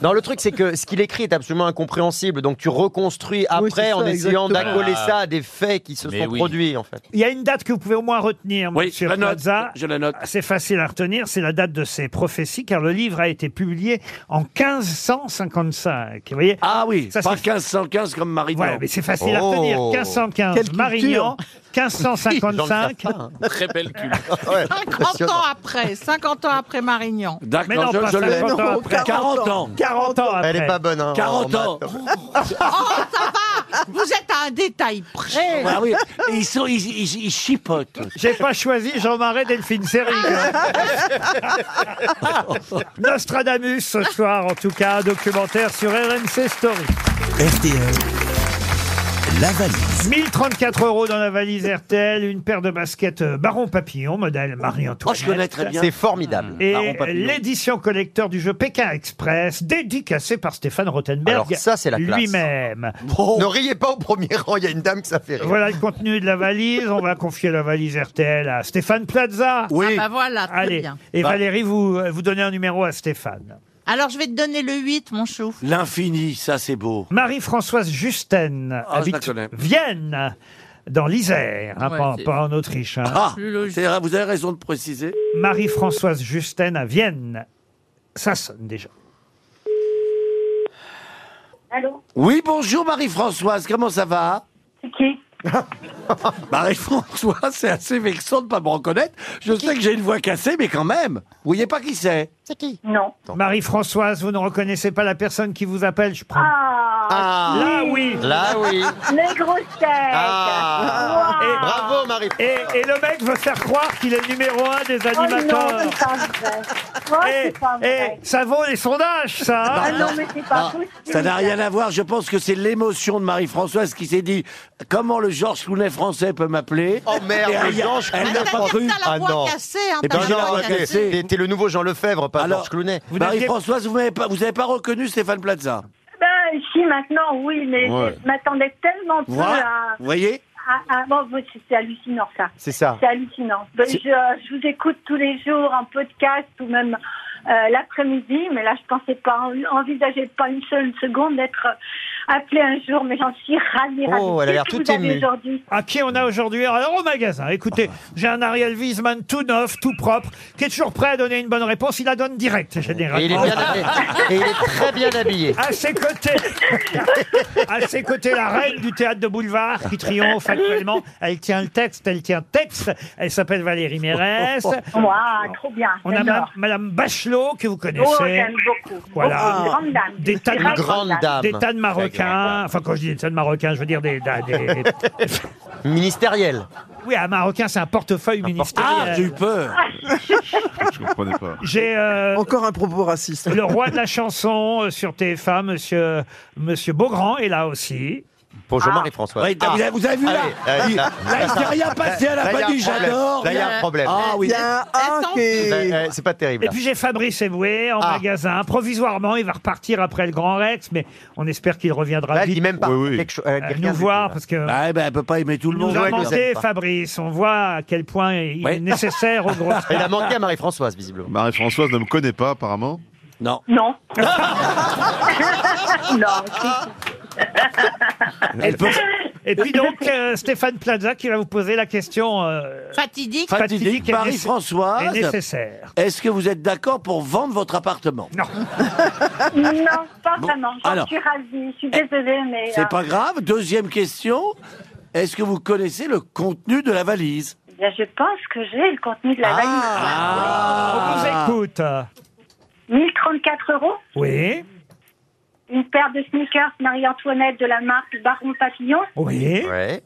Non, le truc, c'est que ce qu'il écrit est absolument incompréhensible. Donc tu reconstruis c'est après ça, en essayant exactement. d'accoler Ah. ça à des faits qui se Mais sont oui. produits, en fait. Il y a une date que vous pouvez au moins retenir, Oui, monsieur la note. Plaza. Je la note. C'est facile à retenir, c'est la date de ses prophéties, car le livre a été publié en 1555. Vous voyez Ah oui, Ça, pas c'est- 1515 comme Marie Oh. Oh. Voilà, mais c'est facile à retenir. 1515, Quelle culture. Marignan. 1555. hein. Très belle cul. Ah, 50 <laughs> ans après, 50 ans après Marignan. Mais non, pas Eh 50 ans après. 40 ans. 40 ans après. Elle est pas bonne, hein, 40 en ans. maths. Oh, ça va Vous êtes à un détail près. Ah oui, et ils, sont, ils, ils- ils chipotent. J'ai pas choisi Jean Marais, Delphine Seyrig. Ah. hein. <laughs> Nostradamus ce soir, en tout cas, un documentaire sur RMC Story. RTL, la valise. 1034 euros dans la valise RTL, une paire de baskets euh, Baron Papillon, modèle Marie-Antoinette. Mmh. Oh, je connais très bien. C'est formidable, Baron Et Papillon. l'édition collector du jeu Pékin Express, dédicacée par Stéphane Rottenberg Alors ça, c'est la classe. lui-même. Ne riez pas au premier rang, il y a une dame que ça fait rire. Voilà le contenu de la valise. On va confier la valise RTL à Stéphane Plaza. Ah bah voilà, très Allez. bien. Et Bah. Bah. Valérie, vous, euh, vous donnez un numéro à Stéphane. Alors je vais te donner le 8, mon <laughs> chou. L'infini, ça c'est beau. Marie-Françoise Justen Ah, je la habite connais. Vienne, dans l'Isère, hein, Ouais, pas, c'est- pas en Autriche. hein. Ah, c'est vrai, vous avez raison de préciser. Marie-Françoise Justen à Vienne. Ça sonne déjà. Allô Oui, bonjour Marie-Françoise, comment ça va C'est qui <laughs> Marie-Françoise, c'est assez vexant de pas me reconnaître. Je sais que j'ai une voix cassée, mais quand même. Vous voyez pas qui c'est C'est qui Non. Marie-Françoise, vous ne reconnaissez pas la personne qui vous appelle, je prends. Ah, Là oui Les grosses têtes Ah. Wow. Et- Bravo, Marie. Et, et le mec veut faire croire qu'il est numéro un des Oh non, animateurs. c'est pas vrai. Oh, Eh, c'est pas vrai. eh, ça vaut les sondages, ça hein Ah non, mais c'est pas Ah, possible. ça n'a rien à voir, je pense que c'est l'émotion de Marie-Françoise qui s'est dit comment le Georges Clooney français peut m'appeler. Oh merde, Et elle le y a- Georges elle Ah, n'a t'as pas dit que cru. t'as la Ah, non. voix cassée, hein, Eh t'as ben, j'ai la la voix voix cassée. cassée. T'es t'es le nouveau Jean Lefebvre, pas Alors- Georges Clooney. Vous n'aviez- Marie-Françoise, vous n'avez pas, vous avez pas reconnu Stéphane Plaza. Ben, si, maintenant, oui, mais Ouais. je m'attendais tellement peu Voilà. à... Vous voyez à- à- bon, bon, c'est- c'est hallucinant, ça. C'est ça. C'est hallucinant. Ben, je, je vous écoute tous les jours en podcast ou même euh, l'après-midi, mais là, je pensais pas, en- envisager pas une seule seconde d'être euh, appelée un jour, mais j'en suis ravie. Oh, ravie. elle a l'air Qu'est-ce que toute vous avez émue. aujourd'hui À qui on a aujourd'hui Alors au magasin, écoutez, j'ai un Ariel Wiesman tout neuf, tout propre, qui est toujours prêt à donner une bonne réponse. Il la donne direct, Et il est généralement. bien habillé. Et il est très bien habillé. À ses côtés, à ses côtés, la reine du théâtre de boulevard qui triomphe actuellement. Elle tient le texte, elle tient le texte. Elle s'appelle Valérie Mérès. Waouh, trop bien. On a j'adore. ma- Madame Bachelot que vous Oh, connaissez. j'aime beaucoup. Voilà. Une grande dame. Des tas de- Une grande Grande dame. dame. Des tas de Marocains, enfin quand je dis des tas de Marocains, je veux dire des... des- des- Ministériel. Oui, un Marocain, c'est un portefeuille Ah, j'ai ministériel. eu peur. Je comprenais pas. J'ai euh, Encore un propos raciste. le roi de la chanson euh, sur TF1, monsieur, monsieur Beaugrand est là aussi. Ah. Bonjour Marie-Françoise. Ouais, t'as- vous, avez, vous avez vu là Allez, allez, Il- là, Là, il s'est rien passé à la Là, il y a un famille, problème. j'adore. Là, il y a un problème. Ah oui. Il y a un Attends. qui est- Euh, euh, C'est pas terrible. Et là. puis j'ai Fabrice Eboué en Ah. magasin. Provisoirement, il va repartir après le Grand Rex, mais on espère qu'il reviendra Là, elle dit vite même pas. Oui, oui. quelque chose- elle dit euh, rien nous du voir, tout, là. parce que... Bah, ben, elle peut pas aimer tout le il nous monde. a ouais, nous manqué, aime pas. Fabrice. On voit à quel point <laughs> il est Ouais. nécessaire au <laughs> gros. Elle a manqué à Marie-Françoise, visiblement. Marie-Françoise ne me connaît pas, apparemment. Non. <laughs> Non. non. Elle peut. Et puis donc, euh, Stéphane Plaza qui va vous poser la question euh, Fatidique. fatidique Fatidique, et Marie-Françoise. nécess- et nécessaire. Est-ce que vous êtes d'accord pour vendre votre appartement Non. Non, pas vraiment. J'en alors. eh, suis ravie. Je suis désolée, mais. euh, C'est pas grave. Deuxième question. Est-ce que vous connaissez le contenu de la valise eh bien, je pense que j'ai le Ah. contenu de la valise. Ah. On vous écoute. 1034 euros. Oui. Une paire de sneakers Marie-Antoinette de la marque Baron Papillon. Oui. Ouais.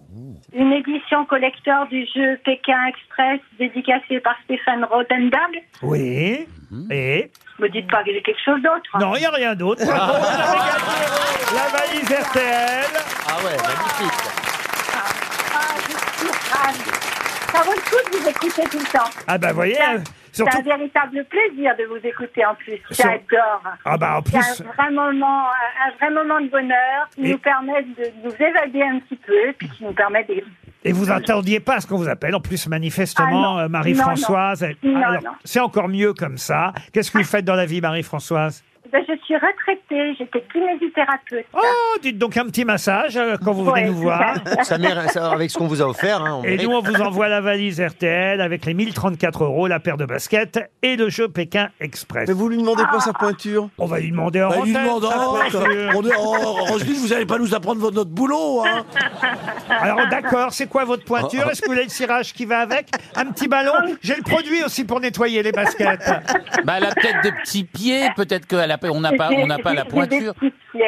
Une édition collector du jeu Pékin Express dédicacée par Stéphane Rodendahl. Oui. Et. Mhm. Me dites pas que j'ai quelque chose d'autre. hein. Non, il n'y a rien d'autre. Bravo, vous avez gagné La valise RTL. Ah ouais, magnifique. Ah, je suis ravie. Ça vaut le coup de vous écouter tout le temps. Ah bah, voyez, Ça- euh, surtout. C'est un véritable plaisir de vous écouter en plus. Sur- J'adore. Ah bah, en C'est plus. un vrai moment, un un vrai moment de bonheur qui Et- nous permet de nous évader un petit peu et puis qui nous permet de... Et vous attendiez pas à ce qu'on vous appelle. En plus, manifestement, Ah non. euh, Marie-Françoise. elle- Non, non. Alors, C'est encore mieux comme ça. Qu'est-ce que vous faites dans la vie, Marie-Françoise Ben, je suis retraitée, j'étais kinésithérapeute. Oh, dites donc un petit massage euh, quand vous venez Ouais, nous c'est voir. <laughs> ça. Ça mérite- ça, avec ce qu'on vous a offert, hein, on et mérite. nous, on vous envoie la valise RTL avec les 1034 euros, la paire de baskets et le jeu Pékin Express. Mais vous lui demandez Ah. pas sa pointure On va lui demander en Bah, lui antenne, demande en sa oh, antenne. pointure. On est en- en- en- Roselyne, vous n'allez pas nous apprendre votre boulot, hein Alors d'accord, c'est quoi votre Ah. pointure Est-ce que vous voulez le cirage qui va avec Un petit ballon <laughs> J'ai le produit aussi pour nettoyer les baskets. Bah, elle a peut-être des petits pieds, peut-être qu'on n'a pas, on n'a pas la pointure.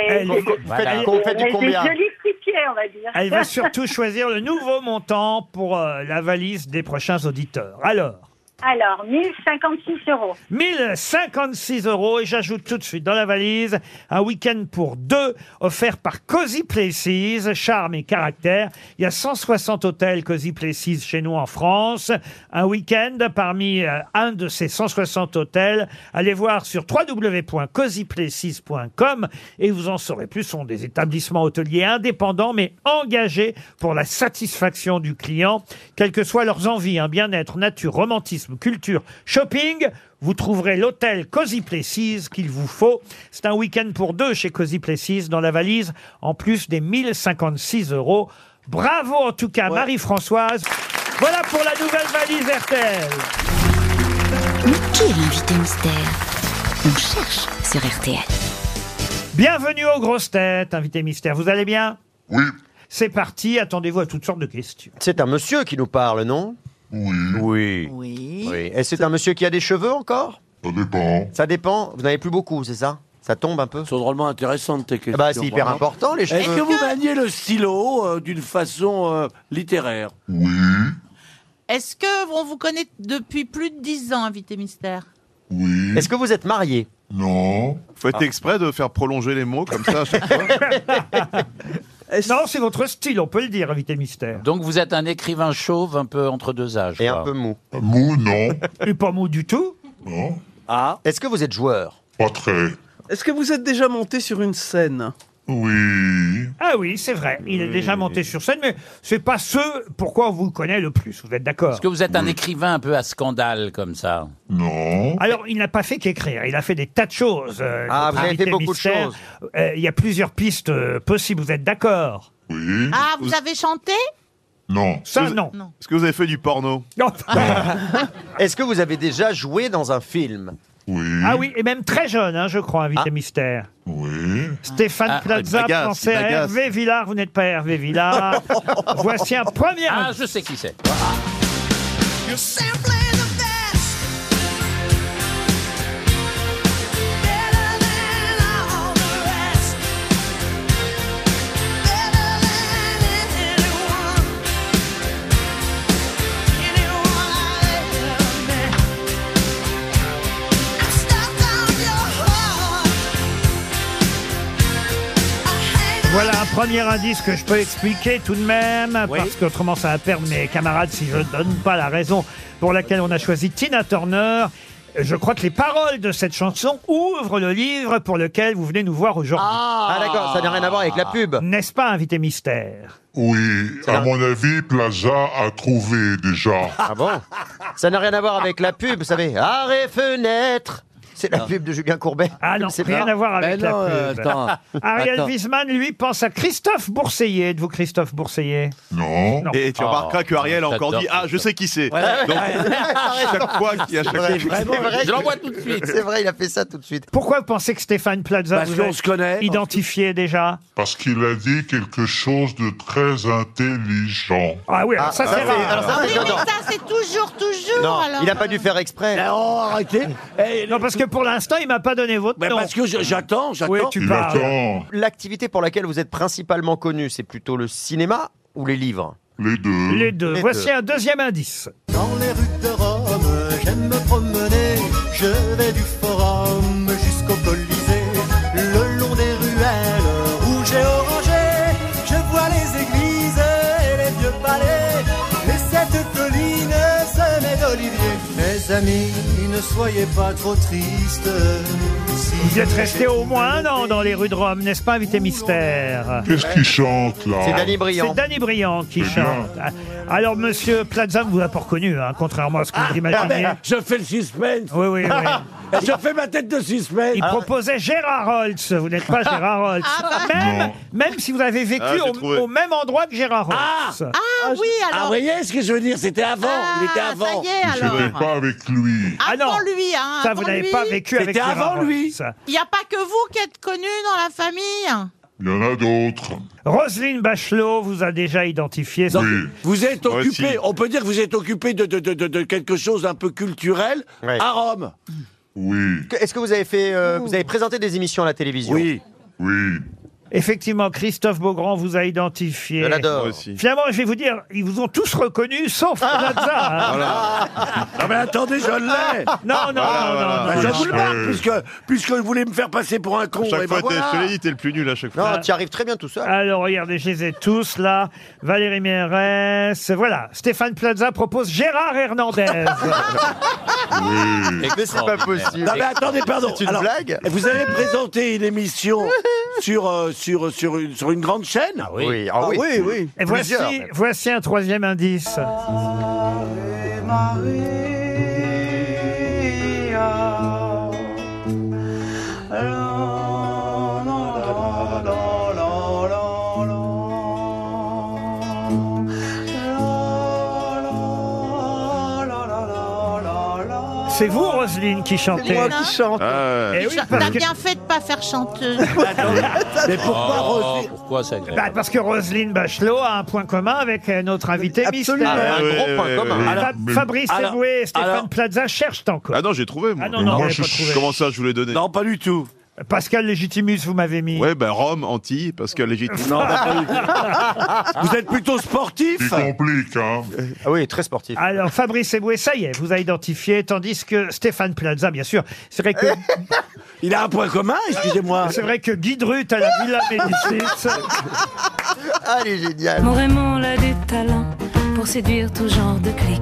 Elle, Voilà. Qu'on fait du Des combien jolis petits pieds, on va dire. elle va <laughs> surtout choisir le nouveau montant pour euh, la valise des prochains auditeurs. Alors, Alors, 1056 euros. 1056 euros et j'ajoute tout de suite dans la valise un week-end pour deux offert par Cozy Places, charme et caractère. Il y a 160 hôtels Cozy Places chez nous en France. Un week-end parmi euh, un de ces 160 hôtels. Allez voir sur www.cozyplaces.com et vous en saurez plus. Ce sont des établissements hôteliers indépendants mais engagés pour la satisfaction du client, quelles que soient leurs envies, hein, bien-être, nature, romantisme, culture, shopping. Vous trouverez l'hôtel Cozy Places qu'il vous faut. C'est un week-end pour deux chez Cozy Places dans la valise, en plus des 1056 euros. Bravo en tout cas, Marie-Françoise. Voilà pour la nouvelle valise RTL. Mais qui est l'invité mystère On cherche sur RTL. Bienvenue aux grosses têtes, invité mystère. Vous allez bien Oui. C'est parti, attendez-vous à toutes sortes de questions. C'est un monsieur qui nous parle, non Oui. Oui. Oui. Et c'est un monsieur qui a des cheveux encore Ça dépend. Ça dépend. Vous n'avez plus beaucoup, c'est ça Ça tombe un peu C'est drôlement intéressant tes questions. Bah, c'est hyper vraiment. important, les Est-ce cheveux. que vous maniez le stylo euh, d'une façon euh, littéraire Oui. Est-ce que on vous connaît depuis plus de 10 ans, invité mystère Est-ce que vous êtes marié Ah. Non. Faut être exprès de faire prolonger les mots comme ça <laughs> à chaque fois. Non, c'est votre style, on peut le dire, invité mystère. Donc vous êtes un écrivain chauve, un peu entre deux âges. Et un peu mou. Mou, non. Ah, Et pas mou du tout Non. Ah. Est-ce que vous êtes joueur Pas très. Est-ce que vous êtes déjà monté sur une scène Oui. Ah oui, c'est vrai. Il est déjà monté sur scène, mais c'est pas ce pourquoi on vous connaît le plus. Vous êtes d'accord Est-ce que vous êtes un écrivain un peu à scandale comme ça Non. Alors, il n'a pas fait qu'écrire. Il a fait des tas de choses. euh, Ah, notre vous avez fait invité beaucoup de mystère. choses. Euh, Il y a plusieurs pistes euh, possibles. Vous êtes d'accord Oui. Ah, vous avez chanté Non. Ça, non. Est-ce que vous avez fait du porno <laughs> Est-ce que vous avez déjà joué dans un film Ah oui, et même très jeune, hein, je crois, Ah. invité mystère. Oui. Stéphane Ah, Plaza il bagasse, pensait il à bagasse. Hervé Villard. Vous n'êtes pas Hervé <laughs> Villard. Voici un premier. Ah, je sais qui c'est. Voilà un premier indice que je peux expliquer tout de même, parce qu'autrement ça va perdre mes camarades si je ne donne pas la raison pour laquelle on a choisi Tina Turner. Je crois que les paroles de cette chanson ouvrent le livre pour lequel vous venez nous voir aujourd'hui. Ah, d'accord, ça n'a rien à voir avec la pub. N'est-ce pas, invité mystère Oui, à mon avis, Plaza a trouvé déjà. Ah bon Ça n'a rien à voir avec la pub, vous savez. Arrêt fenêtre C'est la pub de Julien Courbet. Ah non, c'est rien pas- euh, à voir avec la pub. <laughs> Ah, Ariel Wiesman, lui, pense à Christophe Bourseillet. Êtes-vous Christophe Bourseillet Non. Et Ah. tu remarqueras que Ariel a encore dit Ah, je sais qui c'est. Donc, <laughs> chaque fois qu'il y a chaque Ah, C'est <laughs> fois- vrai, Je que- l'envoie tout de suite. C'est vrai, il a fait ça tout de suite. Pourquoi vous pensez que Stéphane Plaza Parce vous qu'on a se connaît. identifié déjà Parce qu'il a dit quelque chose de très intelligent. Ah oui, alors ça, c'est rare. Oui, mais ça, c'est toujours, toujours. alors. dû faire exprès. arrêtez. non, parce que pour l'instant, il m'a pas donné votre nom. parce que je- j'attends, j'attends. Oui, tu parles. L'activité pour laquelle vous êtes principalement connu, c'est plutôt le cinéma ou les livres Les deux. Les deux. Voici un deuxième indice. Dans les rues de Rome, j'aime me promener. Je vais du forum jusqu'au Colisée. Le long des ruelles rouges et orangées, je vois les églises et les vieux palais. Et cette colline semée d'oliviers. Mes amis, ne soyez pas trop tristes. Si Vous êtes resté au <laughs> moins un an dans les rues de Rome, n'est-ce pas, invité mystère Qu'est-ce qu'il chante là C'est Danny Briand qui chante. Ah, Alors, monsieur Plaza, vous l'avez pas reconnu, hein, contrairement à ce que vous Ah imaginiez. ben, je fais le suspense. Oui, oui, oui. Je fais ma tête de suspect. Il proposait Gérard Holtz. Vous n'êtes pas Gérard Holtz. même, même si vous avez vécu Ah, j'ai trouvé. au, au même endroit que Gérard Holtz. Ah oui, alors. vous voyez ce que je veux dire C'était avant. il était avant. Je n'étais pas avec lui. Ah non, Avant lui, hein. ça avant vous n'avez lui. pas vécu avec Gérard Holtz. Il n'y a pas que vous qui êtes connu dans la famille. Il y en a d'autres. Roselyne Bachelot vous a déjà identifié. Donc, Oui. Vous êtes occupé, on peut dire que vous êtes occupé de, de- de- de- de quelque chose d'un peu culturel à Rome. Oui. Est-ce que vous avez fait, euh, vous avez présenté des émissions à la télévision Oui. Oui. Effectivement, Christophe Beaugrand vous a identifié. Je l'adore. Moi aussi. Finalement, je vais vous dire, ils vous ont tous reconnu, sauf Plaza. hein. Ah, Non mais attendez, je l'ai Non, non, Voilà, voilà. non, non, Ah, Bah, Oui. Je vous le Ouais. Euh. marque, puisque, puisque vous voulez me faire passer pour un con. Chaque et fois, ben t'es- voilà. je te l'ai dit, t'es le plus nul à chaque fois. Non, tu y arrives très bien tout seul. Alors regardez, je les ai tous là. Valérie Mérès, voilà. Stéphane Plaza propose Gérard Hernandez. Ah Mais c'est pas possible. Non <laughs> mais attendez, pardon. C'est une Alors, blague Vous avez présenté une émission <laughs> sur, euh, sur, sur, une, sur une grande chaîne Ah oui. Oui, ah oui. oui, Et voici, voici un troisième indice. C'est vous, Roselyne, qui chantez. moi qui chante. Eh oui, Cha- parce T'as que- bien fait de pas faire <laughs> chanteuse. Mais pourquoi Oh, Roselyne Pourquoi ça grève Bah, parce que Roselyne Bachelot a un point commun avec euh, notre invité Absolument. mystère. Ah, un gros Ouais, point ouais, commun. ouais, ouais. Euh, Fa- Mais- Fabrice Alors- Eboué et Stéphane alors- Plaza cherchent encore. Ah non, j'ai trouvé. Moi. Ah non, non, Moi, vous je- l'avez pas trouvé. Comment ça, je vous l'ai donné Non, pas du tout. Pascal Légitimus, vous m'avez mis. Ouais, ben Rome, Antilles, parce que légitime. Non, bah, pas du tout. Vous êtes plutôt Tu sportif compliques, hein. Ah oui, très sportif. Alors, Fabrice Eboué, ça y est, vous a identifié, tandis que Stéphane Plaza, bien sûr. C'est vrai que, <laughs> Il a un point commun, excusez-moi. c'est vrai que Guy Drut à la Villa Médicis. <laughs> Ah, elle est géniale. Mon Raymond a du talent pour séduire tout genre de clique.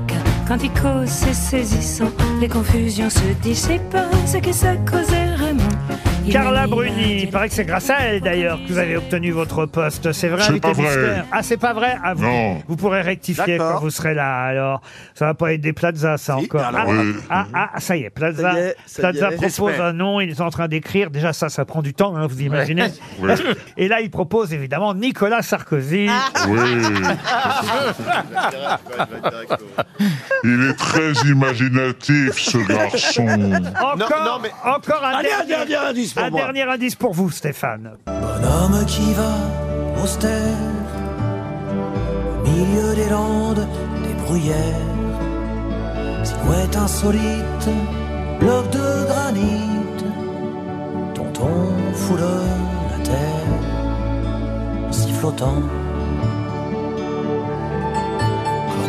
Quand il cause, c'est saisissant. Les confusions se dissipent. Ce qui s'est causé, Raymond. il Carla manie Bruni, il paraît que c'est grâce à elle d'ailleurs que vous avez obtenu votre poste. C'est vrai, C'est invité pas vrai. mystère. Ah, c'est pas vrai ah, vous, Non. vous pourrez rectifier D'accord. quand vous serez là. Alors, ça va pas être des Plaza, ça Si, encore. Ah, Carla Bruni. ah, ah, ça y est, Plaza, Ça y est, ça y Plaza est. propose J'espère. un nom. Ils sont en train d'écrire. Déjà, ça, ça prend du temps, hein, vous imaginez. <laughs> Oui. Et là, il propose évidemment Nicolas Sarkozy. Ah. Oui. Il est très imaginatif, ce garçon. Encore, non, mais- encore un, Allez, un dernier, dernier indice pour un moi. dernier indice pour vous, Stéphane. Bonhomme qui va, austère, au milieu des landes, des bruyères, silhouette insolite, bloc de granit, tonton foule la terre, en sifflotant,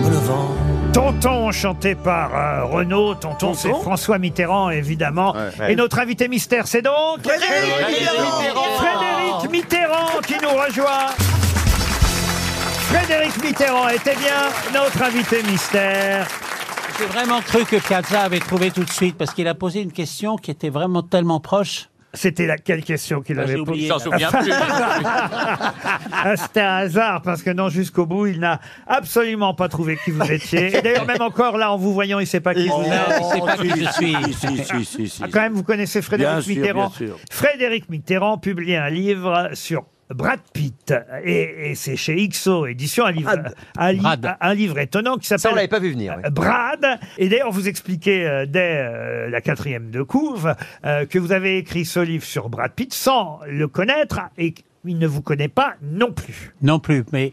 comme le vent. Tonton, chanté par euh, Renaud. Tonton, c'est François Mitterrand, évidemment. Et notre invité mystère, c'est donc Frédéric Mitterrand. Frédéric Mitterrand qui nous rejoint. Frédéric Mitterrand était bien notre invité mystère. J'ai vraiment cru que Piazza avait trouvé tout de suite parce qu'il a posé une question qui était vraiment tellement proche. C'était la quelle question qu'il Ah, avait J'ai posée oublié. souviens plus. <laughs> Ah, C'était un hasard parce que non, jusqu'au bout, il n'a absolument pas trouvé qui vous étiez. Et d'ailleurs, même encore là, en vous voyant, il ne sait pas qui vous Oh, êtes. sait pas qui je suis. Si, si, si, si, si. Ah, quand même, vous connaissez Frédéric Bien sûr, Mitterrand. bien sûr. Frédéric Mitterrand publie un livre sur Brad Pitt. Et, et c'est chez XO Édition, un livre, un, li- Brad. un livre étonnant qui Ça, on l'avait s'appelle pas vu venir. oui. Brad. Et d'ailleurs, vous expliquez euh, dès euh, la quatrième de couve euh, que vous avez écrit ce livre sur Brad Pitt sans le connaître et qu'il ne vous connaît pas non plus. Non plus, mais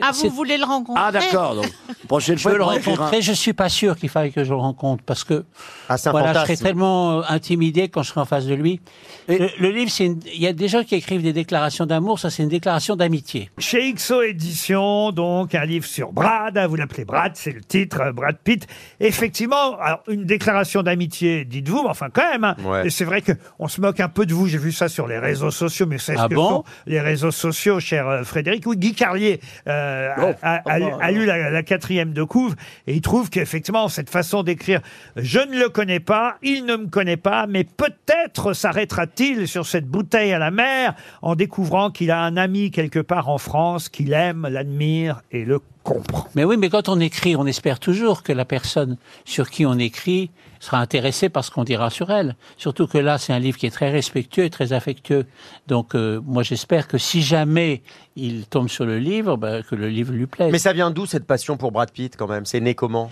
Ah, c'est- vous voulez le rencontrer Ah d'accord, donc prochaine je fois, veux le il écrira- rencontrer. Je suis pas sûr qu'il faille que je le rencontre parce que Ah, c'est un voilà, je fantasme. serais tellement euh, intimidé quand je serai en face de lui. le, le livre, c'est une- il y a des gens qui écrivent des déclarations d'amour. Ça, c'est une déclaration d'amitié. Chez XO Édition, donc, un livre sur Brad, hein, vous l'appelez Brad, c'est le titre, euh, Brad Pitt. Effectivement, alors, une déclaration d'amitié, dites-vous, mais enfin quand même, hein. Ouais. Et c'est vrai que on se moque un peu de vous, j'ai vu ça sur les réseaux sociaux, mais c'est ce Ah que bon sont les réseaux sociaux, cher euh, Frédéric. Oui, Guy Carlier euh, a, Ah a- a bah, lu- a lu la, la quatrième de couve, et il trouve qu'effectivement, cette façon d'écrire « Je ne le connais pas, il ne me connaît pas, mais peut-être s'arrêtera-t-il sur cette bouteille à la mer en découvrant qu'il a un ami quelque part en France qu'il aime, l'admire et le comprends. Mais oui, mais quand on écrit, on espère toujours que la personne sur qui on écrit sera intéressée par ce qu'on dira sur elle. Surtout que là, c'est un livre qui est très respectueux et très affectueux. Donc, euh, moi, j'espère que si jamais il tombe sur le livre, bah, que le livre lui plaise. Mais ça vient d'où cette passion pour Brad Pitt quand même C'est né comment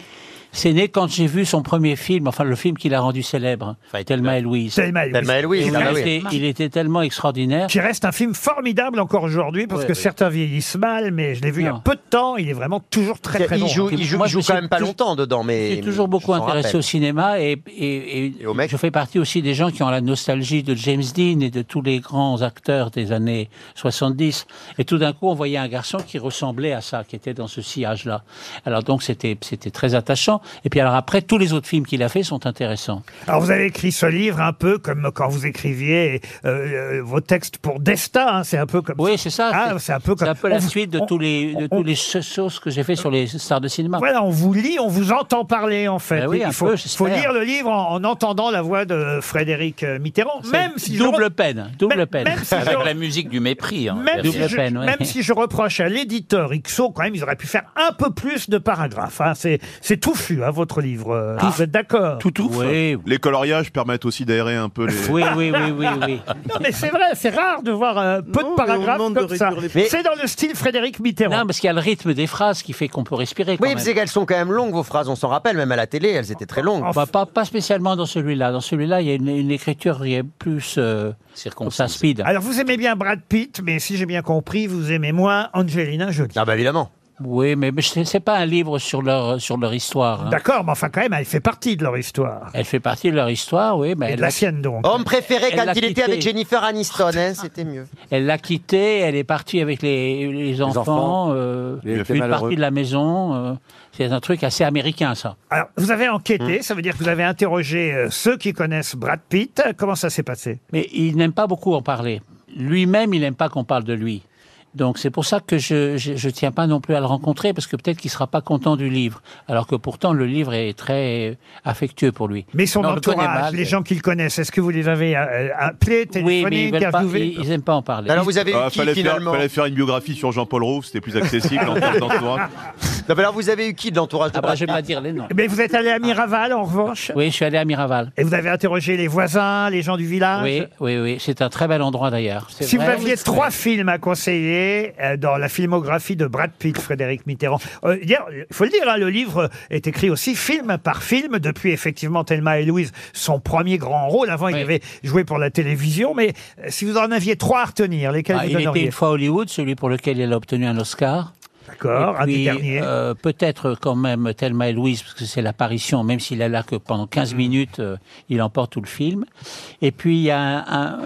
C'est né quand j'ai vu son premier film, enfin le film qui l'a rendu célèbre, Thelma et Louise. Thelma et Louise. Thelma et Louise, Il, ah bah oui. était, il était tellement extraordinaire. Qui reste un film formidable encore aujourd'hui, parce Ouais, que ouais. certains vieillissent mal, mais je l'ai vu il y a Non. peu de temps, il est vraiment toujours très très il bon. joue, il joue, Moi, il je joue me quand suis même pas tou- longtemps dedans, mais. J'ai toujours beaucoup je m'en intéressé rappelle. au cinéma et, et- et je fais partie aussi des gens qui ont la nostalgie de James Dean et de tous les grands acteurs des années 70. Et tout d'un coup, on voyait un garçon qui ressemblait à ça, qui était dans ce sillage-là. Alors donc, c'était c'était très attachant. Et puis alors après, tous les autres films qu'il a fait sont intéressants. Alors vous avez écrit ce livre un peu comme quand vous écriviez euh, euh, vos textes pour Destin, hein, c'est un peu comme Oui, c'est ça. Ah, c'est un peu comme un peu la on vous- suite de on- tous les de tous les sauces que j'ai fait sur les stars de cinéma. Voilà, on vous lit, on vous entend parler en fait. Ben oui, un il faut, peu, faut j'espère. lire le livre en, en entendant la voix de Frédéric euh, Mitterrand, même si je double re- peine, double même- peine. même si Avec je- la musique du mépris. hein, Même bien si, sûr. je, même <laughs> si je reproche à l'éditeur Ixo, quand même, ils auraient pu faire un peu plus de paragraphes. hein. C'est c'est touffu, hein, votre livre. euh, Vous êtes d'accord Tout touffu. Les coloriages permettent aussi d'aérer un peu les. Oui, oui, oui, oui, oui. <laughs> Non, mais c'est vrai, c'est rare de voir euh, peu de paragraphes demande de comme ça. réduire les- C'est dans le style Frédéric Mitterrand. Non, parce qu'il y a le rythme des phrases qui fait qu'on peut respirer. Quand Oui, même. c'est qu'elles sont quand même longues, vos phrases, on s'en rappelle, même à la télé, elles étaient très longues. Bah, pas, pas spécialement dans celui-là. Dans celui-là, il y a une, une écriture qui est plus euh, comme ça, speed. Alors, vous aimez bien Brad Pitt, mais si j'ai bien compris, vous aimez moins Angelina Jolie. Ah bah évidemment. Oui, mais, mais c'est c'est pas un livre sur leur, sur leur histoire. hein. D'accord, mais enfin, quand même, elle fait partie de leur histoire. Elle fait partie de leur histoire, oui. Mais Et elle de la l'a- sienne, donc. Homme préféré Elle quand l'a il était avec quitté. Jennifer Aniston, hein, c'était mieux. Elle l'a quitté, elle est partie avec les, les enfants, enfants. euh, Il une était malheureux. partie de la maison. euh, c'est un truc assez américain, ça. Alors, vous avez Hmm. enquêté, ça veut dire que vous avez interrogé euh, ceux qui connaissent Brad Pitt. Comment ça s'est passé Mais il n'aime pas beaucoup en parler. Lui-même, il n'aime pas qu'on parle de lui. Donc c'est pour ça que je, je je tiens pas non plus à le rencontrer parce que peut-être qu'il sera pas content du livre, alors que pourtant le livre est très affectueux pour lui. Mais son Non, on le connaît entourage, mal. les gens qu'il connaissent, est-ce que vous les avez euh, appelés, Oui, mais téléphonés, ils n'aiment pas, interviewés ils, ils aiment pas en parler. Alors, vous avez eu Ah, qui, fallait, faire, finalement fallait faire une biographie sur Jean-Paul Rouve, c'était plus accessible en termes <laughs> d'entourage. Non, mais alors vous avez eu qui de l'entourage de Ah bah, Brad je vais pas dire les noms. Mais Eh vous êtes allé à Miraval, en revanche Oui, je suis allé à Miraval. Et vous avez interrogé les voisins, les gens du village Oui, oui, oui. C'est un très bel endroit d'ailleurs. C'est Si vous vrai. aviez trois films à conseiller euh, dans la filmographie de Brad Pitt, Frédéric Mitterrand, euh, il y a- il faut le dire, hein, le livre est écrit aussi film par film, depuis effectivement Thelma et Louise, son premier grand rôle. Avant, il avait joué pour la télévision, mais euh, si vous en aviez trois à retenir, lesquels Ah, vous il était donneriez une fois à Hollywood, celui pour lequel il a obtenu un Oscar. D'accord, Et un des puis, derniers. euh, Peut-être quand même Thelma et Louise, parce que c'est l'apparition, même s'il est là que pendant Mm. 15 minutes, euh, il emporte tout le film. Et puis il y a un, un-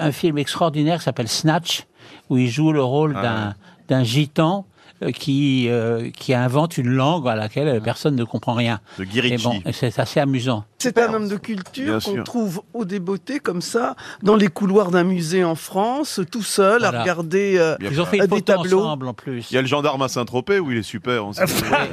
un film extraordinaire qui s'appelle Snatch, où il joue le rôle Ah d'un- d'un gitan euh, qui, euh, qui invente une langue à laquelle Ah. euh, personne ne comprend rien. De Guy Ritchie. Et bon, c'est assez amusant. C'est un homme de Bien culture sûr. qu'on trouve au débeauté comme ça, dans les couloirs d'un musée en France, tout seul, Voilà. à regarder euh, Ils ont fait une des photo tableaux. Ensemble en plus. Il y a le gendarme à Saint-Tropez où il est super. on sait. <laughs>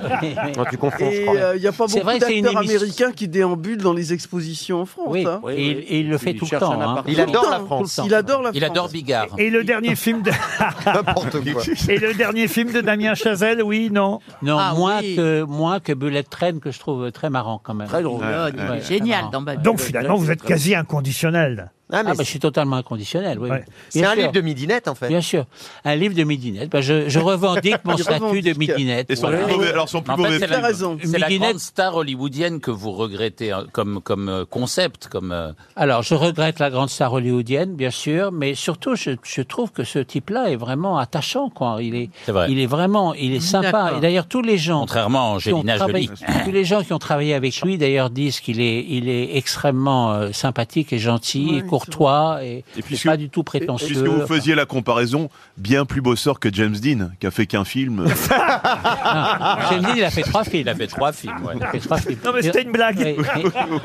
Non, tu confonds, je Et euh, crois. il euh, n'y a pas C'est beaucoup vrai, c'est une d'acteurs émission- américains qui déambulent dans les expositions en France. Oui, hein. et il, et il le fait tout le temps. hein. Il adore la Tout le France. temps. Il adore la Il adore Bigard. <laughs> Et <laughs> le dernier film de <laughs> N'importe quoi. et le dernier film de Damien Chazelle, oui, non. Non, Ah moins, oui. que, moins que Bullet Train, que je trouve très marrant quand même. Très drôle. Ah, Il est génial dans Babylone. Donc finalement, vous êtes quasi inconditionnel. Ah, mais bah, je suis totalement inconditionnel. Oui. Ouais. C'est Bien un sûr. livre de midinette, en fait. Bien sûr, un livre de Midinette. Ben, je, je revendique <laughs> mon Il statut de revendique. Midinette. Et son Voilà. plus mauvais, alors son plus En fait, mauvais c'est film. la- T'as raison. C'est la Midinette. grande star hollywoodienne que vous regrettez hein, comme, comme euh, concept, comme. euh, Alors, je regrette la grande star hollywoodienne, bien sûr, mais surtout, je, je trouve que ce type-là est vraiment attachant. Quoi. Il est, C'est vrai. il est vraiment, il est sympa. D'accord. Et d'ailleurs, tous les gens Contrairement à qui ont Angelina travaillé- Jolie. <laughs> tous les gens qui ont travaillé avec lui, d'ailleurs, disent qu'il est, il est extrêmement euh, sympathique et gentil et courtois et, Et et puisque- pas du tout Puisque prétentieux. vous <laughs> faisiez la comparaison, bien plus bosseur que James Dean, qui a fait <laughs> qu'un film. euh, J'ai dit, il a fait trois films. Il a fait trois films, ouais. Il a fait trois films. Non, mais c'était une blague. Oui, <laughs> oui.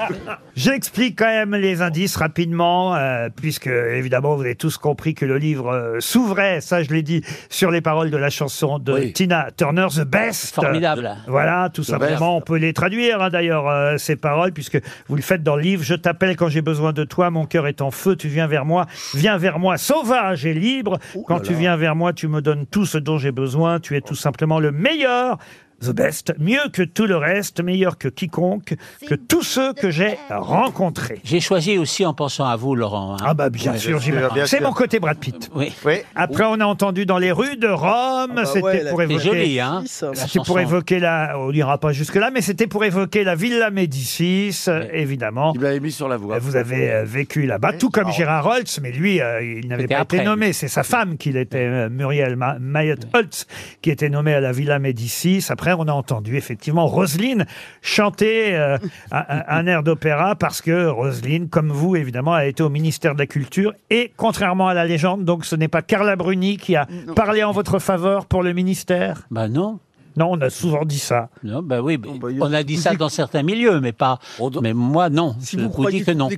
J'explique quand même les indices rapidement, euh, puisque évidemment vous avez tous compris que le livre euh, s'ouvrait, ça je l'ai dit, sur les paroles de la chanson de Oui. Tina Turner, The Best. Formidable. Voilà, tout Best. simplement, on peut les traduire hein, d'ailleurs, euh, ces paroles, puisque vous le faites dans le livre, Je t'appelle quand j'ai besoin de toi, mon cœur est en en feu, tu viens vers moi, viens vers moi sauvage et libre. Quand tu viens vers moi, tu me donnes tout ce dont j'ai besoin, tu es tout simplement le meilleur. The best, mieux que tout le reste, meilleur que quiconque, que tous ceux que j'ai rencontrés. J'ai choisi aussi en pensant à vous, Laurent. hein. Ah bah bien sûr, j'imagine. C'est mon côté Brad Pitt. Après, on a entendu dans les rues de Rome, bah c'était ouais, la- pour C'est évoquer. joli, hein, la C'était chanson. pour évoquer la. On n'ira pas jusque là, mais c'était pour évoquer la Villa Médicis, euh, évidemment. Il l'avait mis sur la voie. Vous avez euh, vécu là-bas, tout comme Gérard Holtz, mais lui, euh, il n'avait C'était pas été après. nommé. C'est sa femme qui l'était, euh, Muriel Ma- Mayotte Holtz, qui était nommée à la Villa Médicis. Après, on a entendu effectivement Roselyne chanter euh, un, un- un air d'opéra parce que Roselyne, comme vous évidemment, a été au ministère de la Culture et contrairement à la légende, donc ce n'est pas Carla Bruni qui a parlé en votre faveur pour le ministère. Bah non. Non, on a souvent dit ça. Non, bah oui, mais on a dit ça dans certains milieux, mais pas. Mais moi, non. je vous, dis que non.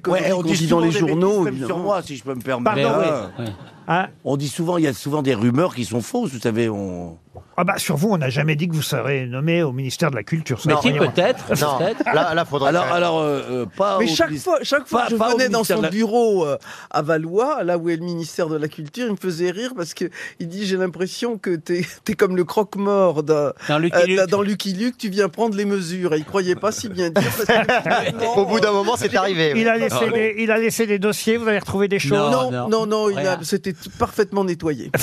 sur moi, si je peux me permettre. Pardon, Ah. oui. On dit souvent, il y a souvent des rumeurs qui sont fausses, vous savez. On... Ah bah sur vous, on n'a jamais dit que vous serez nommé au ministère de la Culture. ça, Mais si, rien. peut-être, Non, peut-être. là- là, faudrait- Alors- alors, euh, euh, pas Mais chaque fois, chaque fois que je venais dans son bureau euh, à Valois, là où est le ministère de la Culture, il me faisait rire parce que il dit j'ai l'impression que t'es es comme le croque-mort d'un- dans Lucky Luke. tu viens prendre les mesures. Et il croyait pas si bien dire. parce <laughs> que- euh, Au bout d'un moment, c'est arrivé. Il a, oui. laissé des, il a laissé des dossiers, vous allez retrouver des choses. Non, non, non, il a- Rien. c'était tout parfaitement <laughs> nettoyé. <laughs>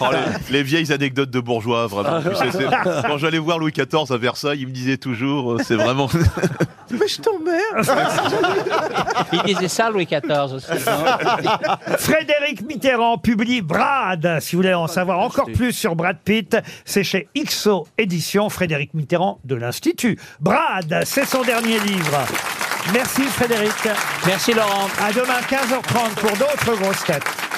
Oh, les, les vieilles anecdotes de bourgeois, vraiment. Ah, Tu sais, c'est- quand j'allais voir Louis XIV à Versailles, il me disait toujours, euh, c'est vraiment. Mais je <laughs> t'emmerde. <laughs> Il disait ça, Louis XIV aussi. <laughs> non <laughs> Frédéric Mitterrand publie Brad. Si vous voulez en savoir encore plus sur Brad Pitt, c'est chez XO Édition, Frédéric Mitterrand de l'Institut. Brad, c'est son dernier livre. Merci Frédéric. Merci Laurent. À demain 15h30 pour d'autres grosses têtes.